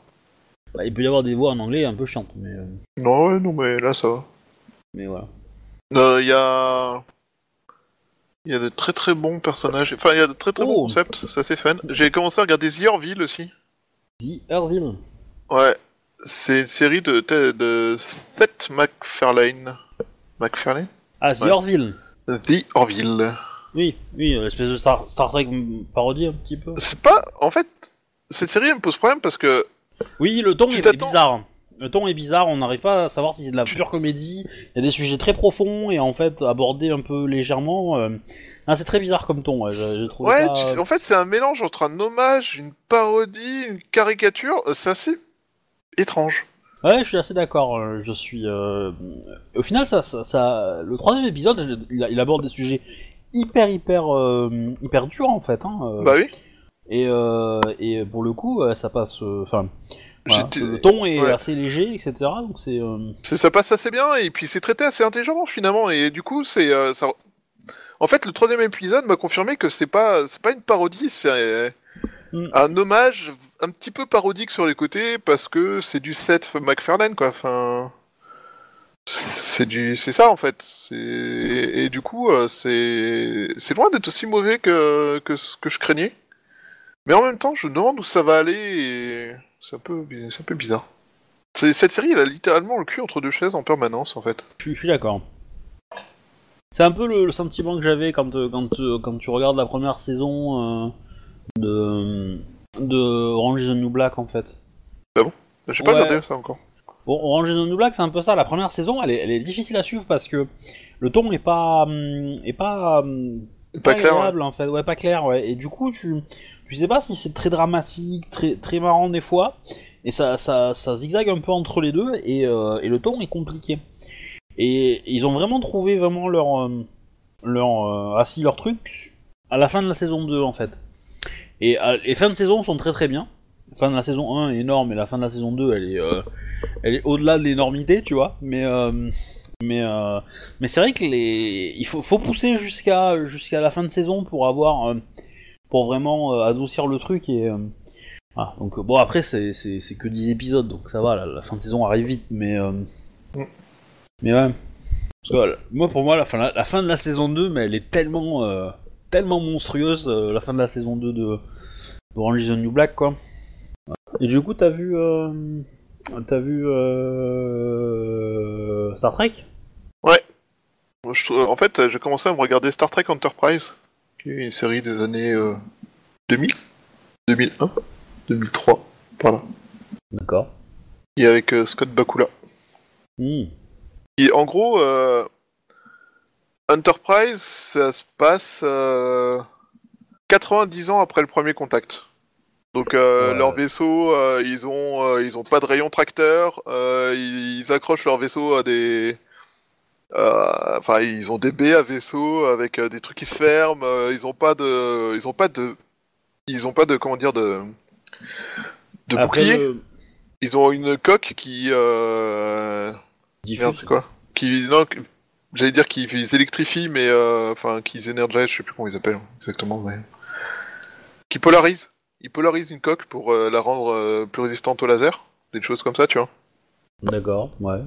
Bah, il peut y avoir des voix en anglais un peu chiantes, mais, euh, Non, ouais, non, mais là ça va. mais voilà. Il y a. Il y a de très très bons personnages. Enfin, il y a de très très bons Oh. concepts, ça c'est fun. J'ai commencé à regarder The Orville aussi. The Herville. Ouais. C'est une série de, de, de Seth MacFarlane. MacFarlane Ah, The Ouais. Orville. The Orville. Oui, oui, euh, l'espèce de Star, Star Trek mm, parodie un petit peu. C'est pas. En fait, cette série elle me pose problème parce que. Oui, le ton Tu est, est t'attends- bizarre. Le ton est bizarre, on n'arrive pas à savoir si c'est de la pure comédie. Il y a des sujets très profonds et en fait abordés un peu légèrement. euh, ah, c'est très bizarre comme ton, ouais, j'ai j'ai trouvé Ouais, ça- tu sais, en fait, c'est un mélange entre un hommage, une parodie, une caricature. Euh, C'est assez étrange. Ouais, je suis assez d'accord. euh, Je suis. euh, Au final, ça, ça, ça- le troisième épisode, il, il aborde des sujets hyper, hyper, euh, hyper durs en fait. Hein, euh, Bah oui. et, euh, et pour le coup, euh, ça passe. euh, Enfin, voilà, J'étais- le ton est ouais. assez léger, etc. Donc c'est. euh, C'est- ça passe assez bien et puis c'est traité assez intelligemment finalement et du coup c'est euh, ça... en fait le troisième épisode m'a confirmé que c'est pas c'est pas une parodie c'est euh, Mm. un hommage un petit peu parodique sur les côtés parce que c'est du Seth MacFarlane quoi enfin C'est du, c'est ça en fait. C'est et, et du coup, euh, c'est c'est loin d'être aussi mauvais que que ce que je craignais. Mais en même temps, je me demande où ça va aller. Et... C'est un peu, bi- c'est un peu bizarre. C'est- Cette série, elle a littéralement le cul entre deux chaises en permanence en fait. Je suis- je suis d'accord. C'est un peu le, le sentiment que j'avais quand, euh, quand, euh, quand tu regardes la première saison euh, de, de Orange is the New Black en fait. J'ai pas Ouais. regardé ça encore. Bon, Orange is the New Black, c'est un peu ça. La première saison, elle est, elle est difficile à suivre parce que le ton est pas hum, est pas hum, Pas clair, agréable, en fait. Ouais, pas clair. Ouais. Et du coup, tu tu sais pas si c'est très dramatique, très très marrant des fois, et ça ça, ça zigzague un peu entre les deux et, euh, et le ton est compliqué. Et ils ont vraiment trouvé vraiment leur euh, leur euh, assis leur truc à la fin de la saison 2 en fait. Et à- les fins de saison sont très très bien. La fin de la saison 1 est énorme et la fin de la saison 2 elle est euh, elle est au-delà de l'énormité, tu vois. Mais euh, mais euh, mais c'est vrai que les il faut, faut pousser jusqu'à jusqu'à la fin de saison pour avoir euh, pour vraiment euh, adoucir le truc et euh, voilà. donc euh, bon après c'est c'est c'est que 10 épisodes donc ça va la, la fin de saison arrive vite mais euh, Mm. mais ouais Parce que, euh, moi pour moi la fin la, la fin de la saison 2 mais elle est tellement euh, tellement monstrueuse euh, la fin de la saison 2 de Orange is the New Black quoi. Et du coup t'as vu euh, T'as vu euh, Star Trek hein. Je- en fait, j'ai commencé à me regarder Star Trek Enterprise, qui est une série des années euh, 2000, 2001, 2003, voilà. D'accord. Et avec euh, Scott Bakula. Hmm. Et en gros, euh, Enterprise, ça se passe euh, 90 ans après le premier contact. Donc euh, Ouais. leur vaisseau, euh, ils ont, euh, ils ont pas de rayon tracteur. euh, ils, ils accrochent leur vaisseau à des, euh, enfin ils ont des baies à vaisseau avec euh, des trucs qui se ferment. euh, ils ont pas de, ils ont pas de, ils ont pas de comment dire de, de bouclier. Ils ont une coque qui, euh, Merde, c'est quoi Qui non, que- j'allais dire qu'ils électrifient, mais euh, enfin qu'ils énergisent, je sais plus comment ils appellent exactement, mais qui polarisent. Ils polarisent une coque pour euh, la rendre euh, plus résistante au laser, des choses comme ça, tu vois. D'accord, ouais.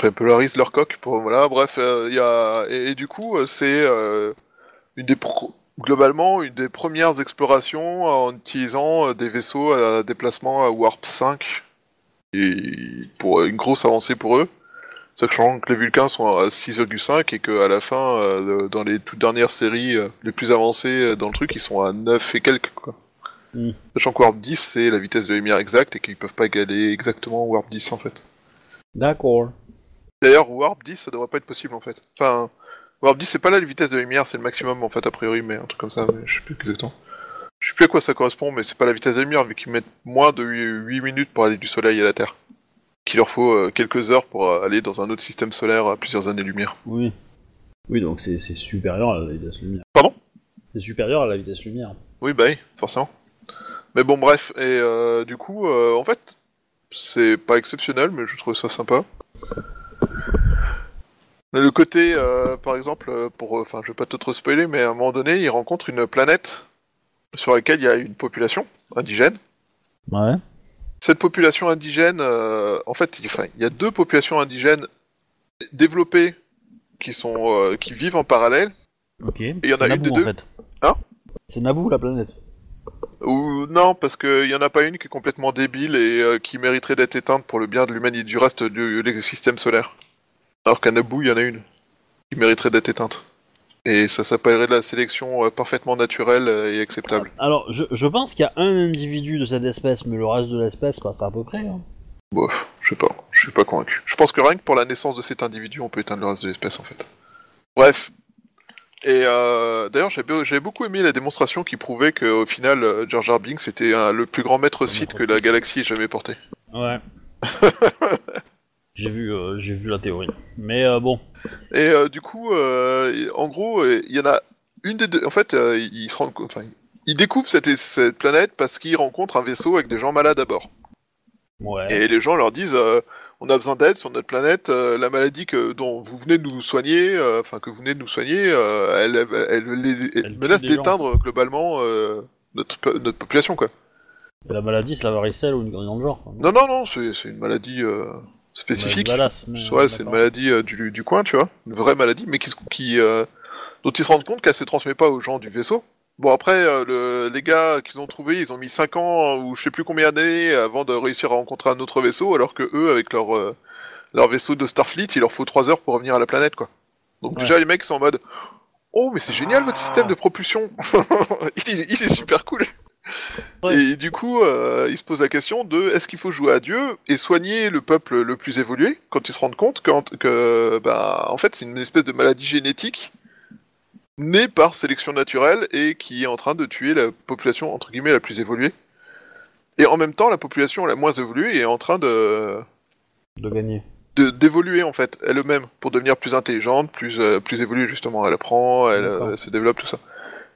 Enfin, ils polarisent leur coque pour voilà. Bref, euh, il y a et, et du coup euh, c'est euh, une des pro- globalement une des premières explorations en utilisant euh, des vaisseaux à déplacement à warp 5 et pour une grosse avancée pour eux. Sachant que les Vulcains sont à 6,5 et qu'à la fin, euh, dans les toutes dernières séries euh, les plus avancées euh, dans le truc, ils sont à 9 et quelques. Quoi. Mm. Sachant que Warp 10, c'est la vitesse de lumière exacte et qu'ils peuvent pas égaler exactement Warp 10 en fait. D'accord. D'ailleurs, Warp 10, ça devrait pas être possible en fait. Enfin, Warp 10, c'est pas la vitesse de la lumière, c'est le maximum en fait, a priori, mais un truc comme ça, mais je sais plus exactement. Je sais plus à quoi ça correspond, mais c'est pas la vitesse de la lumière, vu qu'ils mettent moins de 8 minutes pour aller du Soleil à la Terre. Qu'il leur faut euh, quelques heures pour euh, aller dans un autre système solaire à plusieurs années-lumière. Oui. Oui, donc c'est c'est supérieur à la vitesse lumière. Pardon C'est supérieur à la vitesse lumière. Oui, bah oui, forcément. Mais bon, bref, et euh, du coup, euh, en fait, c'est pas exceptionnel, mais je trouve ça sympa. Mais Le côté, euh, par exemple, euh, pour, euh, enfin, je vais pas te trop spoiler, mais à un moment donné, ils rencontrent une planète sur laquelle il y a une population indigène. Ouais. Cette population indigène, euh, en fait, il enfin, il y a deux populations indigènes développées qui sont, euh, qui vivent en parallèle. Ok. il y en a C'est une Naboo, des deux en fait. Hein C'est Naboo la planète. Ou non, parce qu'il y en a pas une qui est complètement débile et euh, qui mériterait d'être éteinte pour le bien de l'humanité du reste de l'écosystème solaire. Alors qu'à Naboo, il y en a une qui mériterait d'être éteinte. Et ça s'appellerait de la sélection euh, parfaitement naturelle euh, et acceptable. Alors, je, je pense qu'il y a un individu de cette espèce, mais le reste de l'espèce, quoi, c'est à peu près. hein. Bof, je sais pas, je suis pas convaincu. Je pense que rien que pour la naissance de cet individu, on peut éteindre le reste de l'espèce en fait. Bref. Et euh, d'ailleurs, j'ai be- j'ai beaucoup aimé la démonstration qui prouvait qu'au final, euh, Jar Jar Binks était un- le plus grand maître site maître que la Sith. galaxie ait jamais porté. Ouais. j'ai vu, euh, j'ai vu la théorie. Mais euh, bon. Et euh, du coup, euh, en gros, euh, il y en a une des deux. En fait, euh, ils se rendent, co- enfin, ils découvrent cette, cette planète parce qu'ils rencontrent un vaisseau avec des gens malades à bord. Ouais. Et les gens leur disent, euh, on a besoin d'aide sur notre planète. euh, la maladie que dont vous venez de nous soigner, euh, enfin que vous venez de nous soigner, euh, elle, elle, elle- les- tue menace des gens. d'éteindre globalement euh, notre po- notre population, quoi. La maladie, c'est la varicelle ou une grande genre. quoi. Non, non, non, c'est c'est une maladie. euh, spécifique. Dallas, mais- Ouais, c'est une d'accord. maladie euh, du, du coin, tu vois. Une vraie maladie, mais qui, se- qui, euh, dont ils se rendent compte qu'elle se transmet pas aux gens du vaisseau. Bon, après, euh, le- les gars qu'ils ont trouvé, ils ont mis 5 ans ou je sais plus combien d'années avant de réussir à rencontrer un autre vaisseau, alors que eux, avec leur, euh, leur vaisseau de Starfleet, il leur faut 3 heures pour revenir à la planète, quoi. Donc Ouais. déjà, les mecs sont en mode « Oh, mais c'est génial votre Ah. système de propulsion il, est- il est super cool !» Ouais. Et du coup, euh, ils se posent la question de est-ce qu'il faut jouer à Dieu et soigner le peuple le plus évolué quand ils se rendent compte que, que bah, en fait, c'est une espèce de maladie génétique née par sélection naturelle et qui est en train de tuer la population entre guillemets la plus évoluée. Et en même temps, la population la moins évoluée est en train de de gagner. de- d'évoluer en fait elle-même pour devenir plus intelligente, plus euh, plus évoluée justement. Elle apprend, elle, D'accord. euh, elle se développe tout ça.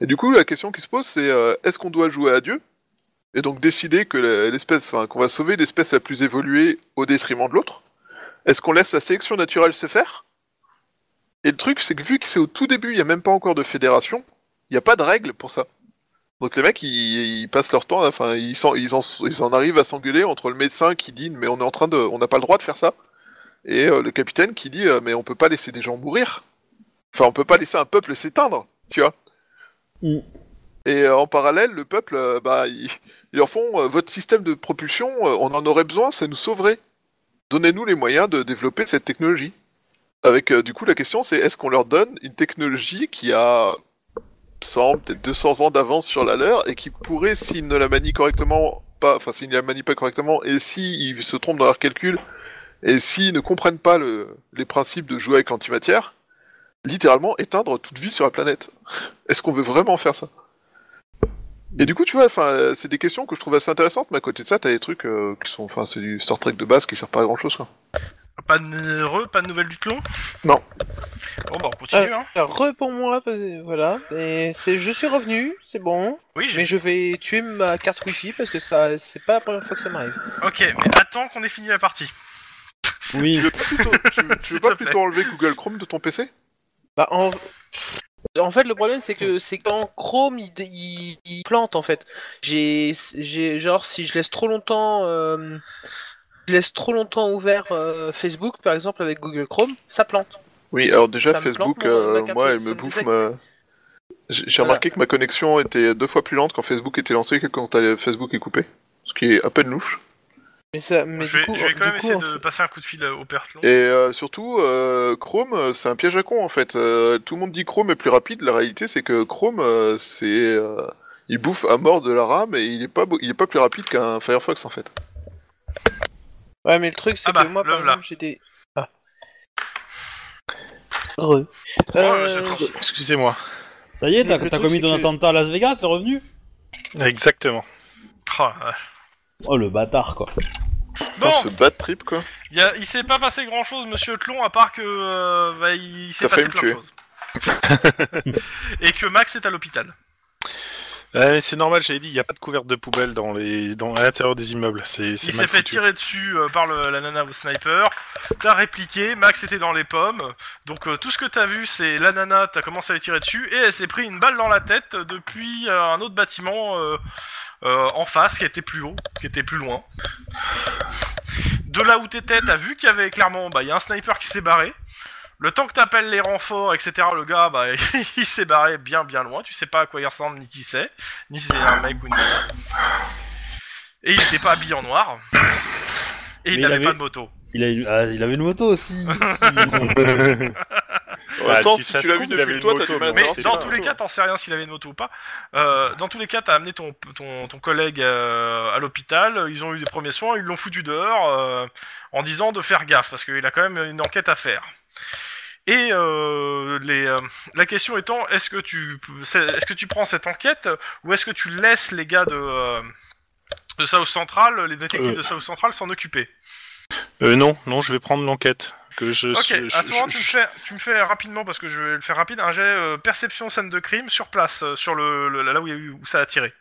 Et du coup, la question qui se pose, c'est euh, est-ce qu'on doit jouer à Dieu et donc décider que la- l'espèce, enfin, qu'on va sauver l'espèce la plus évoluée au détriment de l'autre Est-ce qu'on laisse la sélection naturelle se faire Et le truc, c'est que vu que c'est au tout début, il n'y a même pas encore de fédération, il n'y a pas de règles pour ça. Donc les mecs, ils, ils passent leur temps, enfin, ils, s'en- ils, en, ils en arrivent à s'engueuler entre le médecin qui dit mais on est en train de, on n'a pas le droit de faire ça, et euh, le capitaine qui dit euh, mais on peut pas laisser des gens mourir. Enfin, on peut pas laisser un peuple s'éteindre, tu vois. Mm. Et euh, en parallèle, le peuple, euh, bah, ils, ils leur font euh, votre système de propulsion, euh, on en aurait besoin, ça nous sauverait. Donnez-nous les moyens de développer cette technologie. Avec euh, du coup, la question c'est est-ce qu'on leur donne une technologie qui a 100, peut-être 200 ans d'avance sur la leur et qui pourrait, s'ils ne la manient correctement, pas, enfin s'ils ne la manient pas correctement et s'ils se trompent dans leurs calculs et s'ils ne comprennent pas le- les principes de jouer avec l'antimatière, littéralement éteindre toute vie sur la planète. Est-ce qu'on veut vraiment faire ça Et du coup, tu vois, enfin, euh, c'est des questions que je trouve assez intéressantes, mais à côté de ça, t'as des trucs euh, qui sont, enfin, c'est du Star Trek de base qui sert pas à grand chose, quoi. Pas de heureux, pas de nouvelles du clon Non. Bon, bah, on continue, Euh, hein. Réponds-moi, parce- euh, voilà. Et c'est, je suis revenu, c'est bon. Oui, j'ai- Mais je vais tuer ma carte wifi parce que ça, c'est pas la première fois que ça m'arrive. Ok, mais attends qu'on ait fini la partie. Oui, Tu veux pas plutôt, tu, tu veux S'il pas te plaît. plutôt enlever Google Chrome de ton PC Bah, en... en fait, le problème, c'est que c'est quand Chrome il, il- il plante en fait. J'ai, j'ai genre si je laisse trop longtemps, euh, je laisse trop longtemps ouvert euh, Facebook par exemple avec Google Chrome, ça plante. Oui, alors déjà Ça me Facebook, plante mon- euh, ma carte moi, de- elle ça me me bouffe désactive. ma. J'ai j'ai Voilà. remarqué que ma connexion était deux fois plus lente quand Facebook était lancé que quand euh, Facebook est coupé, ce qui est à peine louche. Mais ça, mais je vais, du coup, euh, je vais du quand même coup, essayer en de passer un coup de fil euh, au père Clon. Et euh, surtout, euh, Chrome, euh, c'est un piège à con en fait. Euh, tout le monde dit Chrome est plus rapide. La réalité, c'est que Chrome, euh, c'est, euh, il bouffe à mort de la RAM et il est pas, beau- il est pas plus rapide qu'un Firefox en fait. Ouais, mais le truc, c'est Ah bah, que moi, le par voilà. exemple, j'ai des. Ah. Heureux. Oh, Euh, je sais Excusez-moi. ça y est, t'as Le t'as truc, commis c'est ton que- attentat à Las Vegas, t'es revenu Exactement. Oh, ouais. Oh le bâtard quoi. Bon, Putain, ce bad trip quoi. y a- il s'est pas passé grand chose, monsieur Clon, à part que. euh, bah, il s'est T'as passé failli me plein tuer. de choses. Et que Max est à l'hôpital. Ah, mais c'est normal, j'avais dit, il n'y a pas de couverte de poubelle dans les, dans à l'intérieur des immeubles. C'est c'est Il mal s'est fait foutu. tirer dessus euh, par le- la nana au sniper. T'as répliqué, Max était dans les pommes. Donc euh, tout ce que t'as vu, c'est la nana, t'as commencé à lui tirer dessus et elle s'est pris une balle dans la tête depuis euh, un autre bâtiment euh, euh, en face qui était plus haut, qui était plus loin. De là où t'étais, t'as vu qu'il y avait clairement, bah, il y a un sniper qui s'est barré. Le temps que t'appelles les renforts, etc., le gars, bah, il s'est barré bien bien loin. Tu sais pas à quoi il ressemble, ni qui c'est, ni si c'est un mec ou une nana. Et il était pas habillé en noir. Et il Mais il n'avait avait- pas de moto. Il, a eu- ah, il avait une moto aussi. En même temps, si si ça tu se l'as vu trouve, depuis il avait toi, une t'as du moto, mal à Mais mais savoir c'est si dans pas- tous les cas, t'en sais rien s'il avait une moto ou pas. Euh, dans tous les cas, t'as amené ton, ton, ton collègue euh, à l'hôpital, ils ont eu des premiers soins, ils l'ont foutu dehors euh, en disant de faire gaffe, parce qu'il a quand même une enquête à faire. Et euh, les, euh, la question étant, est-ce que, tu est que tu prends cette enquête ou est-ce que tu laisses les gars de, euh, de South Central, les détectives Euh. de South Central s'en occuper Euh, non, non, je vais prendre l'enquête. Que je, Ok, Euh, je- à ce moment, je- tu me, fais, tu me fais rapidement, parce que je vais le faire rapide, un jet euh, perception scène de crime sur place, euh, sur le, le- là où, il y a eu- où ça a tiré.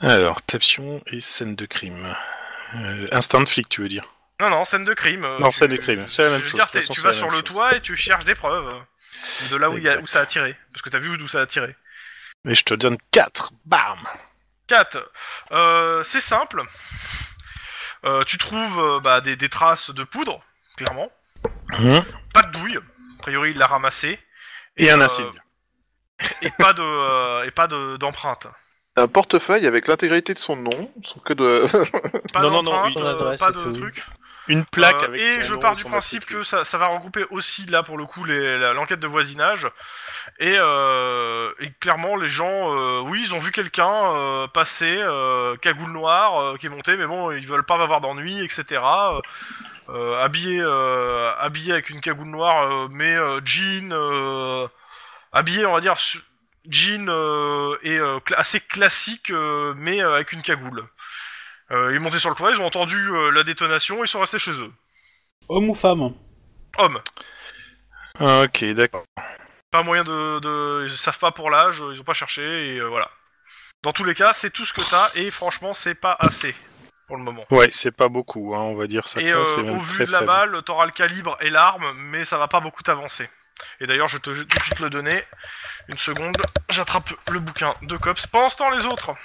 Alors, perception et scène de crime. Euh, instinct de flic, tu veux dire Non, non, scène de crime. euh, Non, tu- scène de crime, c'est la je même veux chose. dire, de t'es- toute façon, tu c'est la vas sur même le chose. toit et tu cherches des preuves euh, de là où, il y a- Exact. où ça a tiré, parce que t'as vu d'où ça a tiré. Et je te donne 4, bam 4. Euh, c'est simple. Euh, tu trouves euh, bah, des, des traces de poudre, clairement. Hein Pas de douille. A priori, il l'a ramassé. Et un euh, insigne. et pas de euh, et pas de- d'empreinte. Un portefeuille avec l'intégralité de son nom, son code. euh, Pas Non, non, non, d'empreinte, oui. euh, Ton adresse pas et de tout. truc. Une plaque Euh, avec et son je nom pars et du son principe matricule. que ça, ça va regrouper aussi là pour le coup les- la- l'enquête de voisinage. Et, euh, et clairement les gens, euh, oui, ils ont vu quelqu'un euh, passer, euh, cagoule noire, euh, qui est monté, mais bon, ils veulent pas avoir d'ennui, etc. Euh, euh, habillé, euh, habillé avec une cagoule noire, euh, mais euh, jean, euh, habillé, on va dire, su- jean euh, et euh, cla- assez classique, euh, mais euh, avec une cagoule. Euh, ils montaient sur le toit, ils ont entendu euh, la détonation, ils sont restés chez eux. Homme ou femme Hommes. Ah, ok, d'accord. Pas moyen de, de- Ils savent pas pour l'âge, ils ont pas cherché, et euh, voilà. Dans tous les cas, c'est tout ce que t'as, et franchement, c'est pas assez pour le moment. Ouais, c'est pas beaucoup, hein, on va dire ça. que Et ça, euh, c'est même au très vu de la faible. balle, t'auras le calibre et l'arme, mais ça va pas beaucoup t'avancer. Et d'ailleurs, je te je vais tout de suite le donner. Une seconde, j'attrape le bouquin de Cops. Pendant ce temps, les autres.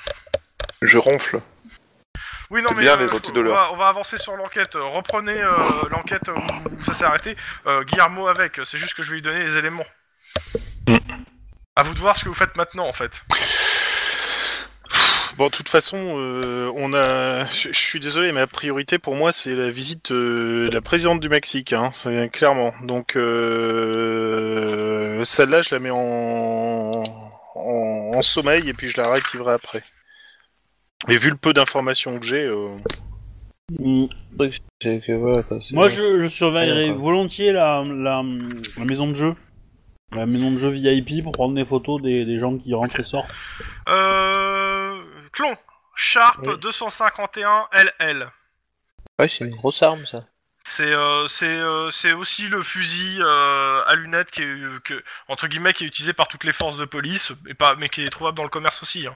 Je ronfle. Oui, non, C'est mais bien, euh, les faut- on, antidouleurs. va, on va avancer sur l'enquête. Euh, Reprenez euh, l'enquête où, où ça s'est arrêté. Euh, Guillermo avec, c'est juste que je vais lui donner les éléments. Mm. À vous de voir ce que vous faites maintenant, en fait. Bon, de toute façon, euh, on a. Je je suis désolé, mais la priorité pour moi, c'est la visite euh, de la présidente du Mexique, hein, c'est clairement. Donc, euh, celle-là, je la mets en... En... en sommeil et puis je la réactiverai après. Mais vu le peu d'informations que j'ai, euh, Mm. C'est que voilà, quoi, c'est- Moi, je, je surveillerai Rien, quoi. volontiers la, la, la maison de jeu. La maison de jeu VIP pour prendre des photos des, des gens qui rentrent et sortent. Euh... Clon, Sharp 251 LL. Ouais, c'est une grosse arme ça. C'est euh, c'est euh, c'est aussi le fusil euh, à lunettes qui est euh, que, entre guillemets qui est utilisé par toutes les forces de police et pas mais qui est trouvable dans le commerce aussi. hein.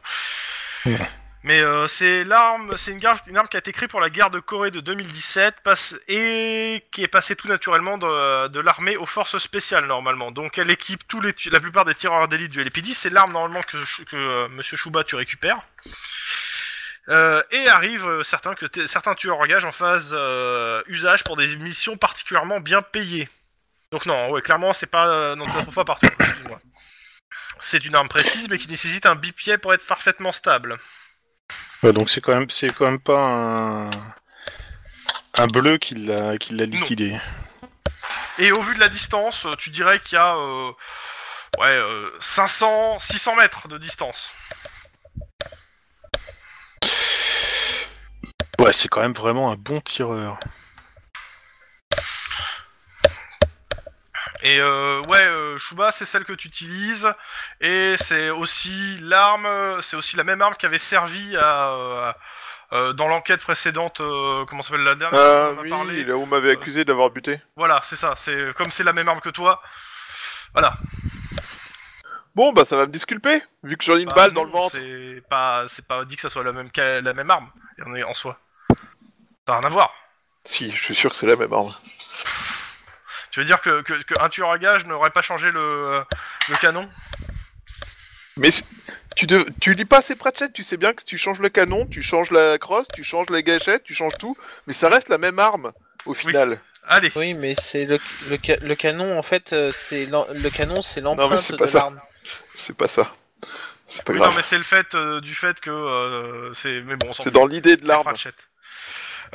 Ouais. Mais euh, c'est l'arme, c'est une, gar- une arme qui a été créée pour la guerre de Corée de 2017 passe, et qui est passée tout naturellement de, de l'armée aux forces spéciales normalement. Donc elle équipe tous les tu- la plupart des tireurs d'élite du LPD. C'est l'arme normalement que Ch- que euh, Monsieur Chouba tu récupères. Euh, et arrivent euh, certains, que t- certains tueurs engagent en phase euh, usage pour des missions particulièrement bien payées. Donc non, ouais, clairement, c'est pas, euh, non, tu la trouves pas partout. excuse-moi. C'est une arme précise, mais qui nécessite un bipied pour être parfaitement stable. ouais, donc c'est quand même, c'est quand même pas un, un bleu qui l'a, qui l'a Non. liquidé. Et au vu de la distance, euh, tu dirais qu'il y a, euh, ouais, euh, 500, 600 mètres de distance. Ouais, c'est quand même vraiment un bon tireur. Et euh, ouais, euh, Shuba, c'est celle que tu utilises, et c'est aussi l'arme, euh, c'est aussi la même arme qui avait servi à, euh, euh, dans l'enquête précédente, euh, comment s'appelle la dernière Ah dont on a oui, parlé. là où on m'avait accusé d'avoir buté. Voilà, c'est ça. C'est comme c'est la même arme que toi. Voilà. Bon, bah ça va me disculper, vu que j'en ai une Bah, balle dans non, le ventre. C'est pas, c'est pas dit que ça soit la même ca- la même arme. Il y en a en soi. Ça n'a rien à voir. Si, je suis sûr que c'est la même arme. Tu veux dire que, que, que un tueur à gage n'aurait pas changé le, le canon Mais c'est- tu, dev- tu lis pas ces Pratchett, tu sais bien que tu changes le canon, tu changes la crosse, tu changes la gâchette, tu changes tout, mais ça reste la même arme, au final. Allez. Oui, mais c'est le, le, ca- le canon en fait, euh, c'est l'en- le canon, c'est mais l'empreinte c'est de pas ça. l'arme. C'est pas ça. C'est pas Oui, non, grave. mais c'est le fait euh, du fait que euh, c'est. Mais bon, on s'en C'est fout. dans l'idée de C'est l'arme. Pratchett.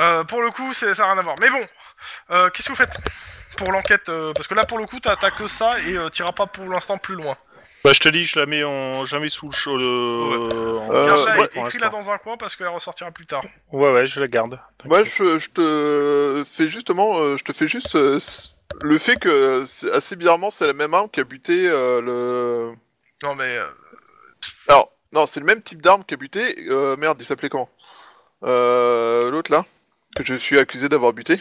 Euh, pour le coup, c'est- ça n'a rien à voir. Mais bon, euh, qu'est-ce que vous faites pour l'enquête euh, Parce que là, pour le coup, t'as t'as que ça et euh, t'iras pas pour l'instant plus loin. Bah, je te dis, je la mets en, jamais sous le chaud. Le... en- Euh, Garde-la et ouais, pour écris-la l'instant. dans un coin parce qu'elle ressortira plus tard. Ouais, ouais, je la garde. Moi, je, je te fais justement, euh, je te fais juste euh, s- le fait que c'est- assez bizarrement c'est la même arme qui a buté euh, le. Non mais euh, Alors non, c'est le même type d'arme qui a buté. euh, merde, il s'appelait comment Euh, L'autre là que je suis accusé d'avoir buté.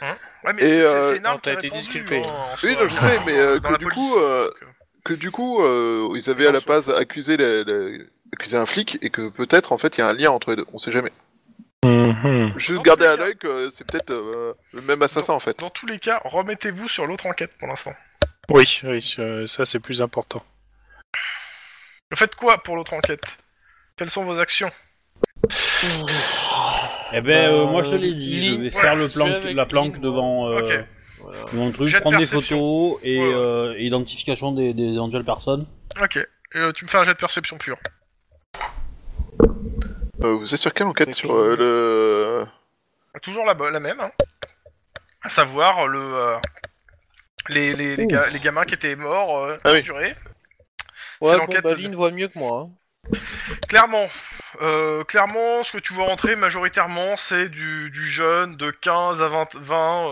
ouais, mais Et, c'est- euh, c'est une arme non, t'as qui est été répandue, disculpé. hein, en Oui, soi, non, je sais, mais euh, dans que la du police. coup, euh, Donc, euh, que du coup, euh, ils avaient à la base accusé, les- les- accusé un flic et que peut-être en fait il y a un lien entre les deux. On sait jamais. Mhm. Juste Dans garder tous les à cas. l'œil que c'est peut-être euh, le même assassin en fait. Dans tous les cas, remettez-vous sur l'autre enquête pour l'instant. Oui, oui, euh, ça c'est plus important. Vous Faites quoi pour l'autre enquête Quelles sont vos actions Eh ben, Bah, euh, moi je te l'ai dit, je ligne- vais faire le je planque, vais avec la planque ligne, devant, euh, Ok. Voilà. devant le truc, Jet de prendre des perception. photos et Ouais, ouais. euh, et identification des, des éventuelles personnes. Ok. Euh, tu me fais un jet de perception pure. Euh, vous êtes sur quelle enquête C'est Sur euh, le. Toujours la, bo- la même. hein. À savoir le euh, les, les, les, Ouh. ga- les gamins qui étaient morts, euh, Ah oui. torturés. Ouais, bon, l'enquête bah, de- Lynn voit mieux que moi. hein. Clairement, euh, clairement, ce que tu vois rentrer majoritairement, c'est du, du jeune de 15 à 20, 20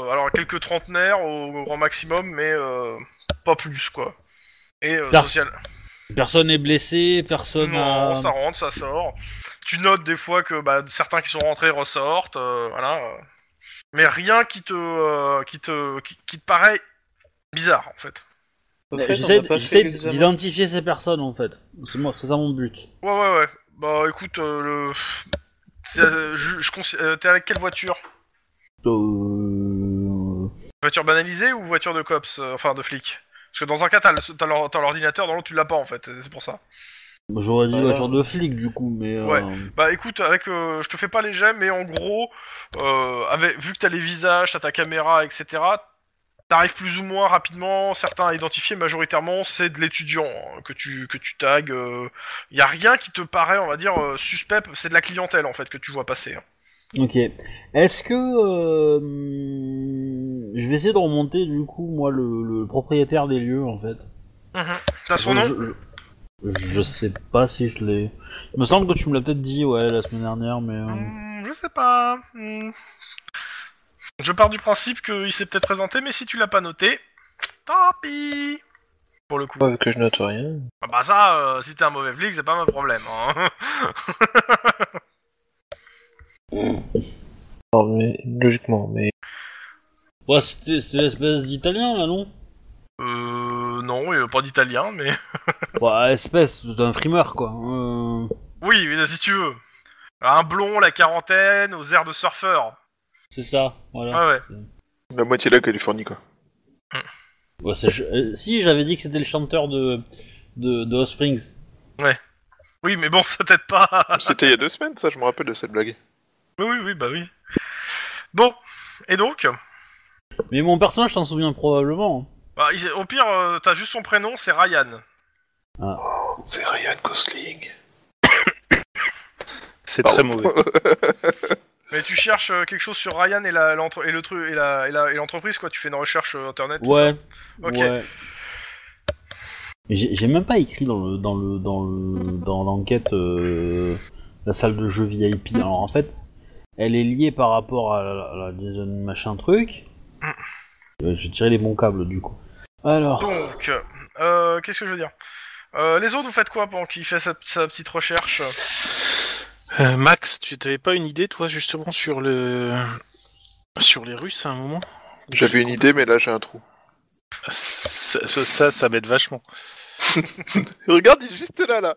euh, alors quelques trentenaires au, au grand maximum, mais euh, pas plus quoi. Et euh, Perso- social. Personne n'est blessé, personne. Non, a- ça rentre, ça sort. Tu notes des fois que bah, certains qui sont rentrés ressortent, euh, voilà. euh. Mais rien qui te, euh, qui te, qui, qui te paraît bizarre en fait. Au fait, on J'essaie n'a pas j'essaie fait l'examen. d'identifier ces personnes en fait. C'est moi- c'est ça mon but. Ouais, ouais, ouais. Bah écoute, euh, le, c'est, euh, je, je consi- euh, t'es avec quelle voiture Euh, Voiture banalisée ou voiture de cops, euh, enfin de flic Parce que dans un cas t'as, le- t'as l'or- t'as l'ordinateur, dans l'autre tu l'as pas en fait. C'est c'est pour ça. J'aurais dit Voilà. voiture de flic du coup, mais. euh, Ouais. Bah écoute, avec, euh, je te fais pas les jets, mais en gros, euh, avec, vu que t'as les visages, t'as ta caméra, etc., t'arrives plus ou moins rapidement, certains à identifier, majoritairement c'est de l'étudiant hein, que tu que tu tags. Il y a rien qui te paraît, on va dire, euh, suspect, c'est de la clientèle en fait que tu vois passer. hein. Ok. Est-ce que euh, hum, je vais essayer de remonter du coup moi le, le propriétaire des lieux en fait. T'as son nom je, je- je sais pas si je l'ai. Il me semble que tu me l'as peut-être dit ouais la semaine dernière, mais euh, Hmm, Je sais pas. Hmm. Je pars du principe qu'il s'est peut-être présenté, mais si tu l'as pas noté, tant pis Pour le coup. Ouais, vu que je note rien. Ah bah ça, euh, si t'es un mauvais flic, c'est pas mon problème. Hein. Non, mais logiquement, mais. ouais, c'était c'était l'espèce d'italien là non Euh, non, il n'y a pas d'italien, mais. Ouais espèce c'est un frimeur quoi. Euh, Oui, mais si tu veux. Un blond, la quarantaine, aux airs de surfeur. Ah c'est ça voilà. Ouais, ouais. La moitié de la Californie, quoi. Ouais, c'est ch- euh, si j'avais dit que c'était le chanteur de de, de Hot Springs. Oui, mais bon, ça t'aide pas. C'était il y a deux semaines, ça, je me rappelle de cette blague. oui, oui, oui, bah oui. Bon, et donc Mais mon personnage s'en souvient probablement. bah, il- Au pire, euh, t'as juste son prénom, c'est Ryan. C'est Ryan Gosling. C'est Pardon. très mauvais. Mais tu cherches euh, quelque chose sur Ryan et la- l'entre- et le truc et la- et la- et l'entreprise, quoi. Tu fais une recherche euh, internet. tout Ouais. Ok. Ouais. J'ai j'ai même pas écrit dans le dans le dans le dans l'enquête euh, la salle de jeu VIP. Alors en fait, elle est liée par rapport à la, à la Jason machin truc. Euh, J'ai tiré les bons câbles du coup. Alors, Donc, euh, qu'est-ce que je veux dire Euh, Les autres, vous faites quoi pendant qu'il fait sa, sa petite recherche Euh, Max, tu t'avais pas une idée, toi, justement, sur le sur les Russes à un moment J'avais une idée, mais là, j'ai un trou. Ça, ça- ça, ça m'aide vachement. Regarde, il est juste là, là.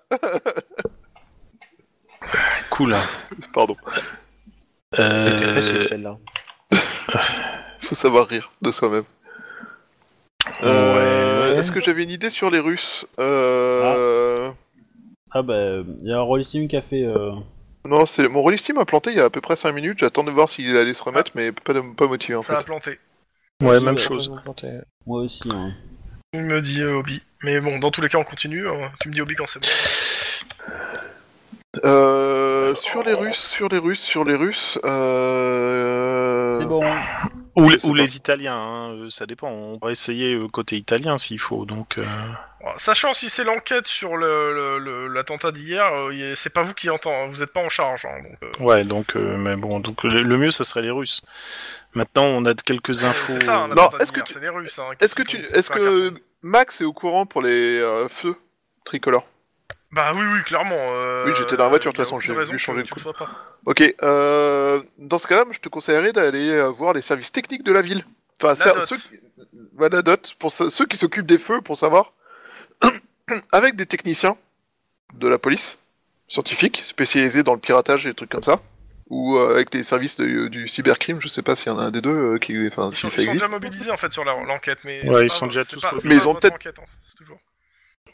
Cool. Pardon. Elle Euh, était facile celle-là. Faut savoir rire de soi-même. Euh, Est-ce que j'avais une idée sur les Russes euh... ah bah, il y a un Rollisting qui a fait. euh, Non, c'est mon release team a planté il y a à peu près 5 minutes. J'attends de voir s'il allait se remettre, mais pas, pas motivé en Ça a fait. planté. ouais, si, même euh, ouais. chose. Moi aussi. hein. Il me dit euh, Obi. Mais bon, dans tous les cas, on continue. hein. Tu me dis Obi quand c'est bon. Euh, sur les Russes, sur les Russes, sur les Russes. Euh... C'est bon. Ou, Je sais ou pas. les Italiens, hein, euh, ça dépend. On va essayer euh, côté italien s'il faut. Donc, euh, Bon, Sachant si c'est l'enquête sur le- le- le- l'attentat d'hier, euh, y a- c'est pas vous qui entend, vous êtes pas en charge. hein, donc, euh, ouais, donc, euh, mais bon, donc le, le mieux, ça serait les Russes. Maintenant, on a de quelques infos. C'est ça, hein, euh, Non, l'attentat est-ce que d'hier, tu- c'est les Russes. hein, qui- Est-ce que qui tu, font- est-ce c'est un que carton. Max est au courant pour les euh, feux tricolores Bah oui, oui, clairement. euh, Oui, j'étais dans la voiture, de y a toute façon, aucune j'ai raison vu que changer de tu le sois pas. Ok. Euh, dans ce cas-là, moi, je te conseillerais d'aller euh, voir les services techniques de la ville. Enfin, ça- dot. ceux, qui... ouais, la dot, pour ça- ceux qui s'occupent des feux, pour savoir, avec des techniciens de la police, scientifiques, spécialisés dans le piratage et des trucs comme ça, ou euh, avec les services de- du cybercrime, je sais pas s'il y en a un des deux euh, qui, enfin, Ils sont, si ils ça sont existe. déjà mobilisés en fait sur la- l'enquête, mais. Ouais, c'est ils pas- sont déjà c'est tous pas- c'est mobilisés. Mais pas ils ont votre peut-être- enquête, hein, c'est toujours.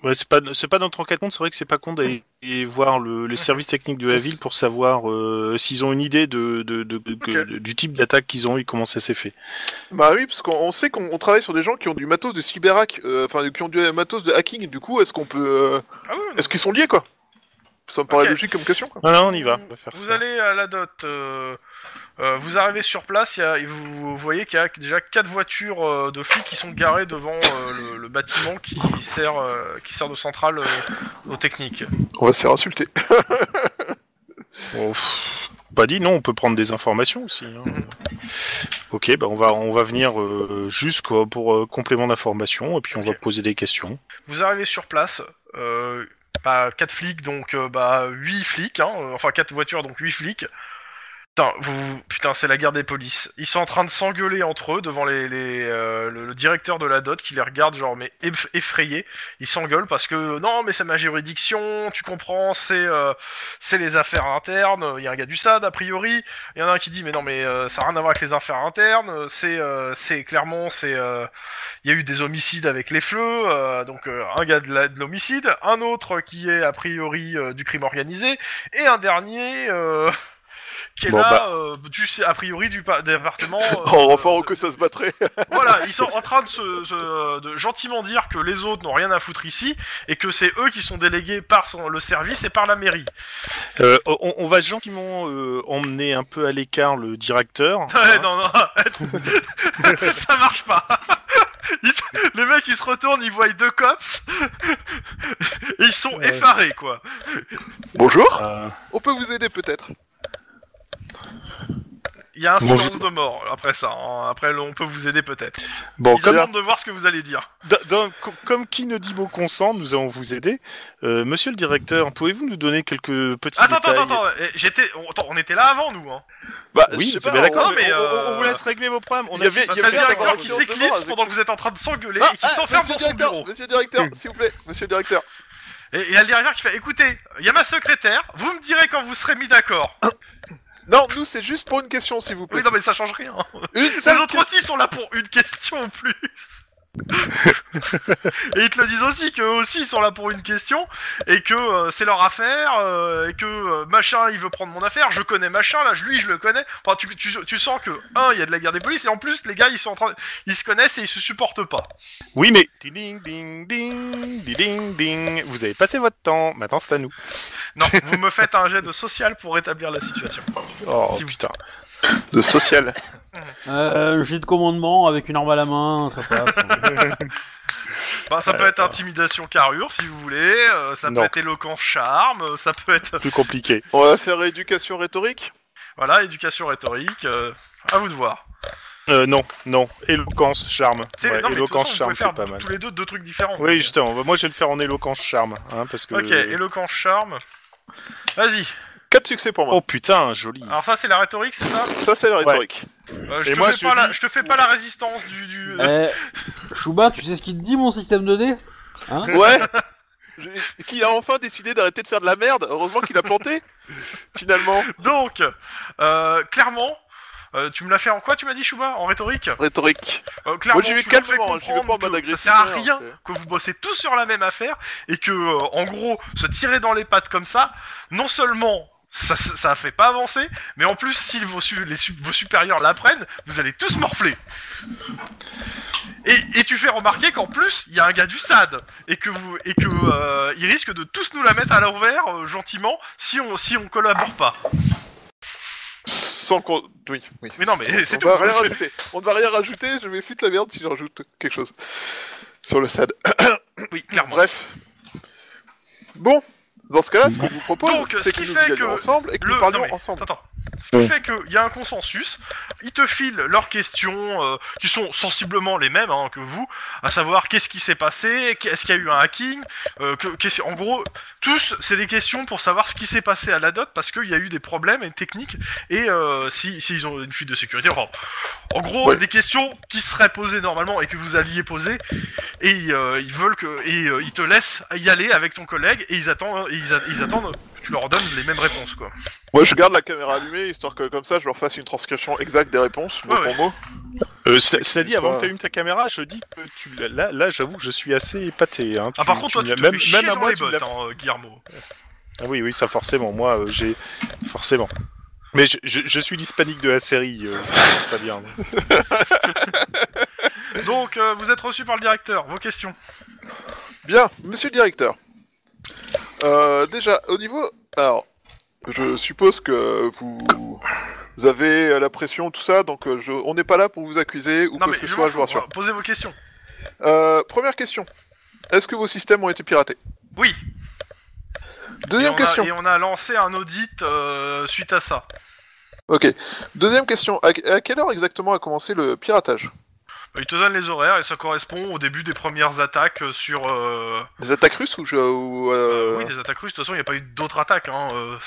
Ouais, c'est pas c'est pas notre enquête compte, c'est vrai que c'est pas con d'aller et voir le, les services techniques de la ville pour savoir euh, s'ils ont une idée de, de- de- de- Ok. de- du type d'attaque qu'ils ont eu, comment ça s'est fait. Bah oui, parce qu'on on sait qu'on on travaille sur des gens qui ont du matos de cyberhack, euh, enfin qui ont du matos de hacking. Du coup, est-ce qu'on peut, euh, Ah oui, est-ce qu'ils sont liés quoi Ça me paraît Ok. logique comme question. Quoi. Non, non, on y va. on va faire Vous ça. allez à la dot. euh, euh, vous arrivez sur place il y a- et vous voyez qu'il y a déjà quatre voitures euh, de flics qui sont garées devant euh, le, le bâtiment qui sert, euh, qui sert de centrale euh, aux techniques. On va se faire insulter. Oh, pff, pas dit, non, on peut prendre des informations aussi. hein. Ok, bah on va on va venir euh, juste quoi, pour euh, complément d'information et puis on Ok. va poser des questions. Vous arrivez sur place, euh, bah, 4 flics, donc euh, bah, 8 flics, hein, euh, enfin 4 voitures, donc 8 flics. Putain, vous- putain, c'est la guerre des polices. Ils sont en train de s'engueuler entre eux devant les, les, euh, le, le directeur de la dot qui les regarde, genre, mais eff- effrayés. Ils s'engueulent parce que non, mais c'est ma juridiction, tu comprends, c'est euh, c'est les affaires internes. Il y a un gars du SAD, a priori. Il y en a un qui dit, mais non, mais euh, ça n'a rien à voir avec les affaires internes. C'est euh, c'est clairement, c'est. euh, il y a eu des homicides avec les fleux, euh, donc euh, un gars de la- de l'homicide, un autre qui est a priori euh, du crime organisé, et un dernier euh, qui est Bon, là, bah. euh, du, a priori du pa- département. euh, Oh, En renfort que ça se battrait. voilà, ils sont en train de, se, se- de gentiment dire que les autres n'ont rien à foutre ici, et que c'est eux qui sont délégués par son, le service et par la mairie. Euh, on, on va gentiment euh, emmener un peu à l'écart le directeur. Ouais, hein. non, non, arrête. ça marche pas. Ils te- Les mecs ils se retournent, ils voient deux cops, et ils sont Ouais. effarés quoi. Bonjour. Euh, On peut vous aider peut-être. Il y a un Bon, silence de mort après ça. hein. Après, le- on peut vous aider peut-être. bon, Ils comme attendent de voir ce que vous allez dire. D'un- d'un- co- comme qui ne dit mot consent, nous allons vous aider. Euh, monsieur le directeur, pouvez-vous nous donner quelques petits Attends, détails attends, attends. eh, J'étais, on, attends, on était là avant nous. Hein. Bah, Oui, je sais c'est pas, bien on- d'accord, Non, mais, mais on, euh, on- on vous laisse régler vos problèmes. On Il y a- avait- Enfin, il T'as y le avait un directeur accord qui sur le s'éclipse devoir avec- pendant que vous êtes en train de s'engueuler Ah, et qui ah, s'enferme dans monsieur le son directeur, bureau. Monsieur le directeur, s'il vous plaît, monsieur le directeur. Et il y a le directeur qui fait écoutez, il y a ma secrétaire, vous me direz quand vous serez mis d'accord. Non, nous c'est juste pour une question, s'il vous Ah plaît. Oui, non, mais ça change rien. Une Les seule autres question. aussi sont là pour une question en plus. et ils te le disent aussi qu'eux aussi ils sont là pour une question et que euh, c'est leur affaire euh, et que euh, machin il veut prendre mon affaire, je connais machin là, je lui je le connais. Enfin tu, tu, tu sens que un il y a de la guerre des polices et en plus les gars ils sont en train ils se connaissent et ils se supportent pas. Oui, mais. Ding, ding, ding, ding, ding. Vous avez passé votre temps. Maintenant, c'est à nous. Non, vous me faites un jet de social pour rétablir la situation. Oh Si vous- putain. De social. Euh, j'ai de commandement avec une arme à la main, ça passe. Bah, ça peut être Euh, intimidation carrure si vous voulez, euh, ça Non. peut être éloquence charme, euh, ça peut être Plus compliqué. On va faire éducation rhétorique. voilà éducation rhétorique. euh, à vous de voir. Euh, non, non. Éloquence, charme. C'est- Ouais, non, mais de toute façon, éloquence, vous charme, pouvez faire c'est pas tous- mal. tous les deux deux trucs différents. Oui, justement. Bah, Moi, je vais le faire en éloquence, charme. hein, parce que... Ok, éloquence, charme. Vas-y. 4 succès pour moi. Oh putain, joli. Alors ça, c'est la rhétorique, c'est ça Ça c'est la rhétorique. Euh, je, Et te moi, fais je pas dis- la, je te fais pas la résistance du... du- euh, Eh, Chouba, tu sais ce qu'il te dit mon système de dés Hein Ouais. Je- Qui a enfin décidé d'arrêter de faire de la merde. Heureusement qu'il a planté. Finalement. Donc, euh, clairement... euh, tu me l'as fait en quoi tu m'as dit Chouba En rhétorique Rhétorique. Euh, Clairement, Moi j'y vais tu me fais calmement, hein, j'y vais pas en comprendre mode que ça agressif. sert à hein, rien c'est- que vous bossez tous sur la même affaire et que euh, en gros se tirer dans les pattes comme ça, non seulement ça, ça, ça fait pas avancer, mais en plus si vos, su- les su- vos supérieurs l'apprennent, vous allez tous morfler. Et, et tu fais remarquer qu'en plus il y a un gars du SAD et que vous et que euh, il risque de tous nous la mettre à l'envers euh, gentiment si on si on collabore pas. Sans qu'on. Oui, oui. Mais non mais c'est On tout. va rien rajouter. On ne va rien rajouter. Je vais foutre la merde si j'en rajoute quelque chose. Sur le SAD. Oui clairement. Bref. Bon. Dans ce cas-là, ce qu'on vous propose, Donc, ce c'est que qui nous y fait allions que ensemble et que nous Le- parlions non, mais- ensemble. Attends. Ce qui fait qu'il y a un consensus, ils te filent leurs questions, euh, qui sont sensiblement les mêmes hein, que vous, à savoir qu'est-ce qui s'est passé, est-ce qu'il y a eu un hacking, euh, que- qu'est-ce- en gros, tous, c'est des questions pour savoir ce qui s'est passé à la dot, parce qu'il y a eu des problèmes et techniques, et euh, si- s'ils ont une fuite de sécurité, enfin, en gros, Ouais. des questions qui seraient posées normalement et que vous alliez poser, et euh, ils veulent que, et euh, ils te laissent y aller avec ton collègue, et ils attendent, et ils a- ils attendent que tu leur donnes les mêmes réponses, quoi. Moi, je garde la caméra allumée, histoire que comme ça, je leur fasse une transcription exacte des réponses, mot Ouais, pour ouais. mot. Euh, cela cela dit, Soit- avant que tu allumes ta caméra, je dis que tu l'as- là, là j'avoue que je suis assez épaté. Hein. Ah, par contre, toi, me tu l'as- te fais chier à dans moi, les tu me bottes, l'as- hein, euh, Guillermo. Ah Oui, oui, ça forcément. Moi, euh, j'ai forcément. Mais je, je- je suis l'hispanique de la série. euh, c'est pas bien. Donc, euh, vous êtes reçu par le directeur. Vos questions Bien, monsieur le directeur. Euh, déjà, au niveau. Alors, je suppose que vous. vous avez euh, la pression, tout ça, donc euh, je... on n'est pas là pour vous accuser ou Non, quoi mais que ce je soit, m'en je vous rassure. fous, Posez vos questions. Euh, première question. Est-ce que vos systèmes ont été piratés Oui. Deuxième et on a- question. et on a lancé un audit euh, suite à ça. Ok. Deuxième question. À, à quelle heure exactement a commencé le piratage Bah, Il te donne les horaires et ça correspond au début des premières attaques euh, sur. euh, Des attaques russes ou, je, ou euh, euh, oui, des attaques russes. De toute façon, il n'y a pas eu d'autres attaques. Hein, euh.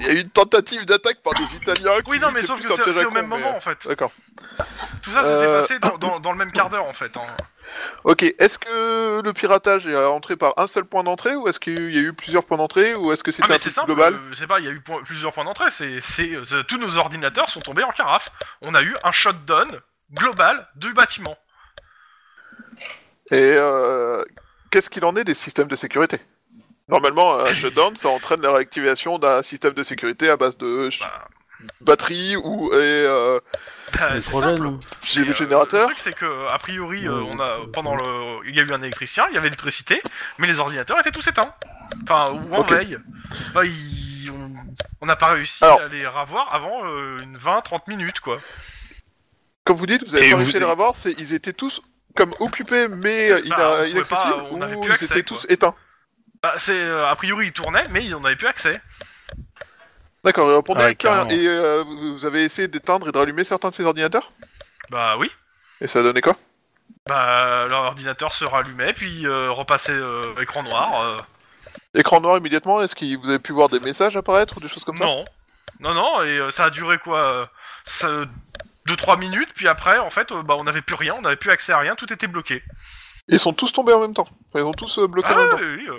Il y a eu une tentative d'attaque par des Italiens. qui Oui, non, mais étaient sauf que plus un c'est piège à c'est au con, même mais, moment en fait. euh, D'accord. Tout ça, ça Euh, s'est passé dans, dans- dans le même quart d'heure en fait. hein. Ok. Est-ce que le piratage est rentré par un seul point d'entrée ou est-ce qu'il y a eu plusieurs points d'entrée ou est-ce que Ah, c'était mais un c'est truc simple, global euh, c'est pas, il y a eu point- plusieurs points d'entrée. C'est, c'est, euh, c'est- tous nos ordinateurs sont tombés en carafe. On a eu un shutdown global du bâtiment. Et euh, qu'est-ce qu'il en est des systèmes de sécurité Normalement, un shutdown, ça entraîne la réactivation d'un système de sécurité à base de ch- Bah. batterie ou et, euh, Bah, Le c'est problème, simple. gé- Et, euh, générateur. Le truc c'est que a priori, euh, Ouais. on a pendant le, il y a eu un électricien, il y avait l'électricité, mais les ordinateurs étaient tous éteints. Enfin, ou en Ok. veille. Enfin, ils- on- on n'a pas réussi Alors. à les ravoir avant euh, une 20-30 minutes quoi. Comme vous dites, vous avez Et pas vous réussi à les avez- revoir, c'est- ils étaient tous comme occupés mais euh, ina- Bah, on pouvait inaccessibles pas- on n'avait ou plus ils accès, étaient quoi. tous éteints. Bah, c'est euh, a priori ils tournaient, mais ils n'en avaient plus accès. D'accord, ils répondaient Ah, à plus rien. carrément. Et euh, vous vous avez essayé d'éteindre et de rallumer certains de ces ordinateurs Bah oui. Et ça a donné quoi Bah leur ordinateur se rallumait puis euh, repassait euh, écran noir. euh. Écran noir immédiatement, est-ce que vous avez pu voir des messages apparaître ou des choses comme ça Non. Non, non, et euh, ça a duré quoi euh, ça, 2-3 minutes, puis après, en fait, euh, bah, on n'avait plus rien, on n'avait plus accès à rien, tout était bloqué. Ils sont tous tombés en même temps. Enfin, ils ont tous euh, bloqué Ah, en même temps. oui, oui, euh.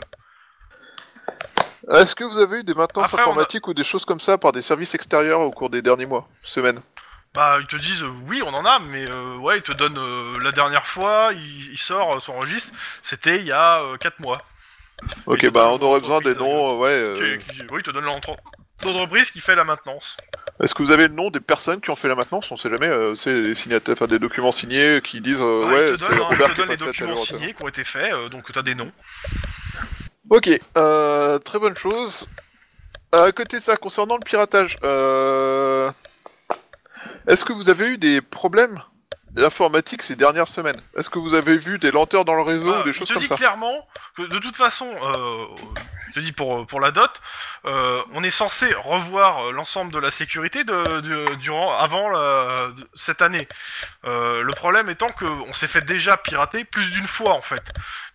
Est-ce que vous avez eu des maintenances Après, on a- informatiques ou des choses comme ça par des services extérieurs au cours des derniers mois, semaines Bah, ils te disent, euh, oui, on en a, mais euh, ouais, ils te donnent euh, la dernière fois, il, il sort euh, son registre, c'était il y a 4 mois. Ok, des bah noms on aurait besoin des d'entreprises, noms, euh, ouais. euh, Qui- qui- oui, ils te donnent l'entre- l'entreprise qui fait la maintenance. Est-ce que vous avez le nom des personnes qui ont fait la maintenance On sait jamais, euh, c'est des signataires, enfin, des documents signés qui disent euh, Bah, ouais, ils te c'est donnent, hein, ils te Robert qui donnent les passe la telle documents heure. signés qui ont été faits, euh, donc t'as des noms. Ok, euh, très bonne chose. Euh, À côté de ça, concernant le piratage, euh, est-ce que vous avez eu des problèmes informatiques ces dernières semaines Est-ce que vous avez vu des lenteurs dans le réseau Ah, ou des il choses te comme dit ça clairement que de toute façon, euh, je te dis pour, pour la dot, euh, on est censé revoir euh, l'ensemble de la sécurité de, du- durant avant la- de- cette année. Euh, le problème étant que on s'est fait déjà pirater plus d'une fois en fait.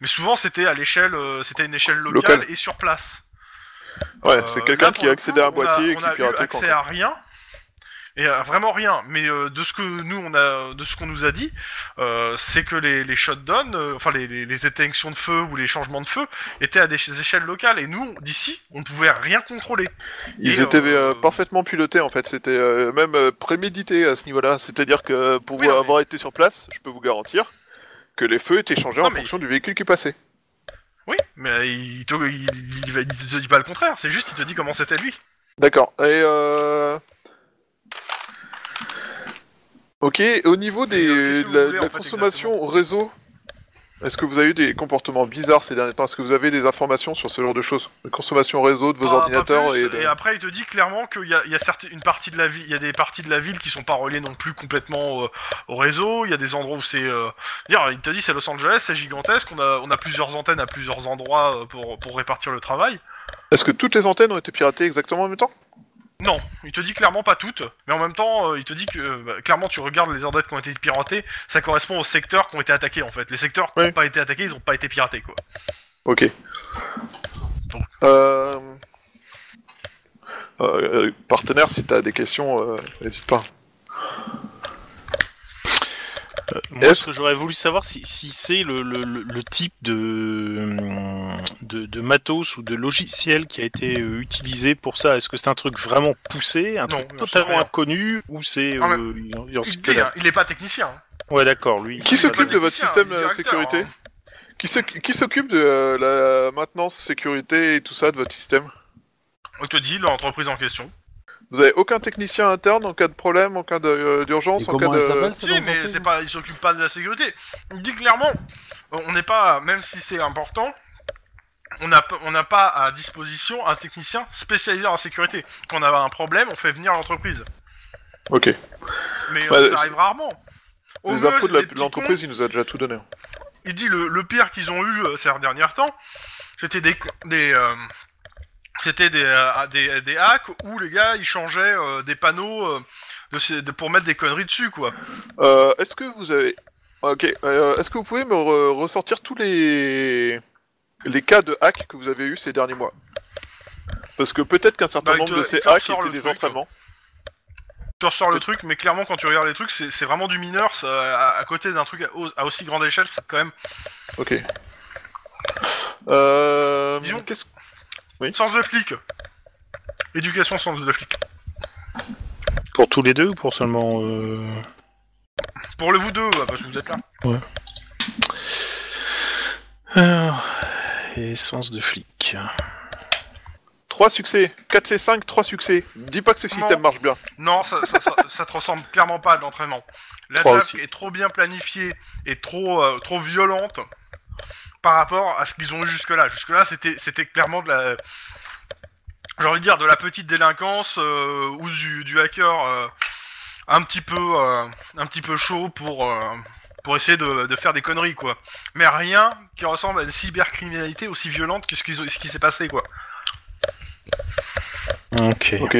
Mais souvent c'était à l'échelle, euh, c'était une échelle locale Locale. et sur place. Ouais, Euh, c'est là, quelqu'un pour qui le a coup, accédé à un on a- boîtier et on qui a eu piratait quand accès à rien et à vraiment rien. Mais euh, de ce que nous on a, de ce qu'on nous a dit, euh, c'est que les, les shutdowns, euh, enfin les, les, les éteignements de feu ou les changements de feu étaient à des ch- échelles locales et nous d'ici on pouvait rien contrôler. Ils Et, étaient euh, euh, parfaitement pilotés en fait, c'était euh, même euh, prémédité à ce niveau-là. C'est-à-dire que euh, pour Oui, vous non, mais- avoir été sur place, je peux vous garantir que les feux étaient changés Non, en mais- fonction du véhicule qui passait. Oui, mais il te, il, il va- il te dit pas le contraire. C'est juste il te dit comment c'était lui. D'accord. Et euh... Ok, au niveau Et, des, euh, qu'est-ce que de vous la, voulez, de la en fait, consommation au réseau, est-ce que vous avez eu des comportements bizarres ces derniers temps Est-ce que vous avez des informations sur ce genre de choses De consommation au réseau de vos Ah, Pas- pas ordinateurs plus, et, de- après il te dit clairement qu'il y a, il y a certes- une partie de la ville, il y a des parties de la ville qui sont pas reliées non plus complètement euh, au réseau. Il y a des endroits où c'est, euh, dire, il te dit c'est Los Angeles, c'est gigantesque. On a, on a plusieurs antennes à plusieurs endroits euh, pour, pour répartir le travail. Est-ce que toutes les antennes ont été piratées exactement en même temps Non, il te dit clairement pas toutes, mais en même temps euh, il te dit que euh, bah, clairement tu regardes les ordres qui ont été piratées, ça correspond aux secteurs qui ont été attaqués en fait. Les secteurs qui Oui. n'ont pas été attaqués, ils ont pas été piratés quoi. Ok. Donc. Euh... euh, partenaire, si t'as des questions, euh, n'hésite pas. Moi, Est-ce- ce que j'aurais voulu savoir, si, si c'est le, le- le- le type de, hum, de, de matos ou de logiciel qui a été euh, utilisé pour ça Est-ce que c'est un truc vraiment poussé, un Non, truc j'en sais totalement rien. inconnu, ou c'est... Ah, euh, il en- il en sait Il que est, dalle hein, il est pas technicien. hein. Ouais, d'accord, lui... Qui il- s'occupe de Il est pas votre technicien, système il est de directeur, sécurité hein. Qui s'oc- qui s'occupe de euh, la maintenance, sécurité et tout ça de votre système On hein. te dit l'entreprise en question. Vous avez aucun technicien interne en cas de problème, en cas de, euh, Et d'urgence, en cas comment elle de. s'appelle cette Si, mais entreprise c'est pas, il s'occupe pas de la sécurité. Il dit clairement, on n'est pas, même si c'est important, on n'a pas- on n'a pas à disposition un technicien spécialisé en sécurité. Quand on a un problème, on fait venir l'entreprise. Ok. Mais euh, Bah, ça c'est- arrive rarement. Au Les mieux, infos c'est de la- des petits de l'entreprise, il nous a déjà tout donné. cons. Il dit le, le pire qu'ils ont eu euh, ces derniers temps, c'était des, des euh, c'était des, euh, des, des hacks où les gars ils changeaient euh, des panneaux euh, de ces- de- pour mettre des conneries dessus quoi. Euh, est-ce que vous avez. Ok. euh, est-ce que vous pouvez me re- ressortir tous les. les cas de hack que vous avez eu ces derniers mois Parce que peut-être qu'un certain Bah, il nombre te- il de ces te hacks ressort étaient le des truc. hein. entraînements. Tu ressors le truc, mais clairement, quand tu regardes les trucs, c'est c'est vraiment du mineur. ça, à, à côté d'un truc à, au- à aussi grande échelle, c'est quand même. Ok. Euh. Disons- Qu'est-ce Sens de flic Éducation, sens de flic. Pour tous les deux ou pour seulement... euh, Pour le vous deux, ouais, parce que vous êtes là. Alors, Essence de flic... 3 succès 4C5, 3 succès. Dis pas que ce système Non. marche bien. Non, ça, ça, ça, ça te ressemble clairement pas à de l'entraînement. Trois L'attaque aussi. est trop bien planifiée et trop, euh, trop violente par rapport à ce qu'ils ont eu jusque-là. Jusque-là, c'était c'était clairement de la. J'ai envie de dire de la petite délinquance euh, ou du, du hacker euh, un petit peu euh, un petit peu chaud pour euh, pour essayer de, de faire des conneries quoi. Mais rien qui ressemble à une cybercriminalité aussi violente que ce, qu'ils ont- ce qui s'est passé quoi. Ok. Ok.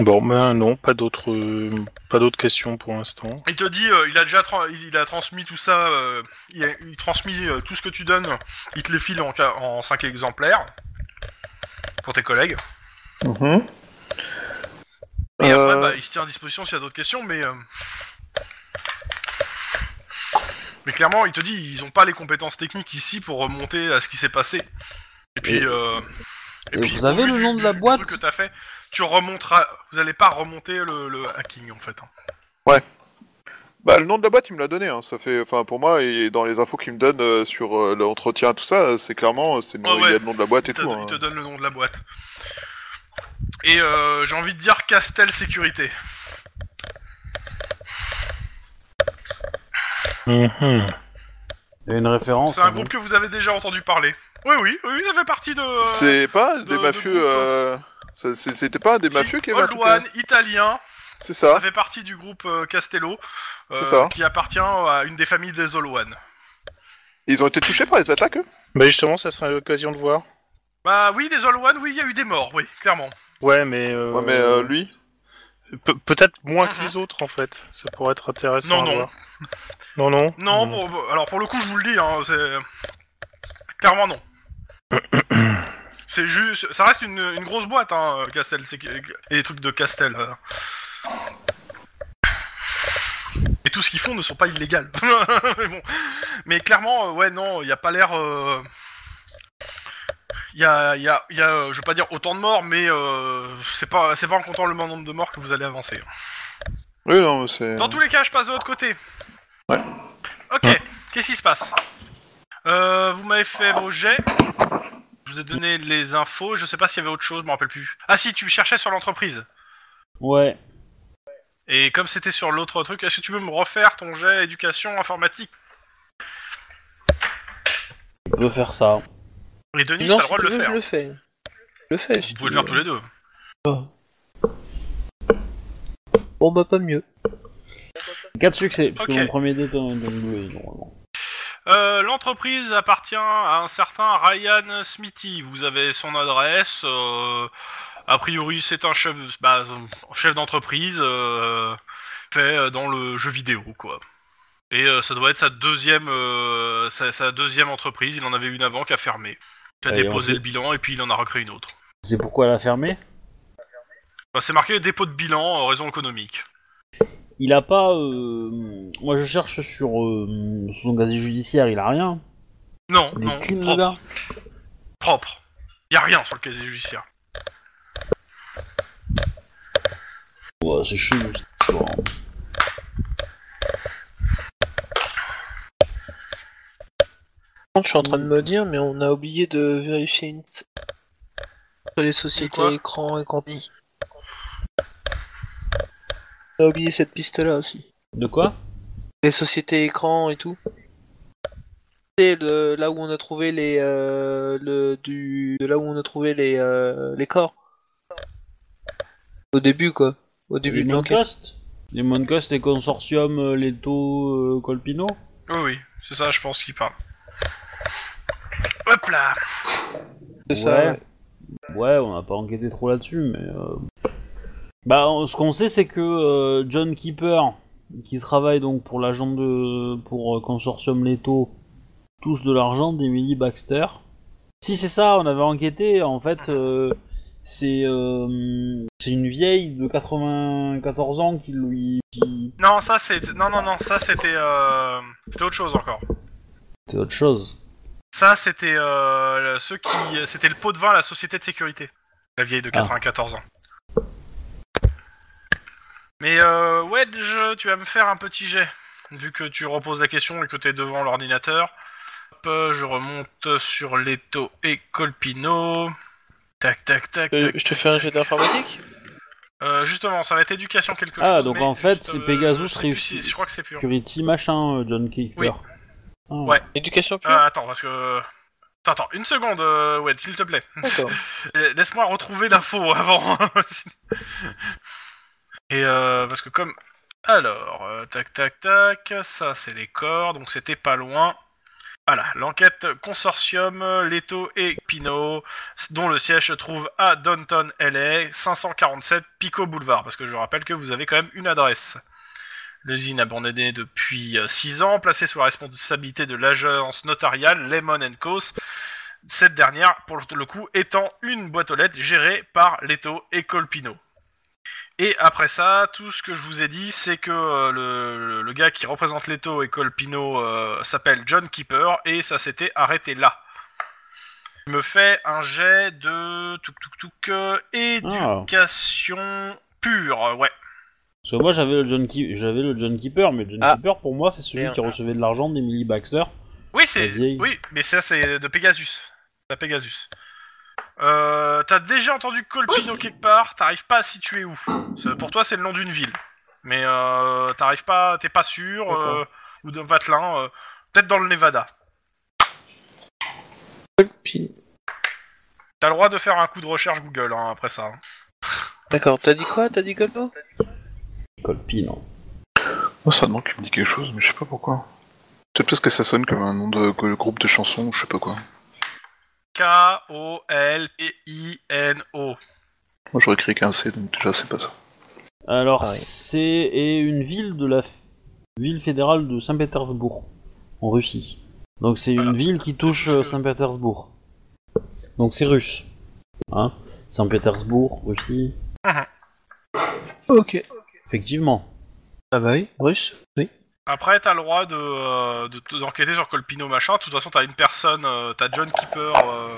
Bon, ben non, pas d'autres, euh, pas d'autres questions pour l'instant. Il te dit, euh, il a déjà tra- il, il a transmis tout ça, euh, il, a, il transmet euh, tout ce que tu donnes, il te les file en, ca- en 5 exemplaires pour tes collègues. Et après, Euh, bah, il se tient à disposition s'il y a d'autres questions, mais. euh, Mais clairement, il te dit, ils ont pas les compétences techniques ici pour remonter à ce qui s'est passé. Et puis. Et- euh, et vous au avez vu le du- nom de du- la du boîte truc que t'as fait, tu remonteras. Vous allez pas remonter le, le hacking en fait. hein. Bah, le nom de la boîte, il me l'a donné. Hein. Ça fait, enfin, pour moi, et dans les infos qu'il me donne euh, sur euh, l'entretien, tout ça, euh, c'est clairement, euh, c'est le nom- Ah ouais. il y a le nom de la boîte et Il te, tout. il hein. te donne le nom de la boîte. Et euh, j'ai envie de dire Castel Sécurité. Mhm. Il y a une référence. C'est un hein, groupe que vous avez déjà entendu parler. Oui, oui, oui, ça fait partie de. euh, C'est pas des de- de mafieux. groupe, hein. euh, ça- c'est- C'était pas des si, mafieux qui hein. Old tout fait- One, italien. C'est Ça ça. fait partie du groupe euh, Castello. euh, C'est ça. Qui appartient à une des familles des Old One. Ils ont été touchés par les attaques. eux Bah justement, ça sera l'occasion de voir. Bah oui, des Old One, oui, il y a eu des morts, oui, clairement. Ouais, mais, euh, Ouais, mais euh, lui. pe- peut-être moins que Mhm. les autres en fait. Ça pourrait être intéressant. Non, à non. voir. non, non. Non, bon, bon, alors pour le coup, je vous le dis, hein, c'est. Clairement non. C'est juste. Ça reste une, une grosse boîte, hein, Castel. c'est que- Et les trucs de Castel. euh. Et tout ce qu'ils font ne sont pas illégales. Mais bon. Mais clairement, euh, ouais, non, il n'y a pas l'air. euh, Il y a, il y, a, il y a, euh, je veux pas dire autant de morts, mais euh, c'est pas, c'est pas en comptant le nombre de morts que vous allez avancer. hein. Oui, non, mais c'est. Dans tous les cas, je passe de l'autre côté. Ouais. Ok, qu'est-ce qui se passe euh, Vous m'avez fait vos jets. Je vous ai donné les infos. Je sais pas s'il y avait autre chose, je m'en rappelle plus. Ah si, tu cherchais sur l'entreprise. Ouais. Et comme c'était sur l'autre truc, est-ce que tu peux me refaire ton jet éducation informatique Je peux faire ça. Et Denis, t'as Non, le si droit de tu le veux, je faire. le fais. Je le fais. si Vous tu pouvez le veux. faire tous les deux. Bon, bah, pas mieux. 4 succès, puisque Ok. mon premier dé est un W, normalement. Euh, l'entreprise appartient à un certain Ryan Smithy. Vous avez son adresse. euh, a priori, c'est un chef, bah, un chef d'entreprise euh, fait dans le jeu vidéo, quoi. Et euh, ça doit être sa deuxième, euh, sa, sa deuxième entreprise. Il en avait une avant qui a fermé. Il a Allez, déposé on le bilan et puis il en a recréé une autre. C'est pourquoi elle a fermé Bah, c'est marqué dépôt de bilan, euh, raison économique. Il a pas. euh, Moi je cherche sur euh, son casier judiciaire, il a rien. Non, On est non, clean, propre. là. propre. Y a rien sur le casier judiciaire. Ouais, c'est chelou. cette histoire. Je suis en train de me dire, mais on a oublié de vérifier une... sur les sociétés Quoi à écran et compagnie. On a oublié cette piste-là aussi. De quoi Les sociétés à écran et tout. C'est le- là où on a trouvé les euh, le du de là où on a trouvé les euh, les corps. Au début quoi. Au Les début de l'enquête. Moncost Les Moncost et Consortium, euh, les taux euh, Colpino Oui, oui, c'est ça, je pense qu'il parle. Hop là C'est ça. ouais. Ouais, on n'a pas enquêté trop là-dessus, mais. euh, Bah, on- ce qu'on sait, c'est que euh, John Keeper, qui travaille donc pour l'agent de. pour euh, Consortium Leto, touche de l'argent d'Emily Baxter. Si c'est ça, on avait enquêté, en fait, euh, c'est. euh, c'est une vieille de 94 ans qui lui. qui- Non, ça c'est... Non, non, non, ça c'était... euh, C'était autre chose encore. C'est autre chose. Ça c'était... euh, Ceux qui... C'était le pot de vin à la société de sécurité. La vieille de Ah. 94 ans. Mais euh, Wedge, tu vas me faire un petit jet. Vu que tu reposes la question et que t'es devant l'ordinateur. Hop, euh, je remonte sur Leto et Colpino. Tac, tac, tac, Euh, tac. je te fais un jet d'informatique. Euh, justement, ça va être éducation quelque chose. Ah, donc mais en fait, juste, c'est euh, je Pegasus sais plus réussit. si- Je crois que c'est pur. Security machin, euh, John Keeper. Oui. Ah. Ouais. Éducation pure. Ah, attends, parce que. Attends, attends, une seconde, euh, Wade, s'il te plaît. D'accord. Euh, Laisse-moi retrouver l'info avant. Et euh, parce que comme. Alors, euh, tac tac tac, ça c'est les corps, donc c'était pas loin. Voilà, l'enquête consortium euh, Leto et Pino, dont le siège se trouve à Downton LA, 547 Pico Boulevard, parce que je rappelle que vous avez quand même une adresse. L'usine abandonnée depuis 6 ans, placée sous la responsabilité de l'agence notariale Lemon Co. Cette dernière, pour le coup, étant une boîte aux lettres gérée par Leto et Colpino. Et après ça, tout ce que je vous ai dit, c'est que euh, le, le- le gars qui représente Leto et Colpino euh, s'appelle John Keeper, et ça s'était arrêté là. Je me fais un jet de touc touc touc euh, éducation pure, ouais. Parce que moi j'avais le John Keep- j'avais le John Keeper, mais John Ah. Keeper pour moi c'est celui Merde. qui recevait de l'argent d'Emily Baxter. Oui, c'est. La vieille. Oui, mais ça, c'est de Pegasus. La Pegasus. Euh, t'as déjà entendu Colpino quelque part, t'arrives pas à situer où. Ça, Pour toi, c'est le nom d'une ville. Mais euh, t'arrives pas, t'es pas sûr, euh, ou d'un patelin, euh, peut-être dans le Nevada. T'as le droit de faire un coup de recherche Google hein, après ça. hein. D'accord. T'as dit quoi T'as dit Goldo Colpin. hein. Moi, c'est un nom qui me dit quelque chose, mais je sais pas pourquoi. Peut-être parce que ça sonne comme un nom de de groupe de chansons, je sais pas quoi. K-O-L-P-I-N-O. Moi, j'aurais écrit qu'un C, donc déjà, c'est pas ça. Alors Ah oui. c'est et une ville de la f- ville fédérale de Saint-Pétersbourg en Russie. Donc c'est Voilà. une ville qui touche Parce euh, que- Saint-Pétersbourg. Donc c'est russe. Hein Saint-Pétersbourg, Russie. Ok. Effectivement. Ah bah oui. Russe. Oui. Après, t'as le droit de, euh, de- d'enquêter sur Colpino machin. De toute façon, t'as une personne, euh, t'as John Keeper euh,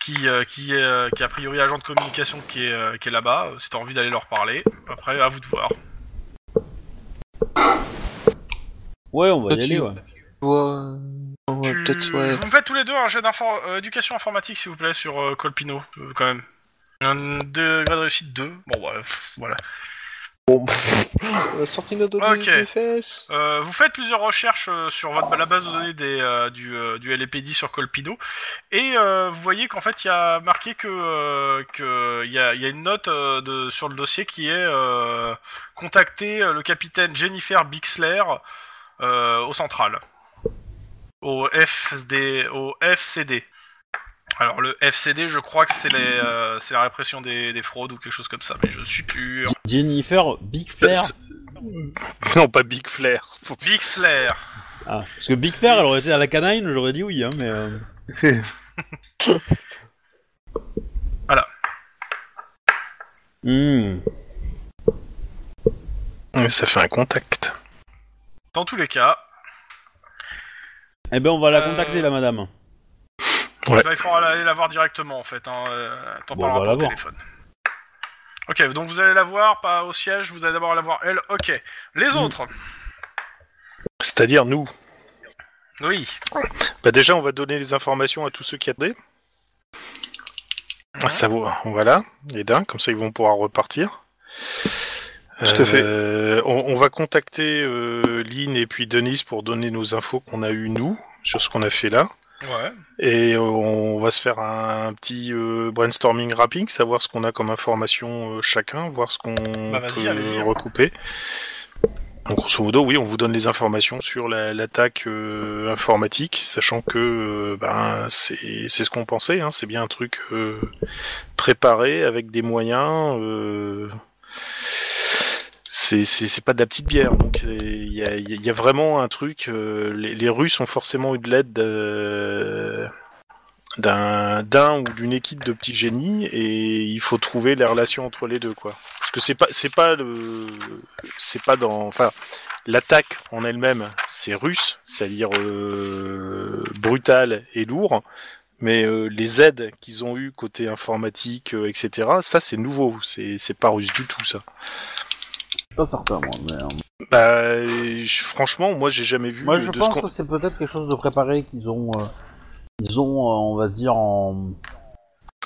qui euh, qui est euh, qui est a priori agent de communication qui est euh, qui est là-bas. euh, Si t'as envie d'aller leur parler, après à vous de voir. Ouais, on va Toi, y tu- aller. Ouais. Ouais, on va Tu- peut-être ouais. Vous me faites tous les deux un jet d'info- euh, éducation informatique s'il vous plaît sur euh, Colpino euh, quand même. Un degré de réussite 2. Bon bah pff, voilà. On va sortir Euh, nos Ok. données des fesses. Euh, vous faites plusieurs recherches euh, sur votre, la base de données des, euh, du, euh, du LAPD sur Colpido, et euh, vous voyez qu'en fait, il y a marqué que euh, que il y a, il y a une note euh, de, sur le dossier qui est euh, contacter euh, le capitaine Jennifer Bixler euh, au central, au FD, au FCD. Alors le FCD, je crois que c'est les, euh, c'est la répression des, des fraudes ou quelque chose comme ça, mais je suis plus Jennifer Big Flair. Non, pas Big Flair. Bixler. Ah, parce que Big Flair, elle aurait été à la canine, j'aurais dit oui, hein, mais. euh, Voilà. Hmm. Mais ça fait un contact. Dans tous les cas, Eh ben, on va la Euh, contacter, la madame. Ouais. Bah, il faudra aller la voir directement en fait. Hein. euh, T'en Bon, on va parleras la par voir. téléphone. Ok, donc vous allez la voir, pas au siège, vous allez d'abord la voir elle. Ok. Les autres C'est-à-dire nous. Oui. Bah déjà, on va donner les informations à tous ceux qui attendaient. À Mhm. savoir, voilà, les dingues, comme ça ils vont pouvoir repartir. Tout à fait. Euh, on, on va contacter euh, Lynn et puis Denise pour donner nos infos qu'on a eues nous sur ce qu'on a fait là. Ouais. Et euh, on va se faire un, petit euh, brainstorming rapide, savoir ce qu'on a comme information euh, chacun, voir ce qu'on Bah, vas-y, peut allez-y, hein. recouper. Donc, grosso modo, oui, on vous donne les informations sur la- l'attaque euh, informatique, sachant que euh, ben, c'est c'est ce qu'on pensait, hein, c'est bien un truc euh, préparé avec des moyens. euh, c'est- C'est c'est pas de la petite bière, donc c'est- il y a, il y a- il y a vraiment un truc. euh, les, les Russes ont forcément eu de l'aide euh, d'un d'un ou d'une équipe de petits génies, et il faut trouver les relations entre les deux, quoi. Parce que c'est pas c'est pas le c'est pas dans enfin l'attaque en elle-même c'est russe, c'est-à-dire euh, brutal et lourd, mais euh, les aides qu'ils ont eues côté informatique, euh, etc. Ça c'est nouveau, c'est c'est pas russe du tout ça. Je suis pas certain, moi. Mais, euh, Bah, euh, je- franchement, moi j'ai jamais vu. Moi, euh, je de pense ce qu'on- que c'est peut-être quelque chose de préparé qu'ils ont, euh, ils ont, euh, on va dire, en,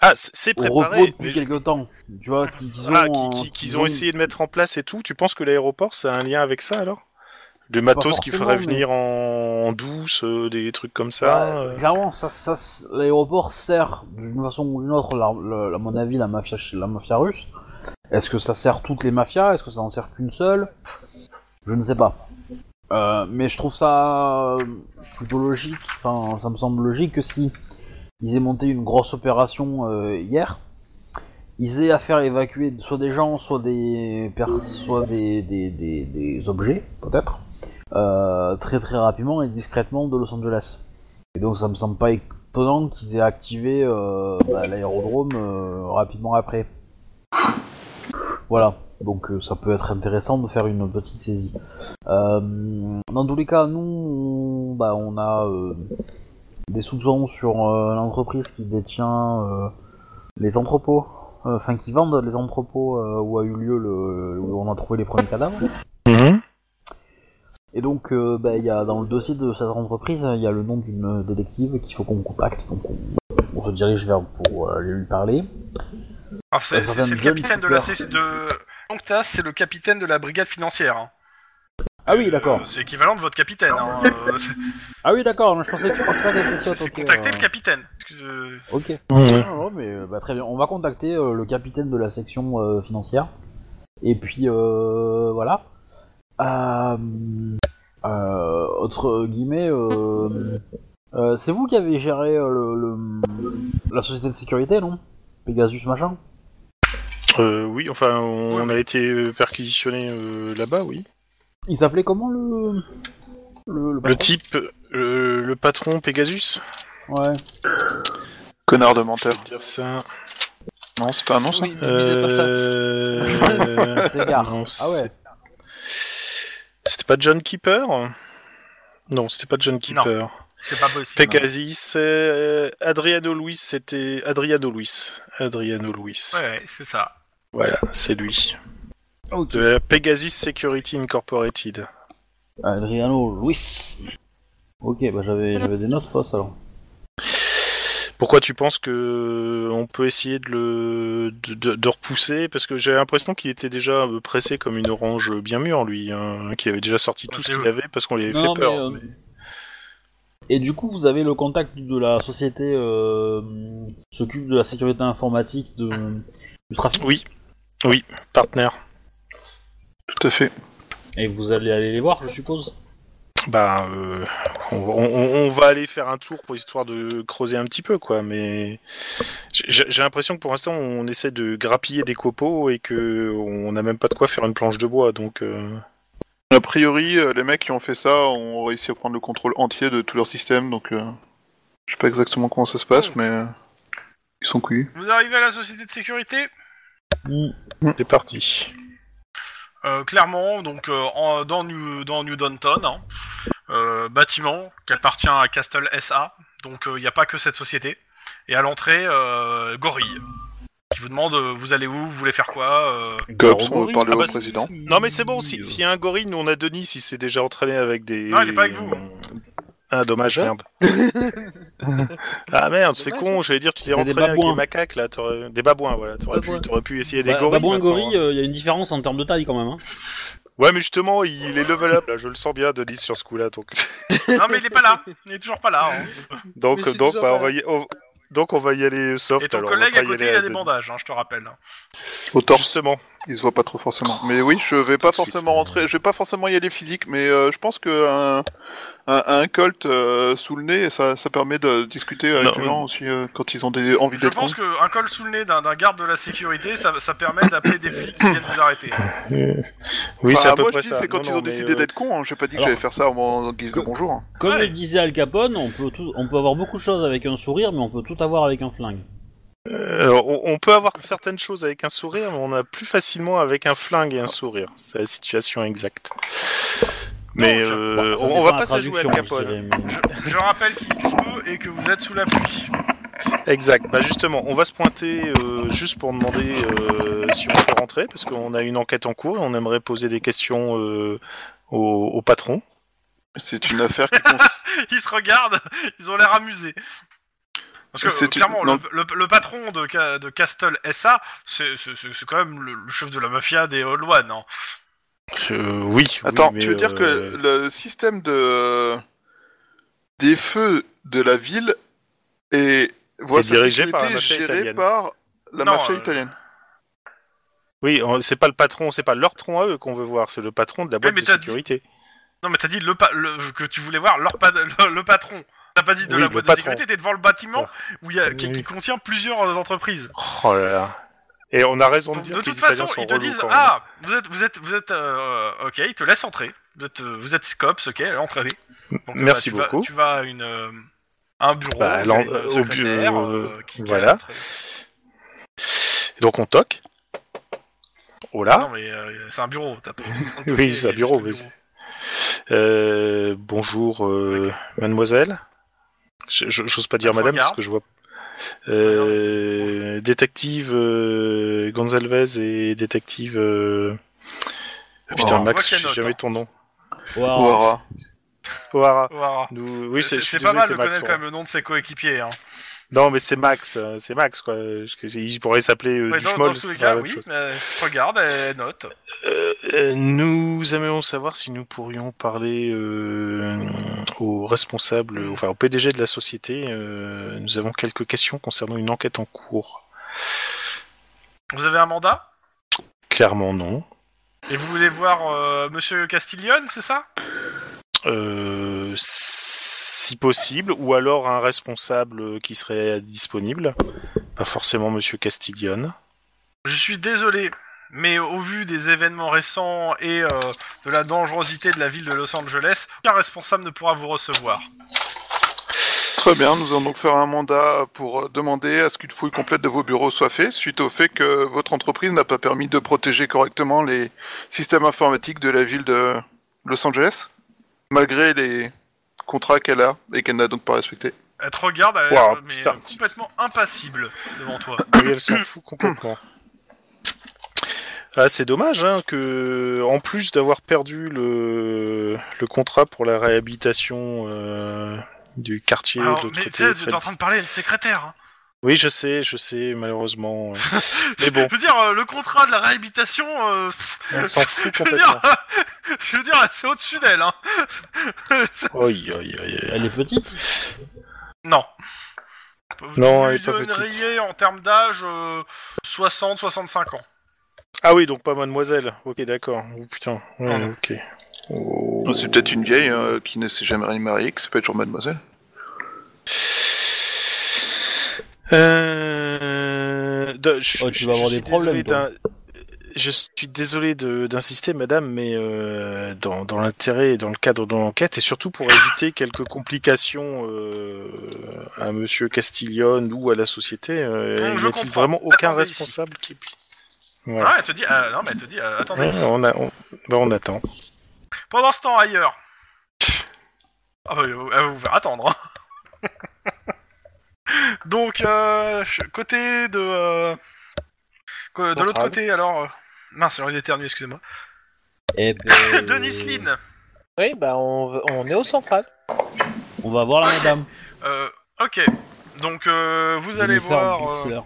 Ah, c'est- c'est au repos préparé. depuis mais- quelque temps. Tu vois, qu'ils qu'ils ont, Ah, un- qui- qui- qu'ils ont essayé de mettre en place et tout. Tu penses que l'aéroport, ça a un lien avec ça alors Le matos qui forcément, ferait mais- venir en... en douce, euh, des trucs comme ça. Hein, Bah, euh. Clairement, ça, ça, s- l'aéroport sert d'une façon ou d'une autre, la, le- à mon avis, la mafia, ch- la mafia russe. Est-ce que ça sert toutes les mafias Est-ce que ça en sert qu'une seule Je ne sais pas. Euh, mais je trouve ça euh, plutôt logique. Enfin, ça me semble logique que si ils aient monté une grosse opération euh, hier, ils aient à faire évacuer soit des gens, soit des per- soit des, des, des, des objets, peut-être, euh, très très rapidement et discrètement de Los Angeles. Et donc ça me semble pas étonnant qu'ils aient activé euh, bah, l'aérodrome euh, rapidement après. Voilà, donc euh, ça peut être intéressant de faire une petite saisie. Euh, dans tous les cas, nous, on, bah, on a euh, des soupçons sur euh, l'entreprise qui détient euh, les entrepôts, euh, enfin qui vendent les entrepôts euh, où a eu lieu le, où on a trouvé les premiers cadavres. Et donc, euh, bah, il y a, dans le dossier de cette entreprise, hein, il y a le nom d'une euh, détective qu'il faut qu'on contacte, donc on, on se dirige vers pour euh, aller lui parler. Alors, Ah, c'est Euh, c'est- Jordan c'est le John capitaine de la. Cooper. C- De... Anctas, c'est le capitaine de la brigade financière. hein. Ah oui, d'accord. Euh, c'est équivalent de votre capitaine. Hein. euh, c'est- Ah oui, d'accord. Je pensais que tu pensais pas qu'elle était c'est sotte, c'est ok, contacter euh, le capitaine. Excuse- euh, Ok. Mhm. Non, non, mais euh, bah, très bien. On va contacter euh, le capitaine de la section euh, financière. Et puis euh, voilà. Euh, euh, autre guillemets, euh, euh, c'est vous qui avez géré euh, le, le- la société de sécurité, non Pegasus machin. Euh, oui, enfin, on, on a été euh, perquisitionné euh, là-bas, oui. Il s'appelait comment le le, le, patron Le type, euh, le patron Pegasus. Ouais. Connard de Je vais menteur. te dire ça. Non, c'est pas un nom ça Oui, mais misez pas ça. Euh, C'est gare. non, Ah ouais. c'est- C'était pas John Keeper Non, c'était pas John Keeper. C'est pas possible. hein. Pegasus, euh, Adriano Luis, c'était Adriano Luis. Adriano Luis. Ouais, ouais, c'est ça. Voilà, c'est lui. Ok. De la Pegasus Security Incorporated. Adriano Luis. Ok, bah j'avais j'avais des notes fausses alors. Pourquoi tu penses que euh, on peut essayer de le de, de- de repousser Parce que j'ai l'impression qu'il était déjà euh, pressé comme une orange bien mûre, lui, hein, qui avait déjà sorti tout Ouais, ce c'est qu'il vrai. avait parce qu'on lui avait Non, fait mais, peur. euh, Et du coup, vous avez le contact de la société euh, qui s'occupe de la sécurité informatique de, du trafic. Oui, oui, partenaire. Tout à fait. Et vous allez aller les voir, je suppose. Bah, euh, on, on- on va aller faire un tour pour histoire de creuser un petit peu, quoi. Mais j'ai j'ai l'impression que pour l'instant, on essaie de grappiller des copeaux et que on n'a même pas de quoi faire une planche de bois. Donc, euh, A priori, euh, les mecs qui ont fait ça ont réussi à prendre le contrôle entier de tout leur système, donc euh, je sais pas exactement comment ça se passe, mais euh, ils sont couillus. Vous arrivez à la société de sécurité Hmm. c'est parti. Euh, clairement, donc euh, en- dans New dans New Downtown, hein. Euh, euh, bâtiment qui appartient à Castle SA, donc il n'y a pas que cette société. Et à l'entrée, euh, Gorille, qui vous demande euh, vous allez où, vous voulez faire quoi euh, Gobs, on Gorille. va parler Ah au bah, président. Non, mais c'est bon, si- s'il y a un gorille, nous on a Denis, il s'est déjà entraîné avec des. Non, il est pas avec vous. Ah, dommage, merde. ah merde, c'est Dommage. con, j'allais dire, tu t'es C'était des entraîné avec babouins. des macaques là, t'aurais- des babouins, voilà, t'aurais pu, Babouins. t'aurais pu essayer des Bah, gorilles. Babouin maintenant, gorille, hein. il y a une différence en termes de taille quand même. Hein. Ouais, mais justement, il est level up là, je le sens bien, Denis, sur ce coup là, donc. Non, mais il est pas là, il est toujours pas là. hein. Donc, Mais je suis donc, toujours bah, on pas- va y... on- donc on va y aller soft. Et ton alors, on va collègue pas à y côté, aller il à a des Denis. bandages, hein, je te rappelle. Au torse, Justement. il se voit pas trop forcément. Mais oui, je vais pas Tout de suite. forcément rentrer, je vais pas forcément y aller physique, mais euh, je pense que un, un, un colt euh, sous le nez, ça, ça permet de discuter avec Non, les mais- gens aussi euh, quand ils ont des envies Je d'être pense qu'un col sous le nez d'un d'un garde de la sécurité, ça, ça permet d'appeler des flics qui viennent vous arrêter. Oui, c'est Enfin, à peu moi, près je dis, ça. c'est quand Non, ils non, ont mais, décidé euh, d'être cons. Hein. J'ai pas dit que alors- j'allais faire ça en, en guise de bonjour. hein. Comme Ouais. le disait Al Capone, on peut, tout, on peut avoir beaucoup de choses avec un sourire, mais on peut tout avoir avec un flingue. Alors, on, on peut avoir certaines choses avec un sourire, mais on a plus facilement avec un flingue et un sourire. C'est la situation exacte. Mais Donc, euh, Bon, ça on, on dépend va de pas la s'ajouer à Al traduction, je Capone. dirais, mais- Je, je rappelle qu'il pleut et que vous êtes sous la pluie. Exact. Bah justement, on va se pointer euh, juste pour demander euh, si on peut rentrer, parce qu'on a une enquête en cours et on aimerait poser des questions euh, au, au patron. C'est une affaire qui concerne. Ils se regardent, ils ont l'air amusés. Parce que C'est euh, une- clairement, le, non. le- le patron de, Ca- de Castle SA, c'est c'est- c'est- c'est quand même le, le chef de la mafia des Old One. hein. Euh, oui. Attends, oui, mais, tu veux dire euh, que le système de des feux de la ville est voit Est sa dirigé sécurité par la mafia gérée italienne. par la Non, mafia euh, italienne. Oui, on- c'est pas le patron, c'est pas leur tronc à eux qu'on veut voir, c'est le patron de la boîte mais de t'as dit- sécurité. Non, mais t'as dit le, pa- le- que tu voulais voir leur pa- le, le patron. T'as pas dit de Oui, la le boîte de patron. sécurité, t'es devant le bâtiment où il y a, qui, Oui. qui contient plusieurs euh, entreprises. Oh là là. Et on a raison de Donc, dire de que les toute Italiens façon, sont ils te relous disent quand même. Ah, vous êtes, vous êtes, vous êtes, euh, ok, ils te laissent entrer. Vous êtes, euh, vous êtes Scops, ok, entrez. Donc, Merci bah, tu vas- beaucoup. tu vas à une, euh, à un bureau, Bah, il y a l'en- une euh, au secrétaire, bureau, euh, qui- qui voilà. a- Donc on toque. Oh là. Non, mais euh, c'est un bureau. t'as pas- Oui, c'est un bureau, mais Euh, bonjour, euh, mademoiselle. Je- je- J'ose pas dire Je madame regarde. parce que je vois. Euh, détective euh, Gonzalez et détective. euh, ah, putain, Oh, Max, moi, j'ai Kenote, jamais hein. ton nom. Ouah. Ouara. O'Hara. Voilà. Nous... Oui, c'est Euh, c'est je suis c'est pas désolé, mal t'es de Max, connaître O'Hara. quand même le nom de ses coéquipiers. Hein. Non, mais c'est Max, euh, c'est Max quoi. Je- je- Il pourrait s'appeler euh, Ouais, dans, dans Duchemol, tous ce les serait la cas, même oui, chose. mais regarde, elle note. Euh, euh, nous aimerions savoir si nous pourrions parler euh, au responsable, Mm. euh, enfin au PDG de la société. euh, nous avons quelques questions concernant une enquête en cours. Vous avez un mandat Clairement non. et vous voulez voir euh, Monsieur Castiglione, c'est ça Euh, si possible, ou alors un responsable euh, qui serait disponible. Pas forcément Monsieur Castiglione. Je suis désolé, mais au vu des événements récents et euh, de la dangerosité de la ville de Los Angeles, aucun responsable ne pourra vous recevoir. Très bien, nous allons donc faire un mandat pour euh, demander à ce qu'une fouille complète de vos bureaux soit faite suite au fait que votre entreprise n'a pas permis de protéger correctement les systèmes informatiques de la ville de Los Angeles, malgré les contrats qu'elle a et qu'elle n'a donc pas respectés. Elle te regarde, elle Wow, mais putain. euh, complètement impassible devant toi. Oui, elle s'en fout complètement. Ah, c'est dommage hein, que, en plus d'avoir perdu le, le contrat pour la réhabilitation euh, du quartier Alors, de l'autre mais tu côté, sais, près t'es de- en train de parler à une secrétaire. hein. Oui, je sais, je sais, malheureusement. euh, Mais bon, Je veux dire, euh, le contrat de la réhabilitation, euh, pff, elle s'en fout je veux dire, complètement. je veux dire, c'est au-dessus d'elle. Hein. Aïe, aïe, aïe, aïe. Elle est petite. Non. Vous Non, elle lui est pas petite. donneriez, en termes d'âge, 60-65 ans. Ah oui, donc pas mademoiselle. Ok, d'accord. Oh, putain. Ouais, Ah non. ok. Oh. C'est peut-être une vieille euh, qui ne s'est jamais mariée, qui s'appelle toujours mademoiselle. Euh... de- je- Oh, tu je- vas avoir je des suis désolé problèmes, toi. d'un- Je suis désolé de- d'insister, madame, mais euh, dans, dans l'intérêt et dans le cadre de l'enquête, et surtout pour éviter quelques complications euh, à monsieur Castiglione ou à la société, euh, Hum, je y a-t-il comprends. vraiment aucun Attendez ici. responsable qui... puis- Ah, Voilà. elle te dit, euh, non, mais elle te dit, euh, attendez. ben, Ouais, on, a- on- bah, on attend. Pendant ce temps, ailleurs. Ah bah, elle va vous faire attendre. hein. Donc, euh, je- côté de... euh, co- de l'autre Central. côté, alors... euh, Mince, j'ai envie d'éternuer, excusez-moi. Eh ben, Euh, Denis Lynn Oui, bah on, va- on est au central. On va voir la madame. Euh, ok. Donc, euh, vous allez Jennifer voir euh, Bixler.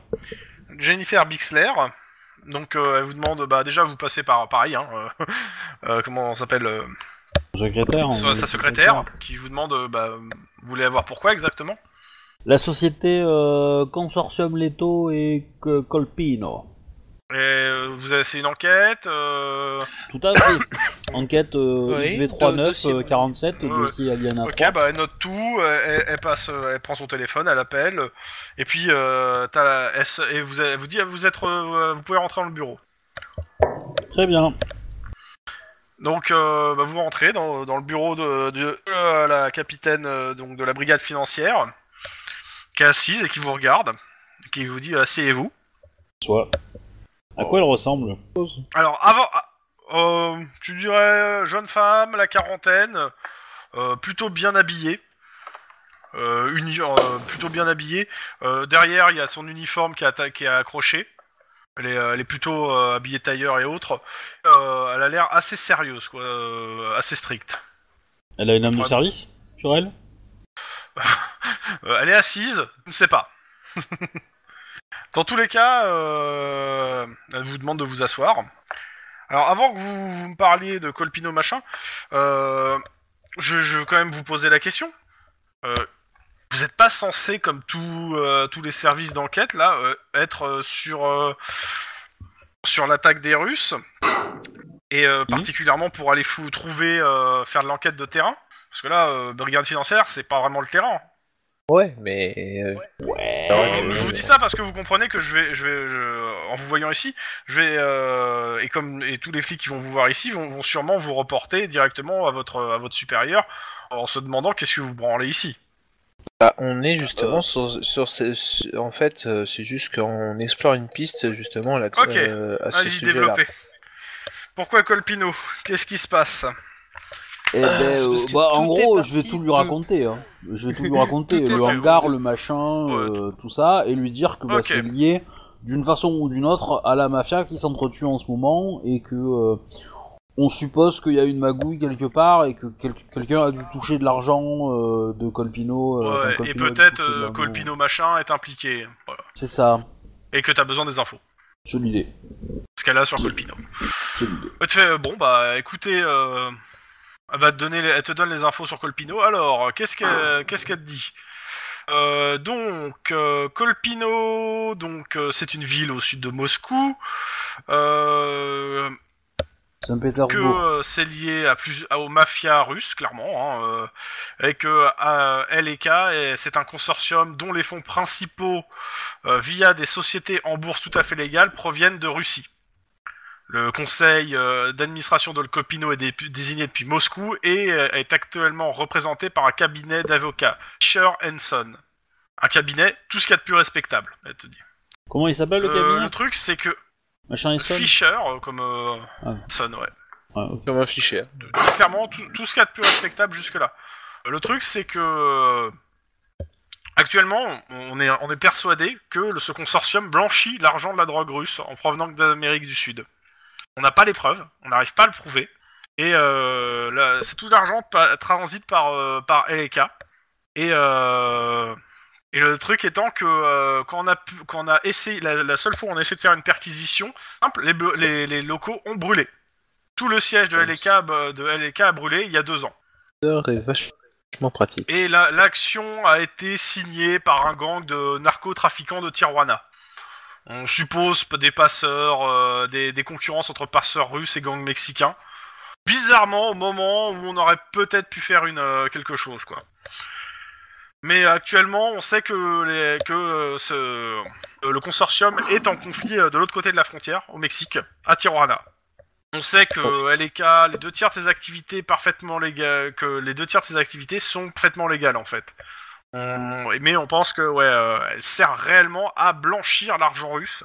Jennifer Bixler. Donc, euh, elle vous demande, bah, déjà, vous passez par Paris, hein, euh, euh, comment on s'appelle euh, Secrétaire, on Sa est sa secrétaire, qui vous demande, euh, bah, vous voulez avoir pourquoi exactement La société euh, Consortium Leto et Co- Colpino. Et euh, vous avez, c'est une enquête euh, Tout à fait. Enquête euh, Oui, XV de- dossier, 39 euh, oui. 47 Ouais, dossier Aliana Ok, 3. bah elle note tout, euh, elle, elle passe, euh, elle prend son téléphone, elle appelle, euh, et puis euh, t'as la- elle, se- et vous, elle vous dit ah, vous êtes, euh, vous pouvez rentrer dans le bureau. Très bien. Donc euh, bah, vous rentrez dans, dans le bureau de, de, euh, la capitaine euh, donc de la brigade financière, qui est assise et qui vous regarde, et qui vous dit euh, asseyez-vous. Soit. À quoi elle ressemble Alors avant, ah, euh, tu dirais euh, jeune femme, la quarantaine, euh, plutôt bien habillée. Euh, uni- euh, plutôt bien habillée. Euh, derrière, il y a son uniforme qui est, atta- qui est accroché. Elle est, euh, elle est plutôt euh, habillée tailleur et autres. Euh, elle a l'air assez sérieuse, quoi, euh, assez stricte. Elle a une âme de Ouais. service sur elle Euh, elle est assise, je ne sais pas. Dans tous les cas, euh, elle vous demande de vous asseoir. Alors, avant que vous, vous me parliez de Colpino machin, euh, je, je veux quand même vous poser la question. Euh, vous n'êtes pas censé, comme tout, euh, tous les services d'enquête, là, euh, être euh, sur, euh, sur l'attaque des Russes, et euh, particulièrement pour aller fou, trouver, euh, faire de l'enquête de terrain. Parce que là, euh, brigade financière, c'est pas vraiment le terrain. Ouais, mais. euh, Ouais. Ouais, Euh, Je ouais, vous ouais. dis ça parce que vous comprenez que je vais, je vais, je- en vous voyant ici, je vais euh, et comme et tous les flics qui vont vous voir ici vont, vont sûrement vous reporter directement à votre à votre supérieur en se demandant qu'est-ce que vous branlez ici. bah, on est justement sur, sur, ce- ce- En fait, euh, c'est juste qu'on explore une piste justement là, Ok. euh, à ce Allez-y, sujet-là. développez. Pourquoi Colpino Qu'est-ce qui se passe Eh Ah, ben, c'est euh, parce que bah, en tout est gros, je vais parti tout lui de- raconter. hein. Je vais tout lui raconter, Tout est le parti. hangar, le machin, Ouais. euh, tout ça, et lui dire que bah, Ok. c'est lié d'une façon ou d'une autre à la mafia qui s'entretue en ce moment et que euh, on suppose qu'il y a une magouille quelque part et que quel- quelqu'un a dû toucher de l'argent euh, de Colpino. euh, enfin, Ouais, Et Colpino a dû peut-être toucher de euh, l'argent. Colpino machin est impliqué. Voilà. C'est ça, Et que t'as besoin des infos. c'est l'idée. Ce qu'elle a sur Colpino. C'est l'idée. Elle te fait, euh, bon bah écoutez, euh, elle va te donner, les- elle te donne les infos sur Colpino. Alors qu'est-ce qu'elle, qu'est-ce qu'elle te dit Euh, Donc euh, Colpino, donc euh, c'est une ville au sud de Moscou. Euh, que Saint-Pétersbourg. euh, c'est lié à plus à- aux mafias russes clairement hein, euh, et que euh, LK est- c'est un consortium dont les fonds principaux euh, via des sociétés en bourse tout à fait légales proviennent de Russie. Le conseil euh, d'administration de Copino est dé- désigné depuis Moscou et euh, est actuellement représenté par un cabinet d'avocats, Fisher Henson. Un cabinet, tout ce qu'il y a de plus respectable, elle te dit. Comment il s'appelle le Euh, cabinet le truc, c'est que Machin et son Fisher, euh, comme euh, Ah. Henson, ouais. Ouais, ok. Comme un fichier. clairement tout, tout ce qu'il y a de plus respectable jusque-là. Le truc, c'est que euh, actuellement, on est, on est persuadé que le- ce consortium blanchit l'argent de la drogue russe en provenant d'Amérique du Sud. On n'a pas les preuves, on n'arrive pas à le prouver, et euh, là, c'est tout l'argent pa- transite par euh, par LK. Et euh, et le truc étant que euh, quand on a pu- quand on a essayé la, la seule fois où on a essayé de faire une perquisition simple, les bu- les- les locaux ont brûlé. Tout le siège de LK, bah, de LK a brûlé il y a deux ans. est vachement pratique. Et la- l'action a été signée par un gang de narcotrafiquants de Tijuana. On suppose des passeurs, euh, des, des concurrences entre passeurs russes et gangs mexicains. Bizarrement, au moment où on aurait peut-être pu faire une euh, quelque chose, quoi. Mais actuellement, on sait que, les- que euh, ce, euh, le consortium est en conflit euh, de l'autre côté de la frontière, au Mexique, à Tijuana. On sait que euh, LK, les deux tiers de ses activités parfaitement légales, que les deux tiers de ses activités sont parfaitement légales en fait. On- mais on pense que ouais, euh, elle sert réellement à blanchir l'argent russe,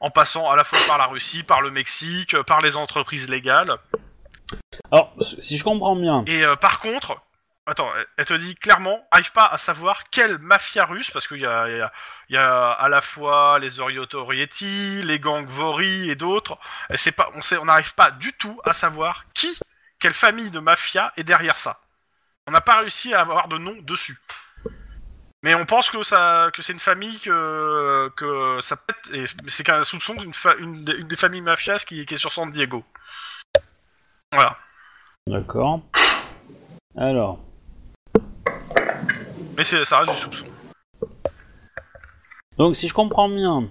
en passant à la fois par la Russie, par le Mexique, euh, par les entreprises légales. Alors, si je comprends bien, Et euh, par contre, Attends, elle- elle te dit clairement, arrive pas à savoir quelle mafia russe, parce qu'il y a, il y a- il y a à la fois les Oriotorietti, les gangs Vori et d'autres. Elle sait pas, on sait, on n'arrive pas du tout à savoir qui, quelle famille de mafia est derrière ça. On n'a pas réussi à avoir de nom dessus. Mais on pense que ça, que c'est une famille que, que ça peut être, et c'est qu'un soupçon d'une fa- une, des- une des familles mafias qui, qui est sur San Diego. Voilà. D'accord. Alors. Mais c'est, ça reste du soupçon. Donc, si je comprends bien,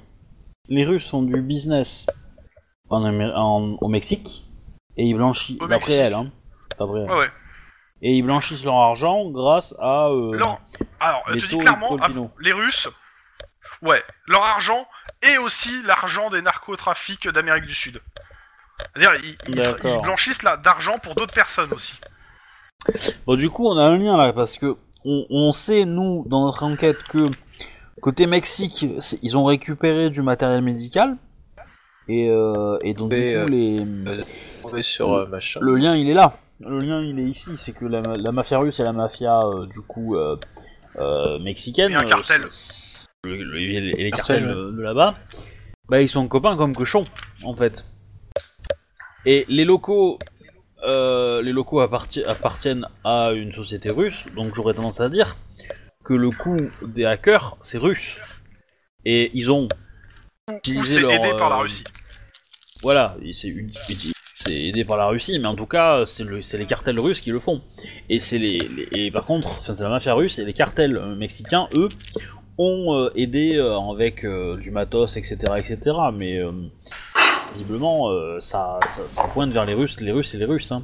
les Russes font du business en Amé- en- au Mexique et ils blanchissent. Au D'après Mexique. Ah. elle, hein. D'après elle. Ouais, ouais. Et ils blanchissent leur argent grâce à. euh, Leur- Alors, Les je te dis taux clairement, Paul ah, Pinot. les Russes, ouais, leur argent et aussi l'argent des narcotrafics d'Amérique du Sud. C'est-à-dire, ils, ils- D'accord. ils blanchissent là, d'argent pour d'autres personnes aussi. Bon, du coup, on a un lien là parce que on, on sait nous dans notre enquête que côté Mexique, c'est- ils ont récupéré du matériel médical et, euh, et donc du Et, coup, euh, les- On est sur euh, machin. le lien il est là. Le lien il est ici, c'est que la, la mafia russe et la mafia euh, du coup euh, euh, mexicaine, Et un cartel. euh, c'est- le- le- et les, et les Cartel, cartels de, de là-bas, bah ils sont copains comme cochons en fait. Et les locaux, euh, les locaux apparti- appartiennent à une société russe, donc j'aurais tendance à dire que le coup des hackers c'est russe. Et ils ont Ou utilisé c'est leur, aidé par la euh, Russie. voilà, et c'est une- et- c'est aidé par la Russie, mais en tout cas, c'est le- c'est les cartels russes qui le font. Et c'est les, les- et par contre, ça, c'est la mafia russe et les cartels euh, mexicains, eux, ont euh, aidé euh, avec euh, du matos, etc., etc. Mais euh, visiblement, euh, ça, ça, ça pointe vers les Russes, les Russes et les Russes. hein.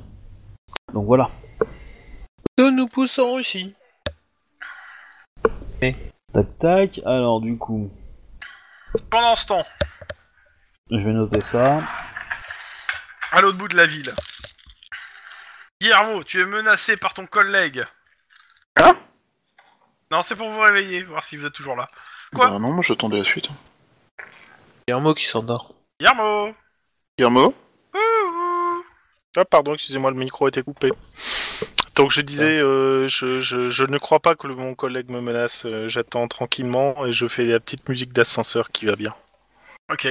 Donc voilà. Nous nous poussons aussi. Tac tac. Alors du coup, Pendant ce temps, je vais noter ça. à l'autre bout de la ville, Guillermo, tu es menacé par ton collègue. Hein Non, c'est pour vous réveiller, voir si vous êtes toujours là. Quoi Bah non, moi j'attendais la suite. Il y a un mot qui s'endort. Guillermo Guillermo Ouhou Ah, pardon, excusez-moi, le micro était coupé. Donc je disais, euh, je, je- je ne crois pas que le- mon collègue me menace. euh, J'attends tranquillement et je fais la petite musique d'ascenseur qui va bien. Ok.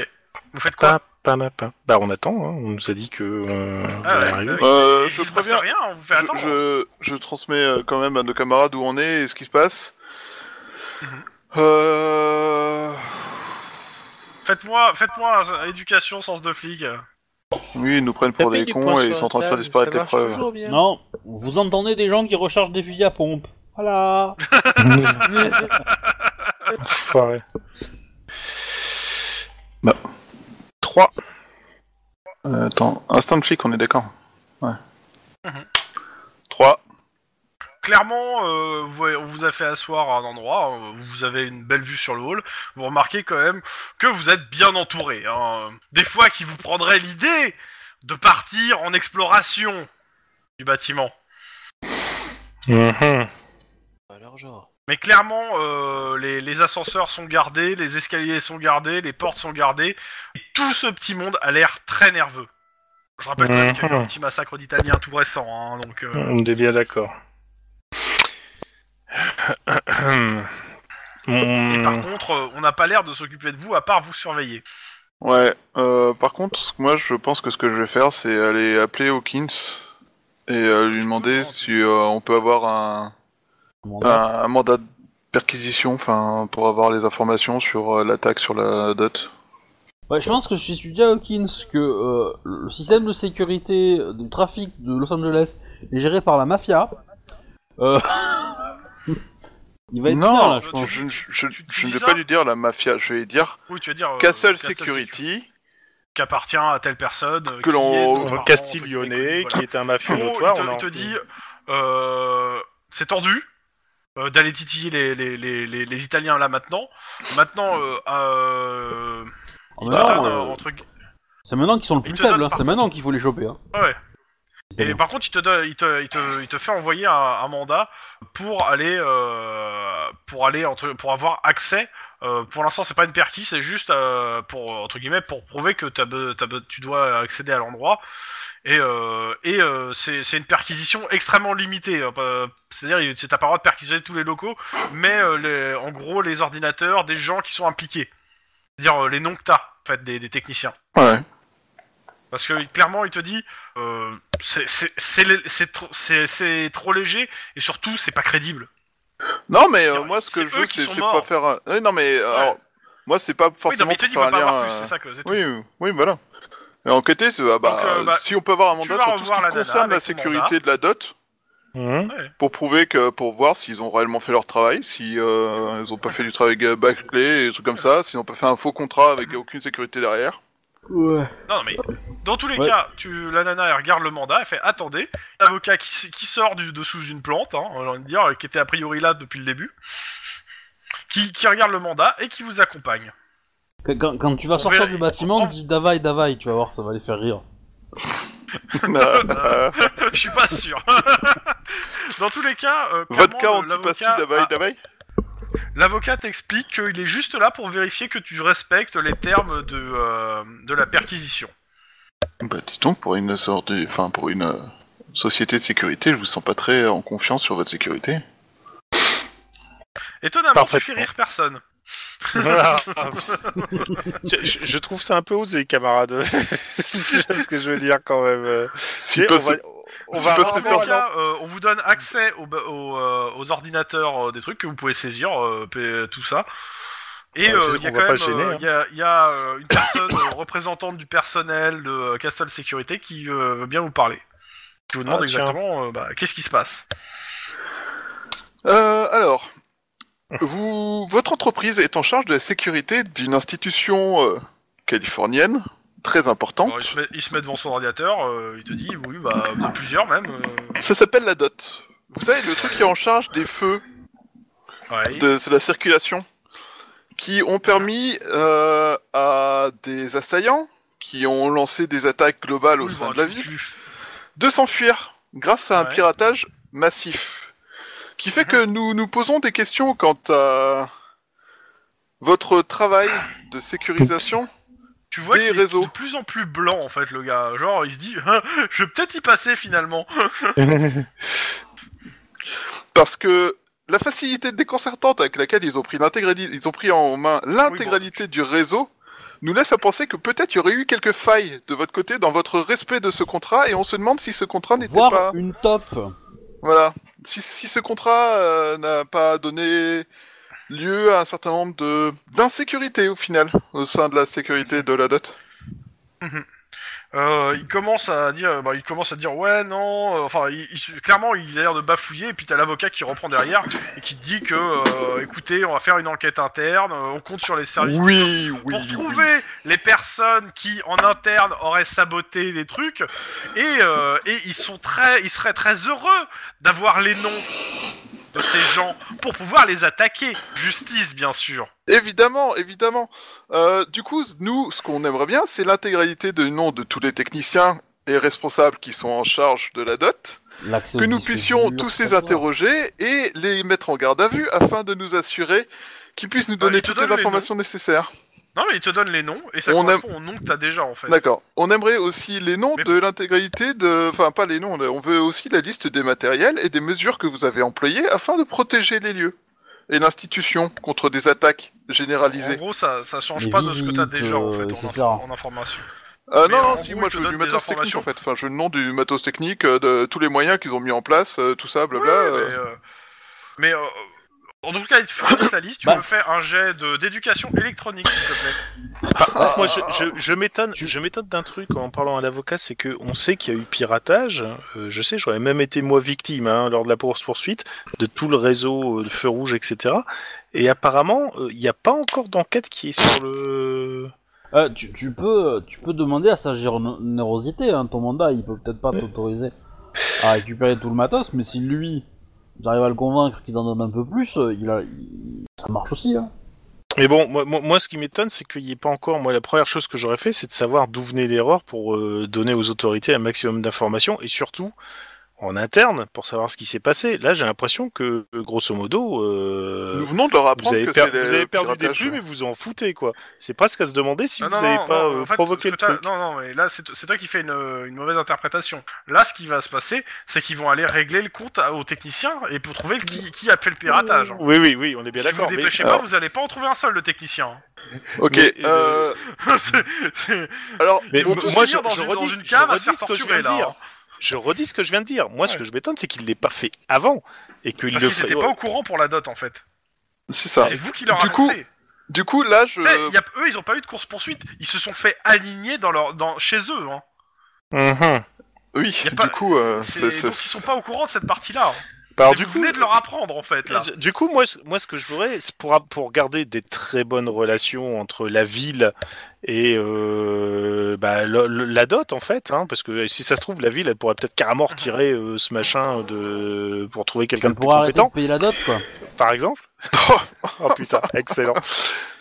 Vous faites quoi Pa, pa, na, pa. Bah on attend, hein, on nous a dit que... euh, on Ah ouais, allait arriver. bah oui. euh, Il Je se passe préviens. rien, on vous fait Je, attendre. hein. je, je transmets euh, quand même à nos camarades où on est et ce qui se passe. Mhm. Euh... Faites-moi, faites-moi euh, éducation, sens de flic. Oui, ils nous prennent pour Taper des du cons poing et ils sur sont en la train de faire disparaître table, ça les marche preuves. toujours bien. Non, vous entendez des gens qui rechargent des fusils à pompe. Voilà. Enfoiré. Bah. 3. Euh, attends, instant de flic, on est d'accord Ouais. Mhm. 3. Clairement, euh, vous- on vous a fait asseoir à un endroit, euh, vous avez une belle vue sur le hall, vous remarquez quand même que vous êtes bien entouré. hein. Des fois qui vous prendrait l'idée de partir en exploration du bâtiment. Mhm. Alors genre. Mais clairement, euh, les, les ascenseurs sont gardés, les escaliers sont gardés, les portes sont gardées. Et tout ce petit monde a l'air très nerveux. Je rappelle quand même qu'il y a eu un petit massacre d'Italiens tout récent, hein, donc... euh, On est bien d'accord. Et par Mon- contre, euh, on n'a pas l'air de s'occuper de vous à part vous surveiller. Ouais, euh, par contre, ce que moi je pense que ce que je vais faire, c'est aller appeler Hawkins et euh, lui demander si euh, on peut avoir un, un, un mandat de perquisition enfin, pour avoir les informations sur euh, l'attaque sur la dot. Ouais, je pense que si tu dis à Hawkins que euh, le système de sécurité euh, du trafic de Los Angeles est géré par la mafia, euh, il va être Non, clair, là, je tu- pense. Je, je- je- Tu- tu je dis ne vais ça pas lui dire la mafia, je vais lui dire Oui, tu veux dire. euh, Castle Castle Security, Security. Qui appartient à telle personne. euh, Que qui l'on- est Euh, notoire, Castiglione, entre qui est un mafieux guillemets, notoire. voilà. En gros, il on a- te, il te dit. euh, c'est tendu. euh, d'aller titiller les, les, les, les, les Italiens là maintenant. Maintenant, euh, euh, En il même te temps, donne, euh, euh, entre gu- C'est maintenant qu'ils sont le plus il te donne faibles, hein, par- c'est maintenant qu'il faut les choper. Hein. Ouais. C'est Et bon. par contre, il te, donne- il te, il te, il te fait envoyer un, un mandat pour aller, euh, pour aller entre, pour avoir accès. euh, pour l'instant, c'est pas une perquis, c'est juste euh, pour entre guillemets pour prouver que t'as be- t'as be- tu dois accéder à l'endroit Et, euh, et euh, c'est c'est une perquisition extrêmement limitée. hein, pas- C'est-à-dire, il- t'as pas le droit de perquisitionner tous les locaux, mais euh, les- en gros, les ordinateurs des gens qui sont impliqués. C'est-à-dire euh, les noms que t'as, en fait, des, des techniciens. Ouais. Parce que clairement, il te dit, euh, c'est- c'est- c'est le- c'est trop- c'est- c'est trop léger, et surtout, c'est pas crédible. Non, mais euh, C'est-à-dire, moi, ce que c'est je eux veux, qui c'est sont c'est morts. pas faire. un- Ouais, non, mais euh, alors, moi, c'est pas forcément oui, non, mais il te pour dit, il va faire pas un avoir lien, plus, euh, c'est ça que... c'est tout. Oui, oui, oui, voilà. Et enquêter, c'est ah, bah, Donc, euh, bah, si on peut avoir un tu mandat vas sur tout ce revoir qui la nana concerne la avec son sécurité de la dot, Mhm. pour prouver que, pour voir s'ils ont réellement fait leur travail, si euh, ils ont pas fait du travail euh, bâclé, et des trucs comme ça, s'ils ont pas fait un faux contrat avec aucune sécurité derrière. Ouais. Non, non, mais dans tous les Ouais. cas, tu, la nana elle regarde le mandat, elle fait attendez, l'avocat qui, s- qui sort du, de sous une plante, hein, on va dire, qui était a priori là depuis le début, qui, qui regarde le mandat et qui vous accompagne. Quand- Quand, quand tu vas On sortir verra- du bâtiment, on- dis Davaï, Davaï, tu vas voir, ça va les faire rire. Euh, Je suis pas sûr. dans tous les cas, euh, Vodka clairement, le- antipasti l'avocat- d'Avaï d'Avaï ah, l'avocat t'explique qu'il est juste là pour vérifier que tu respectes les termes de, euh, de la perquisition. Bah, dis donc, pour une, sorte de... enfin, pour une euh, société de sécurité, je vous sens pas très euh, en confiance sur votre sécurité. Étonnamment, tu fais Parfaitement. rire personne. Ah. Voilà. je, je- je trouve ça un peu osé, camarade. c'est ce que je veux dire quand même. euh. S'ils Et peuvent on va, se- on s'ils va peuvent se En faire- rarement tout aller en- cas, euh, on vous donne accès au ba- au, euh, aux ordinateurs euh, des trucs que vous pouvez saisir, euh, p- tout ça. Et Ouais, Bah, c'est euh, sûr il y a qu'on va quand pas même se gêner, euh, hein. il y a- il y a, euh, une personne euh, représentante du personnel de euh, Castle Sécurité qui euh, veut bien vous parler. Qui vous demande Ah, tiens. exactement euh, bah, qu'est-ce qui se passe. Euh, alors, vous, votre entreprise est en charge de la sécurité d'une institution euh, californienne très importante. Alors, il, se met, il se met devant son ordinateur, euh, il te dit oui, bah de plusieurs même. euh, Ça s'appelle la DOT. Vous savez, le truc qui est en charge des feux, ouais. de, c'est la circulation, qui ont permis euh, à des assaillants, qui ont lancé des attaques globales au Oui, sein bah, de la tu- ville, tu- de s'enfuir grâce à un Ouais. piratage massif. Qui fait que nous nous posons des questions quant à votre travail de sécurisation. Tu vois Des qu'il est réseaux. de plus en plus blanc en fait le gars. Genre il se dit je vais peut-être y passer finalement. Parce que la facilité déconcertante avec laquelle ils ont pris, l'intégrali- ils ont pris en main l'intégralité du réseau nous laisse à penser que peut-être il y aurait eu quelques failles de votre côté dans votre respect de ce contrat et on se demande si ce contrat n'était Voir pas... une top. Voilà. Si, si ce contrat euh, n'a pas donné lieu à un certain nombre de d'insécurité au final au sein de la sécurité de la dot. Euh, il commence à dire, bah, il commence à dire ouais non, euh, enfin il- il- clairement il a l'air de bafouiller et puis t'as l'avocat qui reprend derrière et qui te dit que euh, écoutez on va faire une enquête interne, euh, on compte sur les services Oui, oui, pour oui. trouver les personnes qui en interne auraient saboté les trucs et, euh, et ils sont très, ils seraient très heureux d'avoir les noms de ces gens pour pouvoir les attaquer. Justice bien sûr. Évidemment, évidemment. Euh, du coup, nous, ce qu'on aimerait bien, c'est l'intégralité du nom de tous les techniciens et responsables qui sont en charge de la dot, L'accès que au nous disque puissions dur, tous les ça va. interroger et les mettre en garde à vue afin de nous assurer qu'ils puissent nous Bah, donner ils te toutes donnent les les informations nécessaires. Non mais il te donne les noms et ça On a- correspond au nom que t'as déjà en fait. D'accord. On aimerait aussi les noms Mais- de l'intégralité de... Enfin, pas les noms, on veut aussi la liste des matériels et des mesures que vous avez employées afin de protéger les lieux et l'institution contre des attaques En généralisées. gros, ça, ça change Les pas de ce que t'as visites, déjà en fait euh, etc. en, inf- en information. Euh, Mais non, en non, si, gros, moi ils te je veux du donnent des matos technique informations. en fait. Enfin, je veux le nom du matos technique, euh, de tous les moyens qu'ils ont mis en place, euh, tout ça, blabla. Ouais, euh. mais, euh, mais, euh, en tout cas, il te fournit la liste. Tu Bah. me fais un jet de d'éducation électronique, s'il te plaît. Par contre, Bah, moi, je, je, je m'étonne, je m'étonne d'un truc en parlant à l'avocat, c'est que on sait qu'il y a eu piratage. euh, je sais, j'aurais même été moi victime hein, lors de la course poursuite de tout le réseau euh, de feu rouge, etc. Et apparemment, euh, il n'y a pas encore d'enquête qui est sur le. Euh, tu, tu peux, tu peux demander à sa générosité, hein, ton mandat, il peut peut-être pas t'autoriser à récupérer tout le matos, mais si lui, j'arrive à le convaincre qu'il en donne un peu plus, euh, il a, il- ça marche aussi. Hein. Mais bon, moi, moi, moi, ce qui m'étonne, c'est qu'il n'y ait pas encore. Moi, la première chose que j'aurais fait, c'est de savoir d'où venait l'erreur pour euh, donner aux autorités un maximum d'informations et surtout en interne pour savoir ce qui s'est passé. Là, j'ai l'impression que, euh, grosso modo, euh, Nous venons de leur vous apprendre avez, que per- c'est des vous avez perdu des piratages, plumes ouais. et vous en foutez, quoi. C'est presque à se demander si Non, vous Ah non, n'avez non, pas non, euh, en fait, provoqué ce le que t'as- truc. Non, non, mais là, c'est t- c'est toi qui fais une, euh, une mauvaise interprétation. Là, ce qui va se passer, c'est qu'ils vont aller régler le compte à- aux techniciens et pour trouver le- qui, qui a fait le piratage. hein. Oui, oui, oui, on est bien Si vous d'accord. vous mais- dépêchez pas, vous allez pas en trouver un seul, le technicien. hein. Ok, Mais, euh, C'est- c'est- alors, Mais vont m- tous moi, je, finir dans je une- redis, dans une cave je à se redis faire ce que je torturer, viens là, de dire. hein. Je redis ce que je viens de dire. Moi, ce Ouais. que je m'étonne, c'est qu'il ne l'ait pas fait avant et qu'il Parce le qu'ils fait. étaient pas au courant pour la dot, en fait. c'est ça. C'est vous qui leur Du coup, euh, annoncez. Du coup, là, je... Tu sais, y a- Eux, ils ont pas eu de course-poursuite. Ils se sont fait aligner dans leur... dans... chez eux. Hein. Mhm. Oui, y a pas- du coup, euh, C'est- c'est... Donc, ils c'est- sont pas au courant de cette partie-là. hein. Alors, Et du vous coup, venez de leur apprendre, en fait, là. Du- Du coup, moi, ce- moi, ce que je voudrais, c'est pour, a- pour garder des très bonnes relations entre la ville et euh, bah, le- le- la dot, en fait, hein, parce que si ça se trouve, la ville, elle pourrait peut-être carrément retirer euh, ce machin de pour trouver Quelqu'un quelqu'un de plus pourra arrêter de compétent, payer la dot, quoi. par exemple. oh putain, excellent.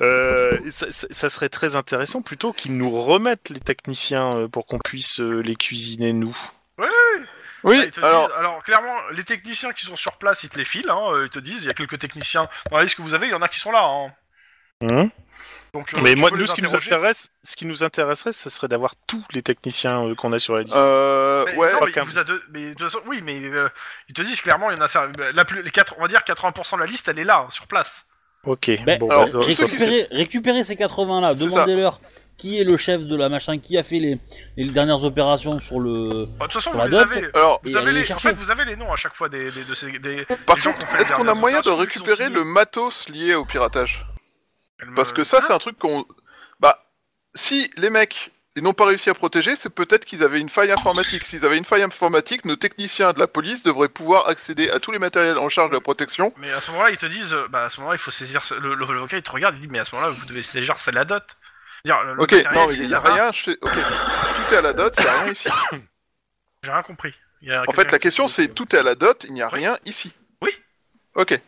Euh, et ça, ça- ça serait très intéressant plutôt qu'ils nous remettent les techniciens euh, pour qu'on puisse euh, les cuisiner nous. Ah, Oui, ils te disent- alors... alors... clairement, les techniciens qui sont sur place, ils te les filent. hein, euh, ils te disent, il y a quelques techniciens dans la liste que vous avez, il y en a qui sont là. hein. Hein Donc, euh, Mais tu moi, peux nous, les ce qui nous interroger. intéresse, ce qui nous intéresserait, ce serait d'avoir tous les techniciens euh, qu'on a sur la liste. Euh, Mais ouais, non, pas mais, il qu'un. vous a deux- mais de toute façon, oui, mais euh, ils te disent clairement, il y en a ça- la plus, les quatre, on va dire 80% de la liste, elle est là, hein, sur place. Ok. Ben, bon, alors, bah, tous ceux qui Récupérez, récupérez ces 80 là, C'est demandez-leur qui est le chef de la machin, qui a fait les, les dernières opérations sur le. Bah, de toute Sur façon, vous la les dot, avez. Alors, Et Vous avez allez les les, en chercher. fait, vous avez les noms à chaque fois des, des- de ces- des- par les gens qui ont contre, fait les est-ce qu'on a dernières moyen opérations, ils de sont récupérer signés. le matos lié au piratage Elle me- Parce que ça, c'est un truc qu'on... Bah, si les mecs, ils n'ont pas réussi à protéger, c'est peut-être qu'ils avaient une faille informatique. S'ils avaient une faille informatique, nos techniciens de la police devraient pouvoir accéder à tous les matériels en charge de la protection. Mais à ce moment-là, ils te disent, euh, bah à ce moment-là, il faut saisir. ce- Le, le, l'avocat, il te regarde, il dit, mais à ce moment-là, vous devez saisir, c'est la dot. Dire, le- le ok, matériel, non, mais il est n'y a là-bas. rien chez... Ok, tout est à la dot, il n'y a rien ici. J'ai rien compris. Il y a En quelqu'un fait, la qui- question, c'est tout est à la dot, il n'y a Oui. rien ici. Oui. Ok.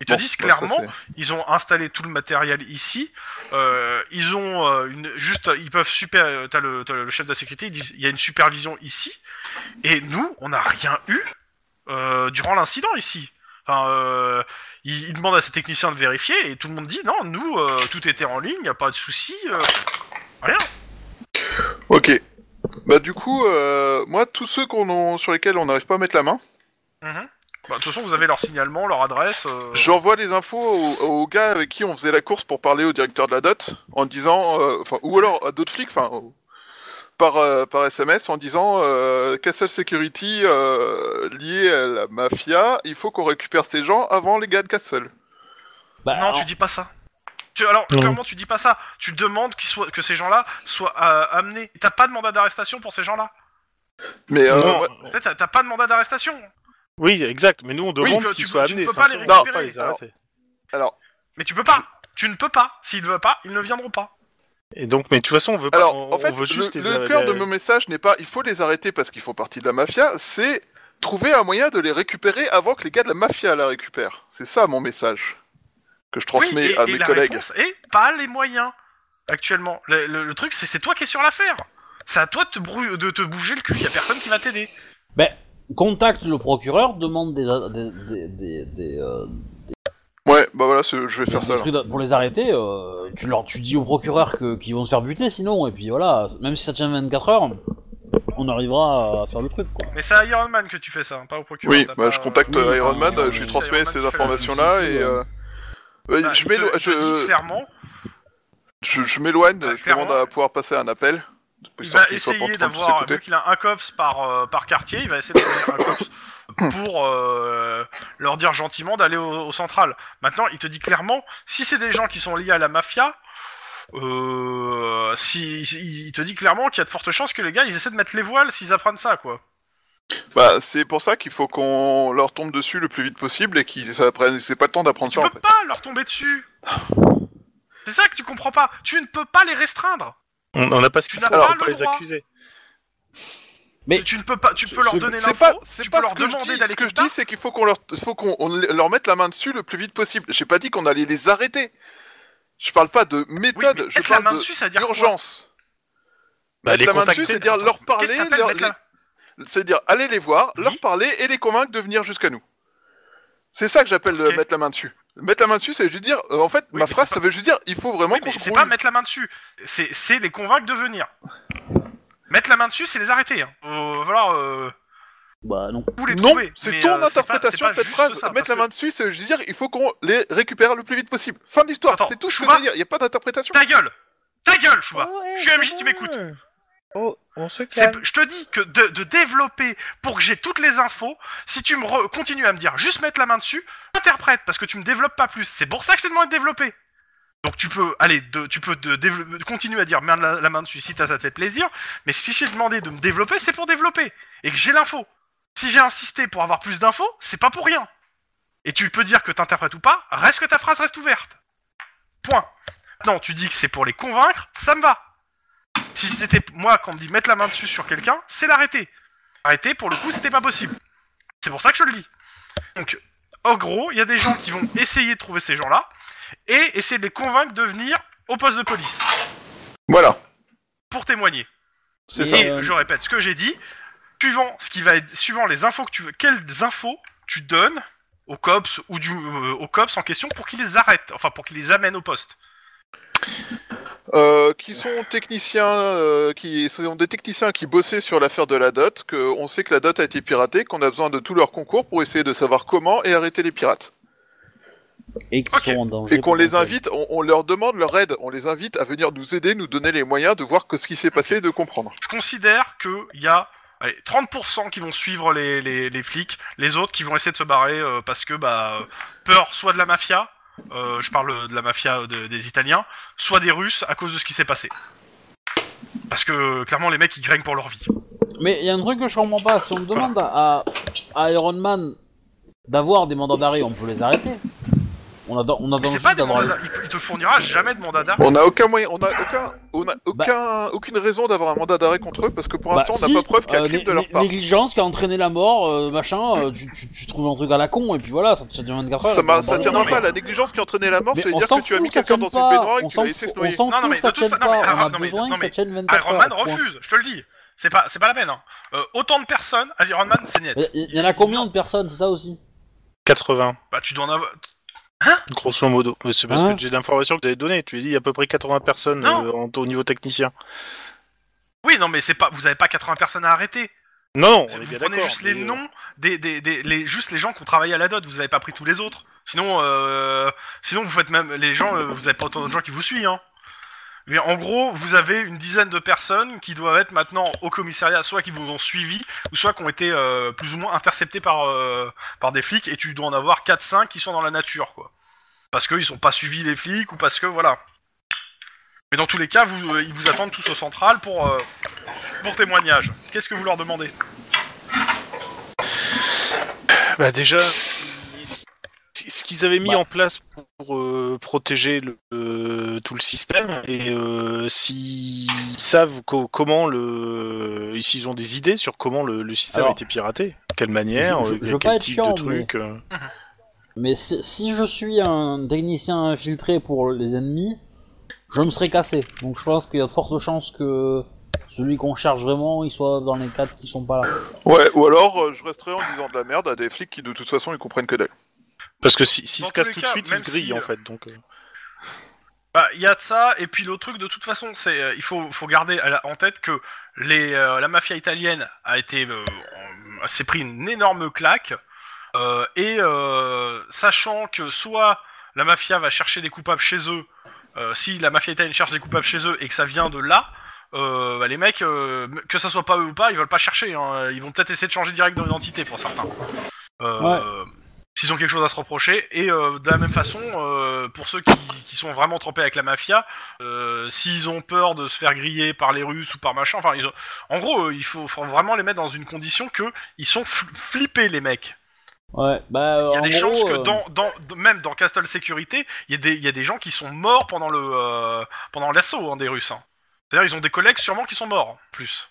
Ils te Bon, disent bah, ça, clairement, c'est- ils ont installé tout le matériel ici. euh, ils ont euh, une juste, ils peuvent super. euh, T'as le, t'as le chef de la sécurité, il dit, il y a une supervision ici. Et nous, on n'a rien eu euh, durant l'incident ici. Enfin, euh, il, il demande à ses techniciens de vérifier et tout le monde dit non, nous, euh, tout était en ligne, y a pas de souci. euh, rien. Ok. Bah du coup, euh, moi, tous ceux qu'on en- sur lesquels on n'arrive pas à mettre la main, Mhm. Bah, de toute façon, vous avez leur signalement, leur adresse. euh, j'envoie les infos aux au gars avec qui on faisait la course pour parler au directeur de la dot, en disant, euh, enfin, ou alors à d'autres flics, enfin, au- par, euh, par SMS, en disant, euh, Castle Security euh, lié à la mafia, il faut qu'on récupère ces gens avant les gars de Castle. Bah, Non, Ah. alors, tu dis pas ça. Tu- alors, Non. clairement, tu dis pas ça. Tu demandes qu'ils soient, que ces gens-là soient euh, amenés. T'as pas de mandat d'arrestation pour ces gens-là. Mais euh, Non, ouais, Peut-être T'as t'as pas de mandat d'arrestation. Oui, exact. Mais nous, on demande que qu'ils tu soient peux- tu ne amenés. peux c'est pas les important, on peut récupérer. pas les arrêter. alors, Mais tu peux pas. Tu ne peux pas. S'ils ne veulent pas, ils ne viendront pas. Et donc, mais de toute façon, on veut pas. alors, on, en fait, on veut juste le, les le arrêter. cœur de mon message n'est pas, il faut les arrêter parce qu'ils font partie de la mafia, c'est trouver un moyen de les récupérer avant que les gars de la mafia la récupèrent. C'est ça mon message que je transmets Oui, et- à et mes la collègues. réponse est pas les moyens. Actuellement, le, le- le truc, c'est c'est toi qui es sur l'affaire. C'est à toi de te, brou- de te bouger le cul. Y a personne qui va t'aider. ben, contacte le procureur, demande des, des, des, des- des, euh, Ouais, bah voilà, c'est- je vais faire des ça. là. trucs de- pour les arrêter. euh, tu leur, tu dis au procureur que qu'ils vont se faire buter, sinon et puis voilà. Même si ça tient 24 heures, on arrivera à faire le truc, quoi. Mais c'est à Iron Man que tu fais ça, hein, pas au procureur. Oui, t'as bah pas, je euh, contacte oui, euh, Iron enfin, Man, euh, je lui c'est transmets Iron Man ces qui fait la informations là solution, et hein. euh, ouais, bah, je il te- m'élo- il te dit je- clairement, je- je m'éloigne, Bah, je demande clairement. à pouvoir passer un appel. Il histoire va qu'ils soient pas en essayer train de tous d'avoir, écouter. vu qu'il a un cops par, euh, par quartier, il va essayer d'avoir un cops pour euh, leur dire gentiment d'aller au, au central. Maintenant, il te dit clairement, si c'est des gens qui sont liés à la mafia, euh, si, il te dit clairement qu'il y a de fortes chances que les gars, ils essaient de mettre les voiles s'ils apprennent ça, quoi. Bah, c'est pour ça qu'il faut qu'on leur tombe dessus le plus vite possible et qu'ils s'apprennent. C'est pas le temps d'apprendre Tu ça en peux fait. pas leur tomber dessus C'est ça que tu comprends pas Tu ne peux pas les restreindre On on n'a pas ce Tu qu'il n'as faut, on pas peut le pas les droit. accuser. Mais- Tu ne peux pas, tu Ce- peux leur ce- donner l'info, C'est pas, tu c'est peux pas leur ce que je demander dis. d'aller Ce que je quelque dis, c'est qu'il faut qu'on leur, faut qu'on on leur mette la main dessus le plus vite possible. J'ai pas dit qu'on allait les arrêter. Je parle pas de part. méthode, Oui, mais je mettre la main parle dessus, ça veut de dire quoi l'urgence. Bah, mettre les la main contacter. dessus, c'est dire leur Qu'est-ce parler, que t'appelles leur, mettre la- c'est dire allez les voir, Oui. leur parler et les convaincre de venir jusqu'à nous. C'est ça que j'appelle euh, Ok. mettre la main dessus. Mettre la main dessus, ça veut juste dire, euh, en fait, Oui, ma mais phrase, c'est ça veut juste dire, il faut vraiment Oui, qu'on mais se c'est brouille. pas mettre la main dessus. C'est c'est les convaincre de venir. Mettre la main dessus, c'est les arrêter. Hein. Euh, voilà, euh, Bah non. vous les Non, trouvez, c'est mais, ton euh, pas- c'est interprétation pas de cette juste phrase. ça, parce mettre la que- main dessus, ça veut juste dire, il faut qu'on les récupère le plus vite possible. Fin de l'histoire. Attends, C'est tout ce que je Chouba veux dire. Il n'y a pas d'interprétation. Ta gueule Ta gueule, Chouba Ah Ah je suis un ami mec, tu m'écoutes. Oh, on se C'est- calme. Je te dis que de, de développer pour que j'ai toutes les infos, si tu me re- continues à me dire juste mettre la main dessus, interprète, parce que tu me développes pas plus. C'est pour ça que je t'ai demandé de développer. Donc tu peux, allez, de- tu peux de, dévelop- continuer à dire merde la, la main dessus si t'as- ça te fait plaisir, mais si j'ai demandé de me développer, c'est pour développer, et que j'ai l'info. Si j'ai insisté pour avoir plus d'infos, c'est pas pour rien. Et tu peux dire que t'interprètes ou pas, reste que ta phrase reste ouverte. Point. Non, tu dis que c'est pour les convaincre, ça me va. Si c'était moi qu'on me dit mettre la main dessus sur quelqu'un, c'est l'arrêter. Arrêter, pour le coup, c'était pas possible. C'est pour ça que je le dis. Donc, en gros, il y a des gens qui vont essayer de trouver ces gens-là et essayer de les convaincre de venir au poste de police Voilà. pour témoigner. C'est Et, ça. Et euh, je répète ce que j'ai dit. Suivant ce qui va être, suivant les infos que tu veux, quelles infos tu donnes aux cops ou du euh, aux cops en question pour qu'ils les arrêtent, enfin pour qu'ils les amènent au poste. Euh, qui sont techniciens, euh, qui ce sont des techniciens qui bossaient sur l'affaire de la dot, que on sait que la dot a été piratée, qu'on a besoin de tout leur concours pour essayer de savoir comment et arrêter les pirates. Et qui Ok. sont en danger. Et qu'on pour les l'enfer. invite, on, on leur demande leur aide, on les invite à venir nous aider, nous donner les moyens de voir que ce qui s'est passé et de comprendre. Je considère que il y a allez, 30% qui vont suivre les, les, les flics, les autres qui vont essayer de se barrer euh, parce que bah euh, peur soit de la mafia, euh, je parle euh, de la mafia euh, de- des Italiens, soit des Russes à cause de ce qui s'est passé. Parce que euh, clairement les mecs ils graignent pour leur vie. Mais il y a un truc que je comprends pas. Si on demande à, à Iron Man d'avoir des mandats d'arrêt, on peut les arrêter. On attend, on Mais attend c'est juste pas des d'avoir. mandats, il, il te fournira jamais de mandat d'arrêt. On n'a aucun moyen, on n'a aucun, on a aucun, aucune raison d'avoir un mandat d'arrêt contre eux parce que pour Bah, l'instant on si, n'a pas preuve qu'il y a euh, crime né- de leur né- part. Négligence qui a entraîné la mort, euh, machin, euh, tu, tu, tu trouves un truc à la con et puis voilà, ça, ça devient 24 heures. Ça, m'a- Bon, ça bon, tiendra mais- pas. La négligence qui a entraîné la mort, mais ça veut on dire s'en que tu as fout mis que ça quelqu'un tienne dans une pas, baignoire et que on tu l'as s'en laissé fout- se noyer. On s'en Non, non, fout mais que ça de toute tienne fa- non, pas, mais on Iron- a non, mais- besoin non, que ça mais tienne 24 Iron heures. Man point. refuse, je te le dis. C'est pas, c'est pas la peine. Hein. Euh, autant de personnes, à Iron Man, c'est net. Il y- il y en a combien de personnes, c'est ça aussi 80, Bah, tu dois en avoir. grosso modo. Mais C'est parce Hein que j'ai l'information que tu avais donnée. Tu as dit il y a à peu près 80 personnes Non. euh, en- au niveau technicien. Oui, non, mais c'est pas. Vous avez pas 80 personnes à arrêter. Non, on est vous bien prenez d'accord. juste les mais, euh, noms des, des, des, les juste les gens qui ont travaillé à la dot. Vous avez pas pris tous les autres. Sinon, euh, sinon vous faites même les gens. euh, vous avez pas autant de gens qui vous suivent. Hein. Mais en gros, vous avez une dizaine de personnes qui doivent être maintenant au commissariat, soit qui vous ont suivi, ou soit qui ont été euh, plus ou moins interceptés par euh, par des flics. Et tu dois en avoir 4-5 qui sont dans la nature, quoi. Parce qu'ils sont pas suivis les flics ou parce que voilà. Mais dans tous les cas, vous, euh, ils vous attendent tous au central pour euh, pour témoignage. Qu'est-ce que vous leur demandez Bah déjà, ce qu'ils avaient mis Bah. en place pour, euh, protéger le, euh, tout le système, et euh, s'ils savent co- comment le, s'ils ont des idées sur comment le, le système Alors, a été piraté, quelle manière, je- je- euh, je veux pas quel être type chiant, de truc. euh. Mais si, si je suis un technicien infiltré pour les ennemis, je me serais cassé. Donc je pense qu'il y a de fortes chances que celui qu'on cherche vraiment, il soit dans les quatre qui sont pas là. Ouais, ou alors euh, je resterai en disant de la merde à des flics qui de toute façon ils comprennent que dalle. Parce que si- s'ils Dans se tous cassent les tout cas, de suite, ils même se grillent si, euh, en fait. Donc, euh. Bah, il y a de ça, et puis l'autre truc, de toute façon, c'est euh, il faut, faut garder à la- en tête que les, euh, la mafia italienne a été euh, en- s'est pris une énorme claque, euh, et euh, sachant que soit la mafia va chercher des coupables chez eux, euh, si la mafia italienne cherche des coupables chez eux et que ça vient de là, euh, bah, les mecs, euh, que ça soit pas eux ou pas, ils veulent pas chercher, hein. ils vont peut-être essayer de changer direct d'identité pour certains. Euh, s'ils ont quelque chose à se reprocher. Et euh, de la même façon, euh, pour ceux qui, qui sont vraiment trempés avec la mafia, euh, s'ils ont peur de se faire griller par les Russes ou par machin, enfin, ils ont... en gros, euh, il faut, faut vraiment les mettre dans une condition que ils sont fl- flippés les mecs. Ouais, bah. euh, Il y a en des gros, chances que euh, dans, dans, d- même dans Castle Sécurité, il y, a des- il y a des gens qui sont morts pendant le euh, pendant l'assaut hein, des Russes. hein. C'est-à-dire, ils ont des collègues sûrement qui sont morts, plus.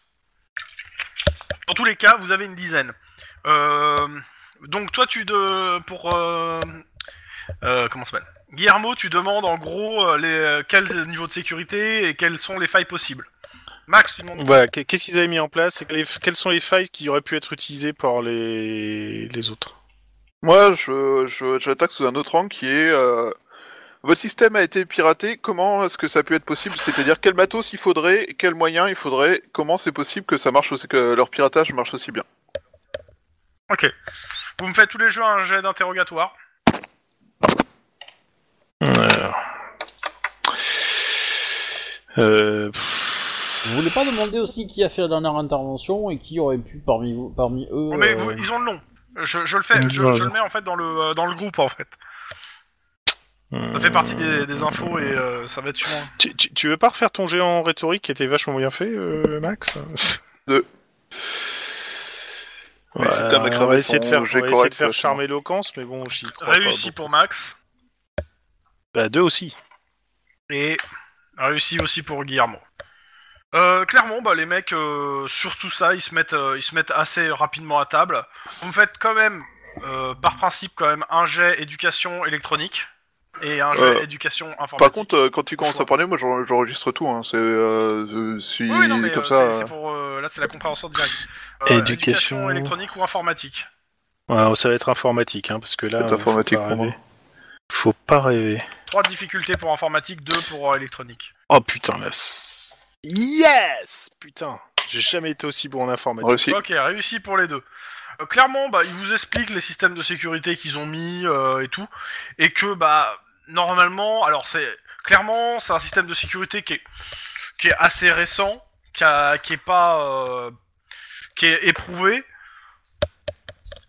Dans tous les cas, vous avez une dizaine. Euh, donc toi, tu de pour euh, euh, comment ça s'appelle euh, Guillermo, tu demandes en gros euh, les, quels niveaux de sécurité et quelles sont les failles possibles. Max, tu demandes Voilà, Bah, qu'est- qu'est-ce qu'ils avaient mis en place et quelles- quelles sont les failles qui auraient pu être utilisées par les, les autres Moi, je, je, je l'attaque sous un autre angle qui est euh, votre système a été piraté. Comment est-ce que ça a pu être possible C'est-à-dire quel matos il faudrait, quels moyens il faudrait, comment c'est possible que ça marche aussi, que leur piratage marche aussi bien Vous me faites tous les jeux un jet d'interrogatoire. Alors. Euh, pff, Vous voulez pas demander aussi qui a fait la dernière intervention et qui aurait pu parmi, vous, parmi eux. Oh, mais euh, vous- ils ont le nom. Je, je le fais, je, je le mets en fait dans le, euh, dans le groupe en fait. Ça hmm. fait partie des, des infos et euh, ça va être suivant. Tu, tu- tu veux pas refaire ton géant en rhétorique qui était vachement bien fait, euh, Max Deux. Ouais, Mais si t'as on va macramé essayer de son faire, on jet va essayer correct, de faire vachement. charmer l'éloquence, mais bon, j'y crois Réussi pas. pour Max Bon. Bah, deux aussi. et réussi aussi pour Guillermo. Euh, clairement, bah, les mecs, euh, sur tout ça, ils se, mettent, euh, ils se mettent assez rapidement à table. Vous me faites quand même, euh, par principe, quand même un jet éducation électronique et un jet Euh, éducation informatique. Par contre, euh, quand tu commences Choix. à parler, moi j'en- j'enregistre tout. Hein. C'est euh, euh, si Oui, oui, non, mais comme euh, ça. c'est- euh, c'est pour. euh, là, c'est la compréhension directe. Euh, Éducation- électronique ou informatique. Ouais, ça va être informatique, hein, parce que là. C'est euh, faut informatique pas pour moi. rêver. Faut pas rêver. Trois difficultés pour informatique, deux pour euh, électronique. Oh putain, la... s- Yes Putain, j'ai jamais été aussi bon en informatique. Réussi. Ok, réussi pour les deux. Euh, clairement, bah, ils vous expliquent les systèmes de sécurité qu'ils ont mis euh, et tout, et que bah normalement, alors c'est clairement c'est un système de sécurité qui est qui est assez récent, qui, a- qui est pas euh, qui est éprouvé,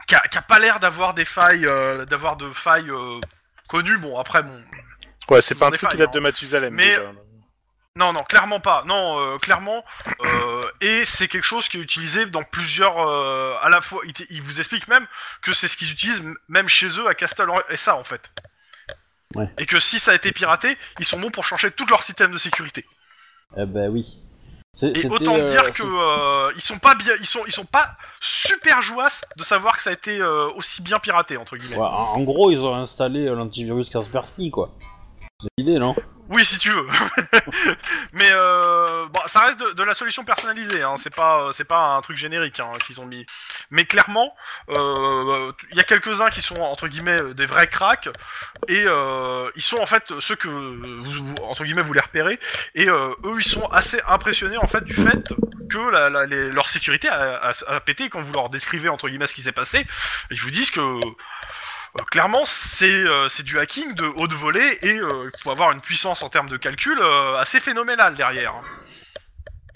qui a, qui a pas l'air d'avoir des failles, euh, d'avoir de failles euh, connues. Bon après bon, Ouais, c'est pas un Des truc qui failles, date de hein. Mathusalem. Mais- déjà. Non, non, clairement pas. Non, euh, clairement. euh, et c'est quelque chose qui est utilisé dans plusieurs. euh, à la fois, ils, t- ils vous expliquent même que c'est ce qu'ils utilisent m- même chez eux à Castle et ça en fait. Ouais. Et que si ça a été piraté, ils sont bons pour changer tout leur système de sécurité. Eh ben oui. C'est- Et c'était, autant euh, dire que c'est- euh, ils sont pas bien, ils sont, ils sont pas super joasses de savoir que ça a été euh, aussi bien piraté entre guillemets. Ouais, en en gros, ils ont installé euh, l'antivirus Kaspersky, quoi. C'est l'idée, non Oui, si tu veux. Mais euh, bon, ça reste de, de la solution personnalisée. Hein. C'est pas, euh, c'est pas un truc générique hein, qu'ils ont mis. Mais clairement, euh, il y a quelques uns qui sont entre guillemets euh, des vrais cracks et euh, ils sont en fait ceux que vous, vous- entre guillemets vous les repérez et euh, eux ils sont assez impressionnés en fait du fait que la, la- les- leur sécurité a, a- a pété quand vous leur décrivez entre guillemets ce qui s'est passé. Ils vous disent que euh, clairement, c'est euh, c'est du hacking de haute volée et euh, il faut avoir une puissance en termes de calcul euh, assez phénoménale derrière. hein.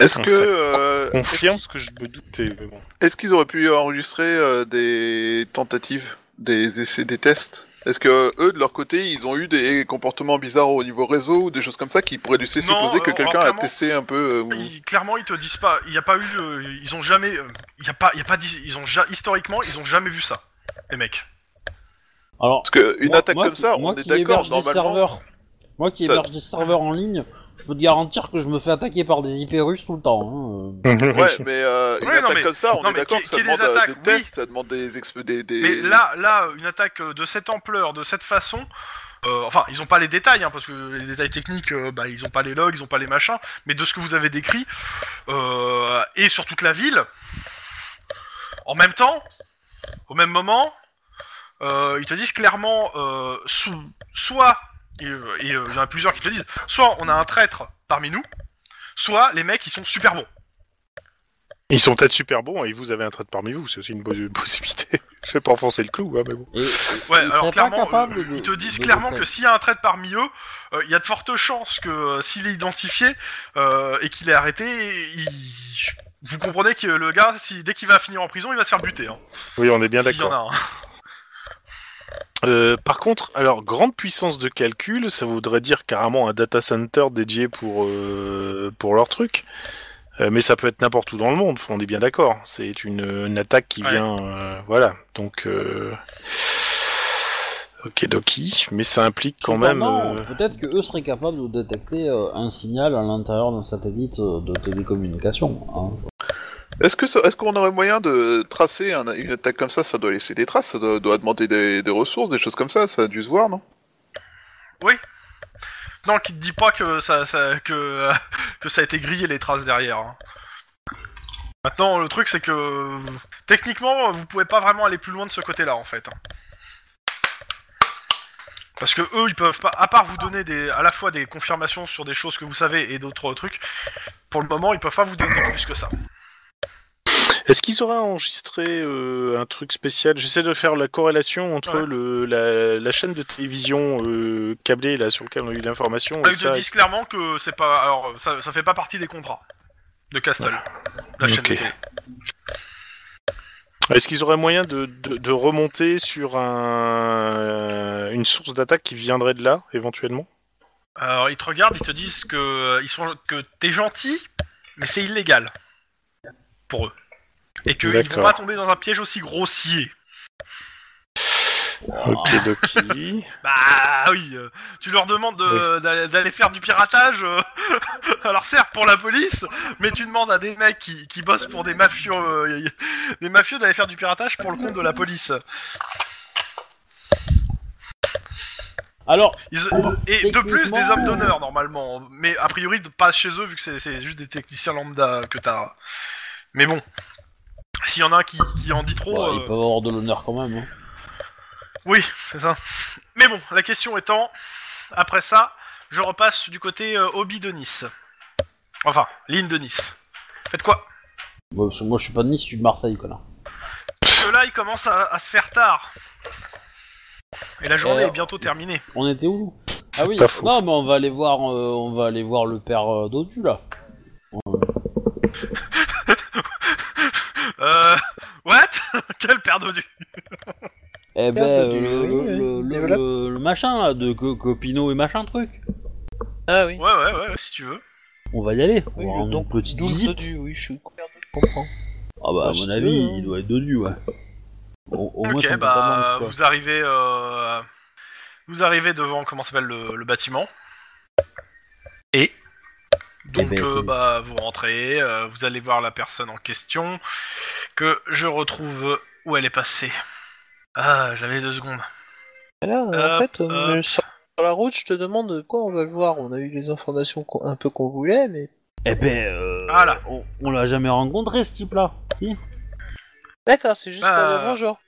Est-ce Ah, que ça- euh, Confiance que je me doutais. mais bon. est-ce qu'ils auraient pu enregistrer euh, des tentatives, des essais, des tests Est-ce que eux de leur côté, ils ont eu des comportements bizarres au niveau réseau ou des choses comme ça qui pourraient laisser Non, supposer que euh, quelqu'un a clairement- testé un peu euh, ou- Ils- clairement, ils te disent pas, il n'y a pas eu, euh, ils ont jamais, euh, il y a pas, il y a pas, dit- ils ont ja- historiquement, ils ont jamais vu ça, les mecs. Alors, Parce que une moi- attaque moi comme qui- ça, moi on est qui d'accord héberge des normalement. serveurs- Moi qui ça- héberge des serveurs en ligne, je peux te garantir que je me fais attaquer par des IP russes tout le temps. hein. Ouais, mais euh, une Ouais, non, attaque mais- comme ça, on non, est mais d'accord qui- que ça qui les demande euh, attaque, des oui. tests, ça demande des exp- des, des- Mais là, là, une attaque euh, de cette ampleur, de cette façon, euh, enfin, ils ont pas les détails, hein, parce que les détails techniques, euh, bah, ils ont pas les logs, ils ont pas les machins, mais de ce que vous avez décrit, euh, et sur toute la ville, en même temps, au même moment, euh, ils te disent clairement, euh, sou- soit, et euh, et, euh, il y en a plusieurs qui te le disent, soit on a un traître parmi nous, soit les mecs ils sont super bons. Ils sont peut-être super bons et vous avez un trait de parmi vous, c'est aussi une bonne possibilité. je vais pas enfoncer le clou, hein, mais bon. Et, Ouais, Ils alors seraient pas clairement, capables euh, de- ils te disent de clairement le que faire. s'il y a un trait parmi eux, euh, il y a de fortes chances que euh, s'il est identifié euh, et qu'il est arrêté, il- vous comprenez que le gars, si, dès qu'il va finir en prison, il va se faire buter. Hein, Oui, on est bien s'il y en d'accord. a un. Euh, par contre, alors, grande puissance de calcul, ça voudrait dire carrément un data center dédié pour, euh, pour leur truc. Euh, mais ça peut être n'importe où dans le monde, on est bien d'accord. C'est une, une attaque qui Ouais. vient. euh, voilà, donc. euh, Ok, Doki, mais ça implique quand même. Cependant, euh, Peut-être que eux seraient capables de détecter euh, un signal à l'intérieur d'un satellite euh, de télécommunication. hein. Est-ce que ça- est-ce qu'on aurait moyen de tracer un- une attaque comme ça Ça doit laisser des traces, ça doit, doit demander des, des ressources, des choses comme ça. Ça a dû se voir, non Non, qui te dit pas que ça, ça- que, que ça a été grillé les traces derrière. hein. Maintenant, le truc c'est que techniquement, vous pouvez pas vraiment aller plus loin de ce côté-là en fait. hein. Parce que eux, ils peuvent pas, à part vous donner des, à la fois des confirmations sur des choses que vous savez et d'autres trucs, pour le moment, ils peuvent pas vous donner plus que ça. Est-ce qu'ils auraient enregistré euh, un truc spécial J'essaie de faire la corrélation entre Ouais. le, la, la chaîne de télévision euh, câblée là sur laquelle on a eu l'information et Ils ça. te disent clairement que c'est pas, alors ça, ça fait pas partie des contrats de Castle, la chaîne Ok. de télé. Est-ce qu'ils auraient moyen de, de, de remonter sur un, une source d'attaque qui viendrait de là éventuellement Alors ils te regardent, ils te disent que euh, ils sont que t'es gentil, mais c'est illégal pour eux. Et qu'ils vont D'accord. pas tomber dans un piège aussi grossier. Ok, Doki. Bah oui, euh, tu leur demandes de- d'aller d'aller faire du piratage. euh, alors certes pour la police, mais tu demandes à des mecs qui, qui bossent pour des mafieux, euh, des mafieux d'aller faire du piratage pour le compte de la police. Alors, Ils- Alors, et de plus, des techniquement- hommes d'honneur normalement. Mais a priori, pas chez eux, vu que c'est- c'est juste des techniciens lambda que t'as. Mais bon, s'il y en a un qui, qui en dit trop. bah, euh, ils peuvent avoir de l'honneur quand même. hein. Oui, c'est ça. Mais bon, la question étant, après ça, je repasse du côté euh, hobby de Nice. Enfin, ligne de Nice. Faites quoi Bah, parce que moi, je suis pas de Nice, je suis de Marseille, connard. Parce que là, il commence à, à se faire tard. Et la journée Euh, est bientôt terminée. On était où nous Ah oui. pas faux. Non, mais on va aller voir, euh, on va aller voir le père euh, Dodu là. Euh. What Quel père dodu Eh ben, Père Dodu, euh, le, oui, le- oui, le- développe. le- le machin là, de Co- Copino et machin truc. Ah oui. Ouais, ouais, ouais, ouais, si tu veux. On va y aller. On va Oui, le rendre don. une petite Douze visite. du, oui, je suis- je comprends. Ah bah, à Ouais, si mon tu avis, veux, hein. il doit être Dodu, ouais. Au, au moins, ça me ok, fait pas mal, bah, quoi. vous arrivez. euh, Vous arrivez devant, comment s'appelle le, le bâtiment. Et. Donc, Eh ben, euh, c'est- bah, vous rentrez, euh, vous allez voir la personne en question. Que je retrouve où elle est passée. Ah, j'avais deux secondes. Là, en Hop, fait, euh, hop. sur sur la route, je te demande quoi on va le voir. On a eu les informations qu'on- un peu qu'on voulait, mais Eh ben, euh, Ah là. on, on l'a jamais rencontré ce type là. Si D'accord, c'est juste Bah, pour le bonjour.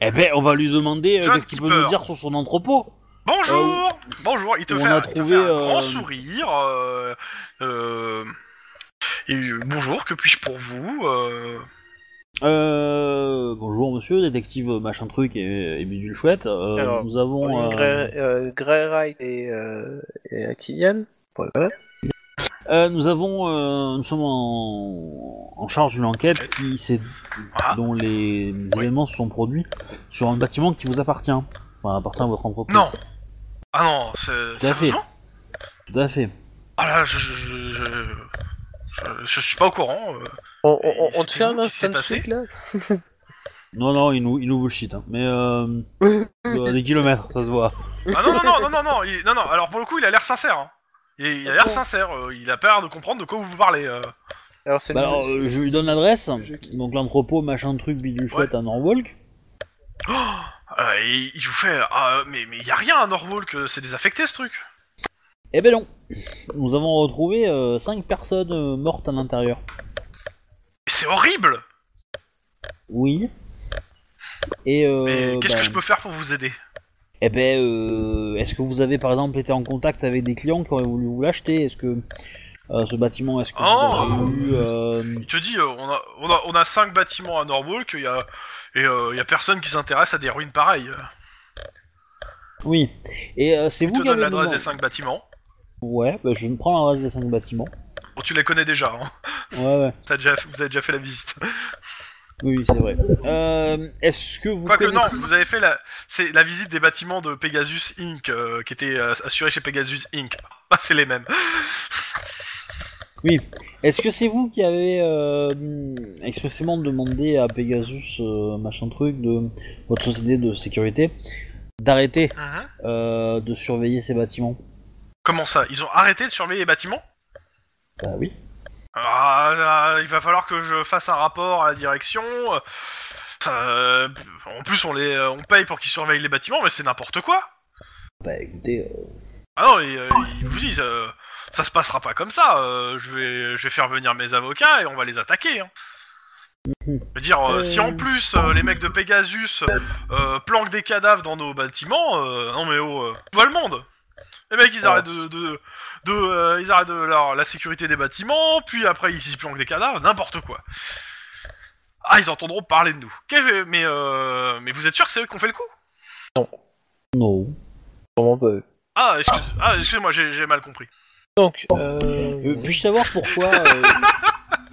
Eh ben, on va lui demander euh, John qu'est-ce qu'il peut Skipper. nous dire sur son entrepôt. Bonjour Bonjour, il te Euh, on fait, a un- il te trouvé, fait un euh, grand sourire. euh, euh, et, euh, bonjour, que puis-je pour vous euh, Euh, bonjour monsieur, détective machin truc et, et bidule chouette. Euh, Alors, nous avons. Bon, euh, Grey Ride et, euh, et Kylian. Ouais, voilà. Euh, nous avons, euh, nous sommes en, en charge d'une enquête qui s'est, Ah. dont les, les Oui. éléments se sont produits sur un bâtiment qui vous appartient, enfin appartient à votre entreprise. Non Ah non, c'est. Tout à fait. sérieusement Tout à fait. Ah là, je, je, je, je, je- je suis pas au courant. euh. On, on- on- on te c'est fait un vous qui s'est instant passé suite là Non non, il nous, il nous bullshit, hein. mais euh, euh, des kilomètres, ça se voit. Ah non, non, non, non, non, non, il- non, non, alors pour le coup, il a l'air sincère. hein. Il, il a l'air D'accord. sincère, euh, il a pas l'air de comprendre de quoi vous parlez. euh. Alors c'est Bah le- alors, euh, c'est- je lui donne l'adresse, Je kiffe. donc l'entrepôt machin truc bidule chouette à Norwalk. Euh, il, il vous fait. Ah, mais il mais y a rien à Norwalk, euh, c'est désaffecté ce truc. Eh ben non, nous avons retrouvé 5 personnes euh, mortes à l'intérieur. Mais C'est horrible Oui. Et euh, Mais qu'est-ce bah, que je peux faire pour vous aider Eh ben, euh, est-ce que vous avez par exemple été en contact avec des clients qui auraient voulu vous l'acheter Est-ce que euh, ce bâtiment, est-ce que Oh. vous avez eu euh, Il te dit, euh, on, a, on, a, on a cinq bâtiments à Norwalk, il y a, et euh, il y a personne qui s'intéresse à des ruines pareilles. Euh, Oui. Et euh, c'est Il vous te qui donne avez l'adresse demandé- des cinq bâtiments. Ouais, bah, je me prends l'adresse des cinq bâtiments. Bon, tu les connais déjà, hein. Ouais, ouais. T'as déjà, vous avez déjà fait la visite. Oui, oui, c'est vrai. Euh, est-ce que vous Quoique non, connaissez- vous avez fait la, c'est la visite des bâtiments de Pegasus Inc. euh, qui était euh, assurée chez Pegasus Inc. Ah, c'est les mêmes. Est-ce que c'est vous qui avez euh, expressément demandé à Pegasus, euh, machin truc, de votre société de sécurité, d'arrêter euh, de surveiller ces bâtiments Comment ça Ils ont arrêté de surveiller les bâtiments Bah oui. ah, là, Il va falloir que je fasse un rapport à la direction. euh, ça, euh, en plus, on les, on paye pour qu'ils surveillent les bâtiments, mais c'est n'importe quoi. Bah écoutez, euh, Ah non, et, euh, ils vous disent, euh, ça se passera pas comme ça. euh, je vais, je vais faire venir mes avocats et on va les attaquer. Hein. Je veux dire, euh, si en plus euh, les mecs de Pegasus euh, planquent des cadavres dans nos bâtiments, euh, non mais oh, euh, tu vois le monde. Les mecs, ils Ah. arrêtent de, de, de, euh, ils arrêtent de leur- la sécurité des bâtiments, puis après ils y planquent des cadavres, n'importe quoi. Ah, ils entendront parler de nous. Qu'est- Mais, euh, mais vous êtes sûr que c'est eux qui ont fait le coup Non. Sûrement pas eux. Ah, excuse- ah, excusez-moi, j'ai j'ai mal compris. Donc, euh, Euh, puis-je savoir pourquoi euh,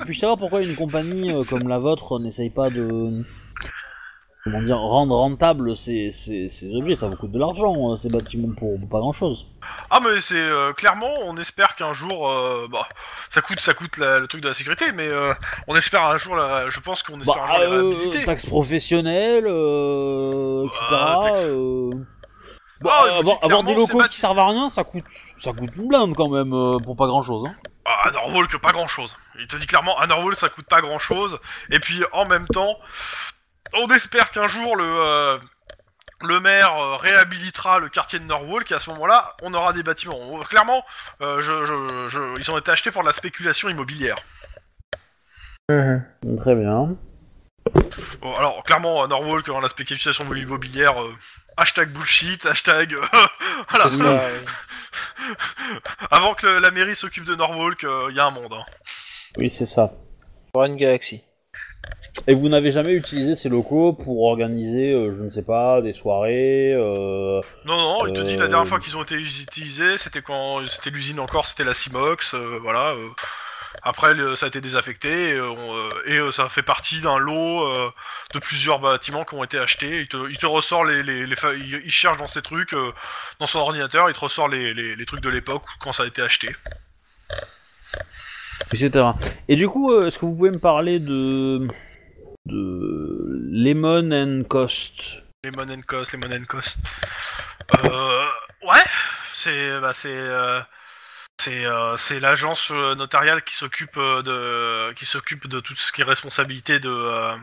puis-je savoir pourquoi une compagnie euh, comme la vôtre n'essaye pas de comment dire rendre rentable ces, ces, ces objets Ça vous coûte de l'argent euh, ces bâtiments pour pas grand-chose. Ah mais c'est euh, clairement, on espère qu'un jour, euh, bah, ça coûte, ça coûte la- le truc de la sécurité, mais euh, on espère un jour, la, je pense qu'on espère Bah, un jour la euh, réhabiliter. taxes professionnelles, euh, etc. Ah, taxes- euh, Bah, bah, il vous dit avoir, avoir des clairement, locaux c'est pas- qui servent à rien, ça coûte ça coûte une blinde quand même euh, pour pas grand-chose. Hein. Ah, à Norwalk, pas grand chose. Il te dit clairement, à Norwalk, ça coûte pas grand chose. Et puis en même temps, on espère qu'un jour le euh, le maire euh, réhabilitera le quartier de Norwalk et à ce moment-là, on aura des bâtiments. On- Clairement, euh, je, je, je- ils ont été achetés pour de la spéculation immobilière. Très bien. Bon, alors, clairement, à Norwalk, hein, la spéculation immobilière, euh, hashtag bullshit, hashtag. euh, voilà, C'est ça, ça. avant que le- la mairie s'occupe de Norwalk, il y a un monde. hein. Oui, c'est ça. pour une galaxie. Et vous n'avez jamais utilisé ces locaux pour organiser, euh, je ne sais pas, des soirées euh, Non, non, il te dit la Euh. dernière fois qu'ils ont été utilisés, c'était quand c'était l'usine encore, c'était la Simox, euh, voilà. euh. Après, le- ça a été désaffecté et, euh, on, euh, et, euh, ça fait partie d'un lot euh, de plusieurs bâtiments qui ont été achetés. Il te, il te ressort les, les, les fa- il, il cherche dans ses trucs, euh, dans son ordinateur, il te ressort les, les, les trucs de l'époque quand ça a été acheté. etc. Et du coup, euh, est-ce que vous pouvez me parler de de Lemon and Cost Les Monencost, les Monencost. Euh, ouais, c'est bah, c'est euh, c'est euh, c'est l'agence euh, notariale qui s'occupe euh, de qui s'occupe de tout ce qui est responsabilité de euh,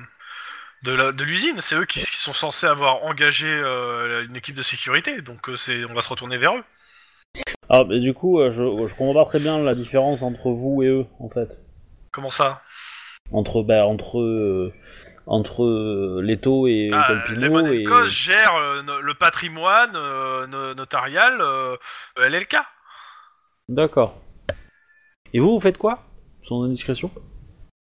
de la- de l'usine. C'est eux qui, qui sont censés avoir engagé euh, une équipe de sécurité, donc euh, c'est on va se retourner vers eux. Ah, mais du coup, euh, je, je comprends pas très bien la différence entre vous et eux, en fait. Comment ça Entre bah, entre euh, entre euh, Leto et Ah, Les Colpino et Monencost gèrent euh, no- le patrimoine euh, no- notarial euh, LLK. d'accord. Et vous, vous faites quoi Sans indiscrétion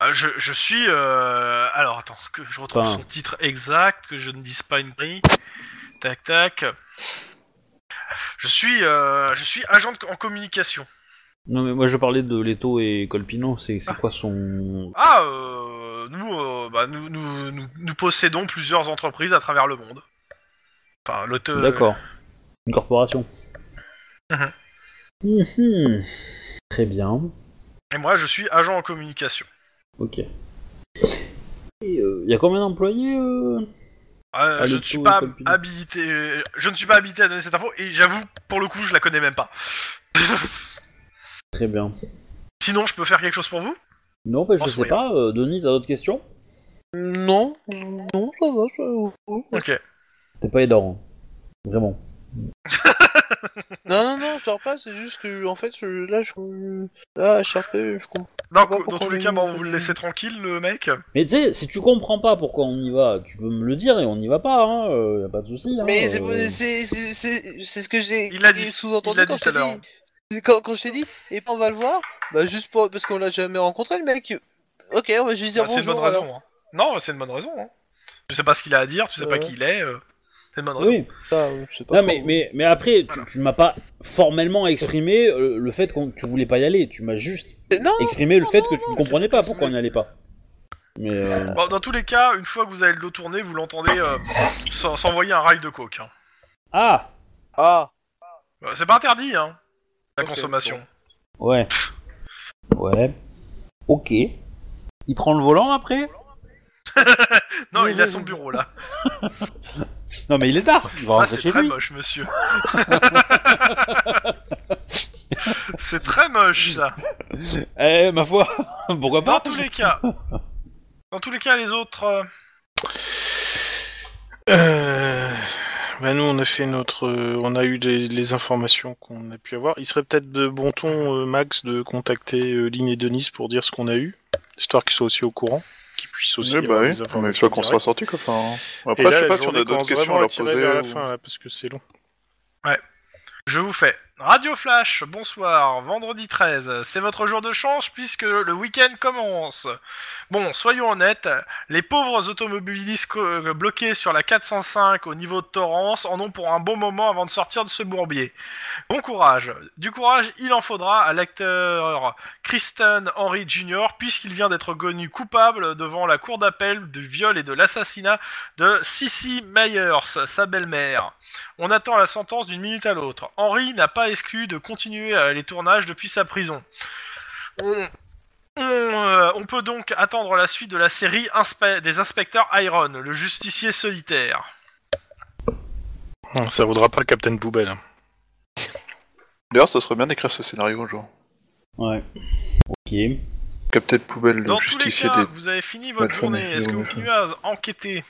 Euh, je, je suis. Euh... Alors, attends, que je retrouve Enfin. son titre exact, que je ne dise pas une brille. Tac, tac. Je suis, euh, je suis agent de- en communication. Non, mais moi je parlais de Leto et Colpino. C'est c'est quoi son Ah, euh, nous, euh, bah, nous, nous, nous, nous possédons plusieurs entreprises à travers le monde. Enfin, le te- D'accord. Une corporation. Mhm. Mhm. Très bien. Et moi, je suis agent en communication. Ok. Il y a combien d'employés euh Euh, Ah, je le ne suis tout pas comme tu dis. habilité. Je ne suis pas habilité à donner cette info. Et j'avoue, pour le coup, je la connais même pas. Très bien. Sinon, je peux faire quelque chose pour vous. Non, bah, Oh, je sais soyons. pas. euh, Denis, t'as d'autres questions Non, non, ça va, ça va. Ok. T'es pas aidant. hein. Vraiment. Non, non, non, je dors pas, c'est juste que, en fait, je- là, je. Là, HRP, je comprends. Dans, Bon, dans pourquoi tous les vous- cas, bon, vous le laissez tranquille, le mec. Mais tu sais, si tu comprends pas pourquoi on y va, tu peux me le dire et on n'y va pas, hein. euh, y a pas de souci. hein, Mais euh. c'est- c'est c'est- c'est- c'est ce que j'ai Il l'a dit. Il sous-entendu l'a quand dit je tout à l'heure. t'ai dit. Quand, quand je t'ai dit, et on va le voir, bah, juste pour- parce qu'on l'a jamais rencontré, le mec. Ok, on va juste dire Bah, c'est une bonjour. bonne alors. raison. hein. Non, c'est une bonne raison. Hein. Tu sais pas ce qu'il a à dire, tu sais pas Ouais. qui il est. euh, C'est une bonne raison. Oui. Ça, je sais pas Non, trop. mais, mais, mais après, tu, tu m'as pas formellement exprimé euh, le fait que tu voulais pas y aller. Tu m'as juste Non, exprimé le non, fait non, que tu ne comprenais pas pourquoi on n'y allait pas. Mais euh, Bon, dans tous les cas, une fois que vous avez le dos tourné, vous l'entendez euh, s'en- s'envoyer un rail de coke. hein. Ah Ah, Euh, C'est pas interdit, hein, la Ok, consommation. Ouais. Ouais. Ok. Il prend le volant après Non, il est à son bureau là. Non mais il est tard, il va Ah, rentrer c'est chez très lui. moche, monsieur. c'est très moche ça. Eh ma foi, pourquoi Dans pas tous les cas. Dans tous les cas, les autres. euh, Euh, Bah, nous, on a fait notre, euh, on a eu les, les informations qu'on a pu avoir. Il serait peut-être de bon ton, euh, Max, de contacter euh, Lynn et Denis pour dire ce qu'on a eu, histoire qu'ils soient aussi au courant, qu'ils puissent aussi euh, Ouais, bah avoir des oui, mais une informations. fois qu'on directes. sera sorti, quoi. Enfin, Et après, là, je sais la pas si on journée a d'autres commence questions à vraiment leur tirer poser. vers la ou- fin, là, parce que c'est long. Je vous fais Radio Flash, bonsoir, vendredi 13. C'est votre jour de chance puisque le week-end commence. Bon, soyons honnêtes, les pauvres automobilistes co- euh, bloqués sur la 405 au niveau de Torrance en ont pour un bon moment avant de sortir de ce bourbier. Bon courage. Du courage, il en faudra à l'acteur Kristen Henry Jr. puisqu'il vient d'être connu coupable devant la cour d'appel du viol et de l'assassinat de Sissy Myers, sa belle-mère. On attend la sentence d'une minute à l'autre. Henry n'a pas exclu de continuer euh, les tournages depuis sa prison. On, on, euh, on peut donc attendre la suite de la série Inspe- des inspecteurs Iron, le justicier solitaire. Ça vaudra pas Captain Poubelle. D'ailleurs, ça serait bien d'écrire ce scénario, genre. Ouais. Ok. Captain Poubelle, le Dans tous les justicier cas, vous avez fini votre Malfamé, journée. Est-ce que vous malfamé. continuez à enquêter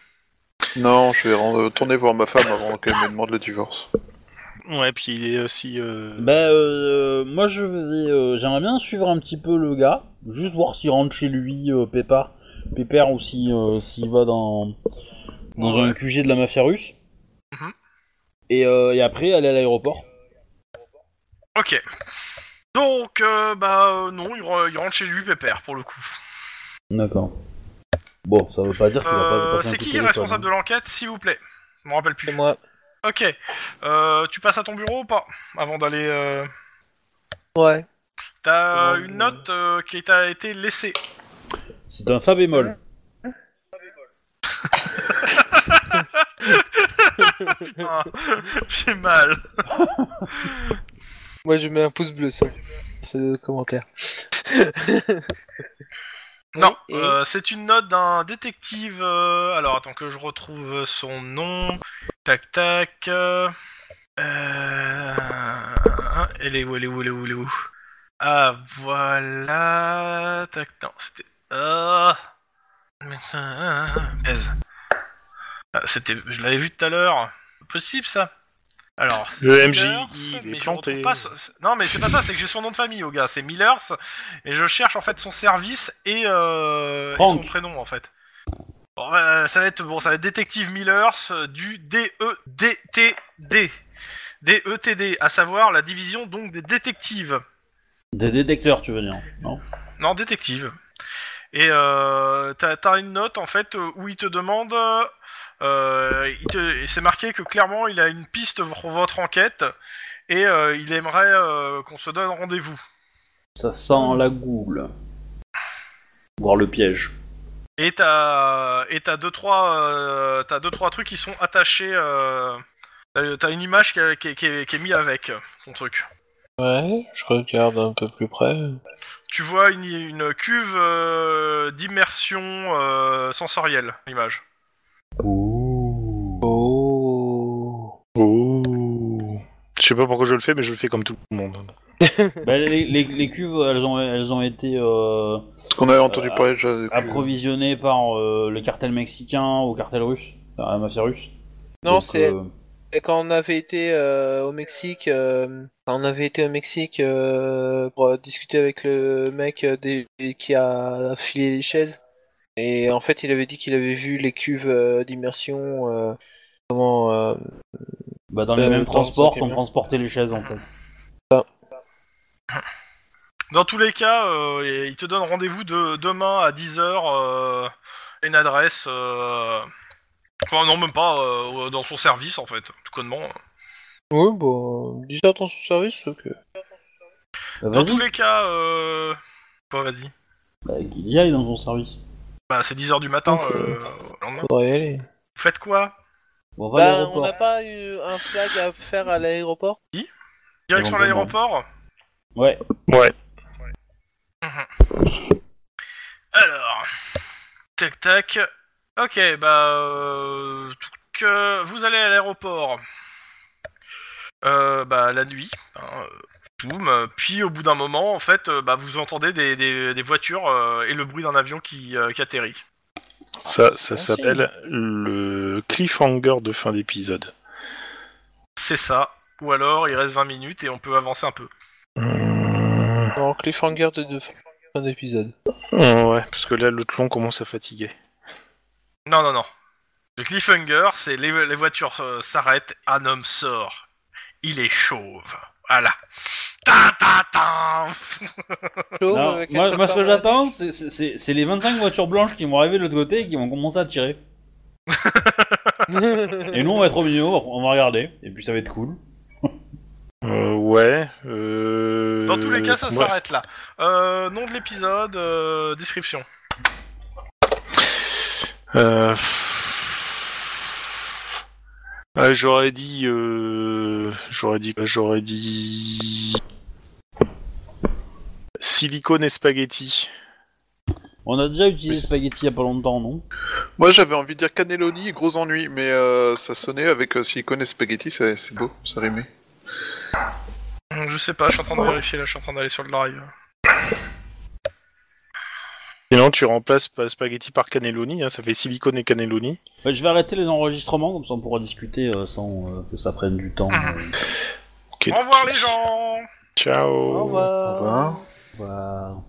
des. Non, je vais retourner voir ma femme avant qu'elle me demande le divorce. Ouais, puis il est aussi. euh, Bah, euh, moi je vais. euh, J'aimerais bien suivre un petit peu le gars, juste voir s'il rentre chez lui, euh, Pépère, Pépère ou si, euh, s'il va dans, dans Ouais. un QG de la mafia russe. Mhm. Et, euh, et après aller à l'aéroport. Ok. Donc, euh, bah euh, non, il, re- il rentre chez lui pépère pour le coup. D'accord. Bon, ça veut pas dire qu'il va Euh, pas passer un coup de C'est qui est téléphone, responsable de hein. l'enquête, s'il vous plaît Je me rappelle plus. C'est moi. Ok. Euh, tu passes à ton bureau ou pas Avant d'aller. euh, Ouais. T'as euh, Euh, une note euh, qui t'a été laissée. C'est un fa bémol. Putain, Ah, J'ai mal. Moi, je mets un pouce bleu, ça. C'est le commentaire. Non, Et- euh, c'est une note d'un détective. euh, Alors attends que je retrouve son nom. Tac tac. euh, euh, Elle est où Elle est où Elle est où Elle est où Ah voilà. Tac. Non, c'était. Ah. Baise. Ah, c'était. Je l'avais vu tout à l'heure. Possible ça Alors. c'est Le MJ, Millers, il mais est je retrouve planté. pas ce- c'est- Non, mais c'est pas ça, c'est que j'ai son nom de famille au gars, c'est Millers, et je cherche en fait son service et, euh, et son Franck. prénom en fait. Bon, bah, ça va être bon, ça va être détective Millers euh, du DEDTD. DETD, E à savoir la division donc des détectives. Des détecteurs, tu veux dire Non Non, détective. Et euh, t'as t'as une note en fait euh, où il te demande. euh, il te- c'est marqué que clairement il a une piste pour votre enquête et euh, il aimerait euh, qu'on se donne rendez-vous. Ça sent la goule. Voir le piège. Et t'as et t'as deux trois euh, t'as deux trois trucs qui sont attachés. Euh, t'as t'as une image qui, qui- qui- qui est mise avec euh, ton truc. Ouais, je regarde un peu plus près. Tu vois une, une cuve euh, d'immersion euh, sensorielle, l'image. Ouh. Oh. Oh. Je sais pas pourquoi je le fais, mais je le fais comme tout le monde. Bah, les, les- les cuves, elles ont, elles ont été. euh, Qu'on avait entendu Euh, parler déjà. du coup. approvisionné par euh, le cartel mexicain ou cartel russe, enfin, la mafia russe. Non, Donc, c'est euh, Et quand on avait été euh, au Mexique, euh, quand on avait été au Mexique euh, pour euh, discuter avec le mec euh, des- qui a filé les chaises, et en fait il avait dit qu'il avait vu les cuves euh, d'immersion, euh, comment, euh, bah, dans les euh, mêmes dans transports ce qu'on camion. transportait les chaises en fait. Dans tous les cas, euh, et il te donne rendez-vous de, demain à 10h, euh, une adresse. euh, Enfin, non, même pas euh, dans son service en fait, tout connement. ouais bon, dis ça dans son service, ok. Bah, Dans tous Vas-y, les cas, euh... quoi, vas-y. bah, qu'il y aille dans son service. Bah, c'est 10h du matin, Ok. euh, le lendemain. faudrait y aller. Vous faites quoi Bon, on va à Bah, on l'aéroport. n'a pas eu un flag à faire à l'aéroport Direction Éventuellement. l'aéroport Ouais. Ouais. Alors, tac tac. Ok, bah, euh, donc, euh, vous allez à l'aéroport. Euh, bah, la nuit. hein, euh, boum. Puis au bout d'un moment, en fait, euh, bah, vous entendez des, des- des voitures euh, et le bruit d'un avion qui, euh, qui atterrit. Ça, ça Merci. Ah, s'appelle le cliffhanger de fin d'épisode. c'est ça. Ou alors, il reste 20 minutes et on peut avancer un peu. Hum, En cliffhanger de deux fin d'épisode. Ouais, parce que là, le long commence à fatiguer. Non, non, non. Le cliffhanger, c'est les, les voitures euh, s'arrêtent, un homme sort. Il est chauve. Voilà. Ta ta ta Chaud, Non, Oh, bah, avec un moi, moi, ce que Superman. j'attends, c'est- c'est c'est- c'est les 25 voitures blanches qui vont arriver de l'autre côté et qui vont commencer à tirer. Et nous, on va être au milieu, on va regarder, et puis ça va être cool. Euh, ouais. euh, Dans tous les cas, ça ouais. s'arrête là. Euh, nom de l'épisode, euh, description. Euh, pff. Ah, j'aurais dit, euh, j'aurais dit, j'aurais dit silicone et spaghetti. On a déjà utilisé Oui. Spaghetti il y a pas longtemps, non Moi j'avais envie de dire cannelloni et gros ennui, mais euh, ça sonnait avec euh, silicone et spaghetti, ça- c'est beau, ça rimait. Hum, Je sais pas, je suis en train de vérifier là, je suis en train d'aller sur le live. Sinon, tu remplaces pa- spaghetti par cannelloni, hein, ça fait silicone et cannelloni. Bah, Je vais arrêter les enregistrements, comme ça on pourra discuter euh, sans euh, que ça prenne du temps. euh. Ok. Au revoir les gens Ciao. Au revoir. Au revoir. Voilà.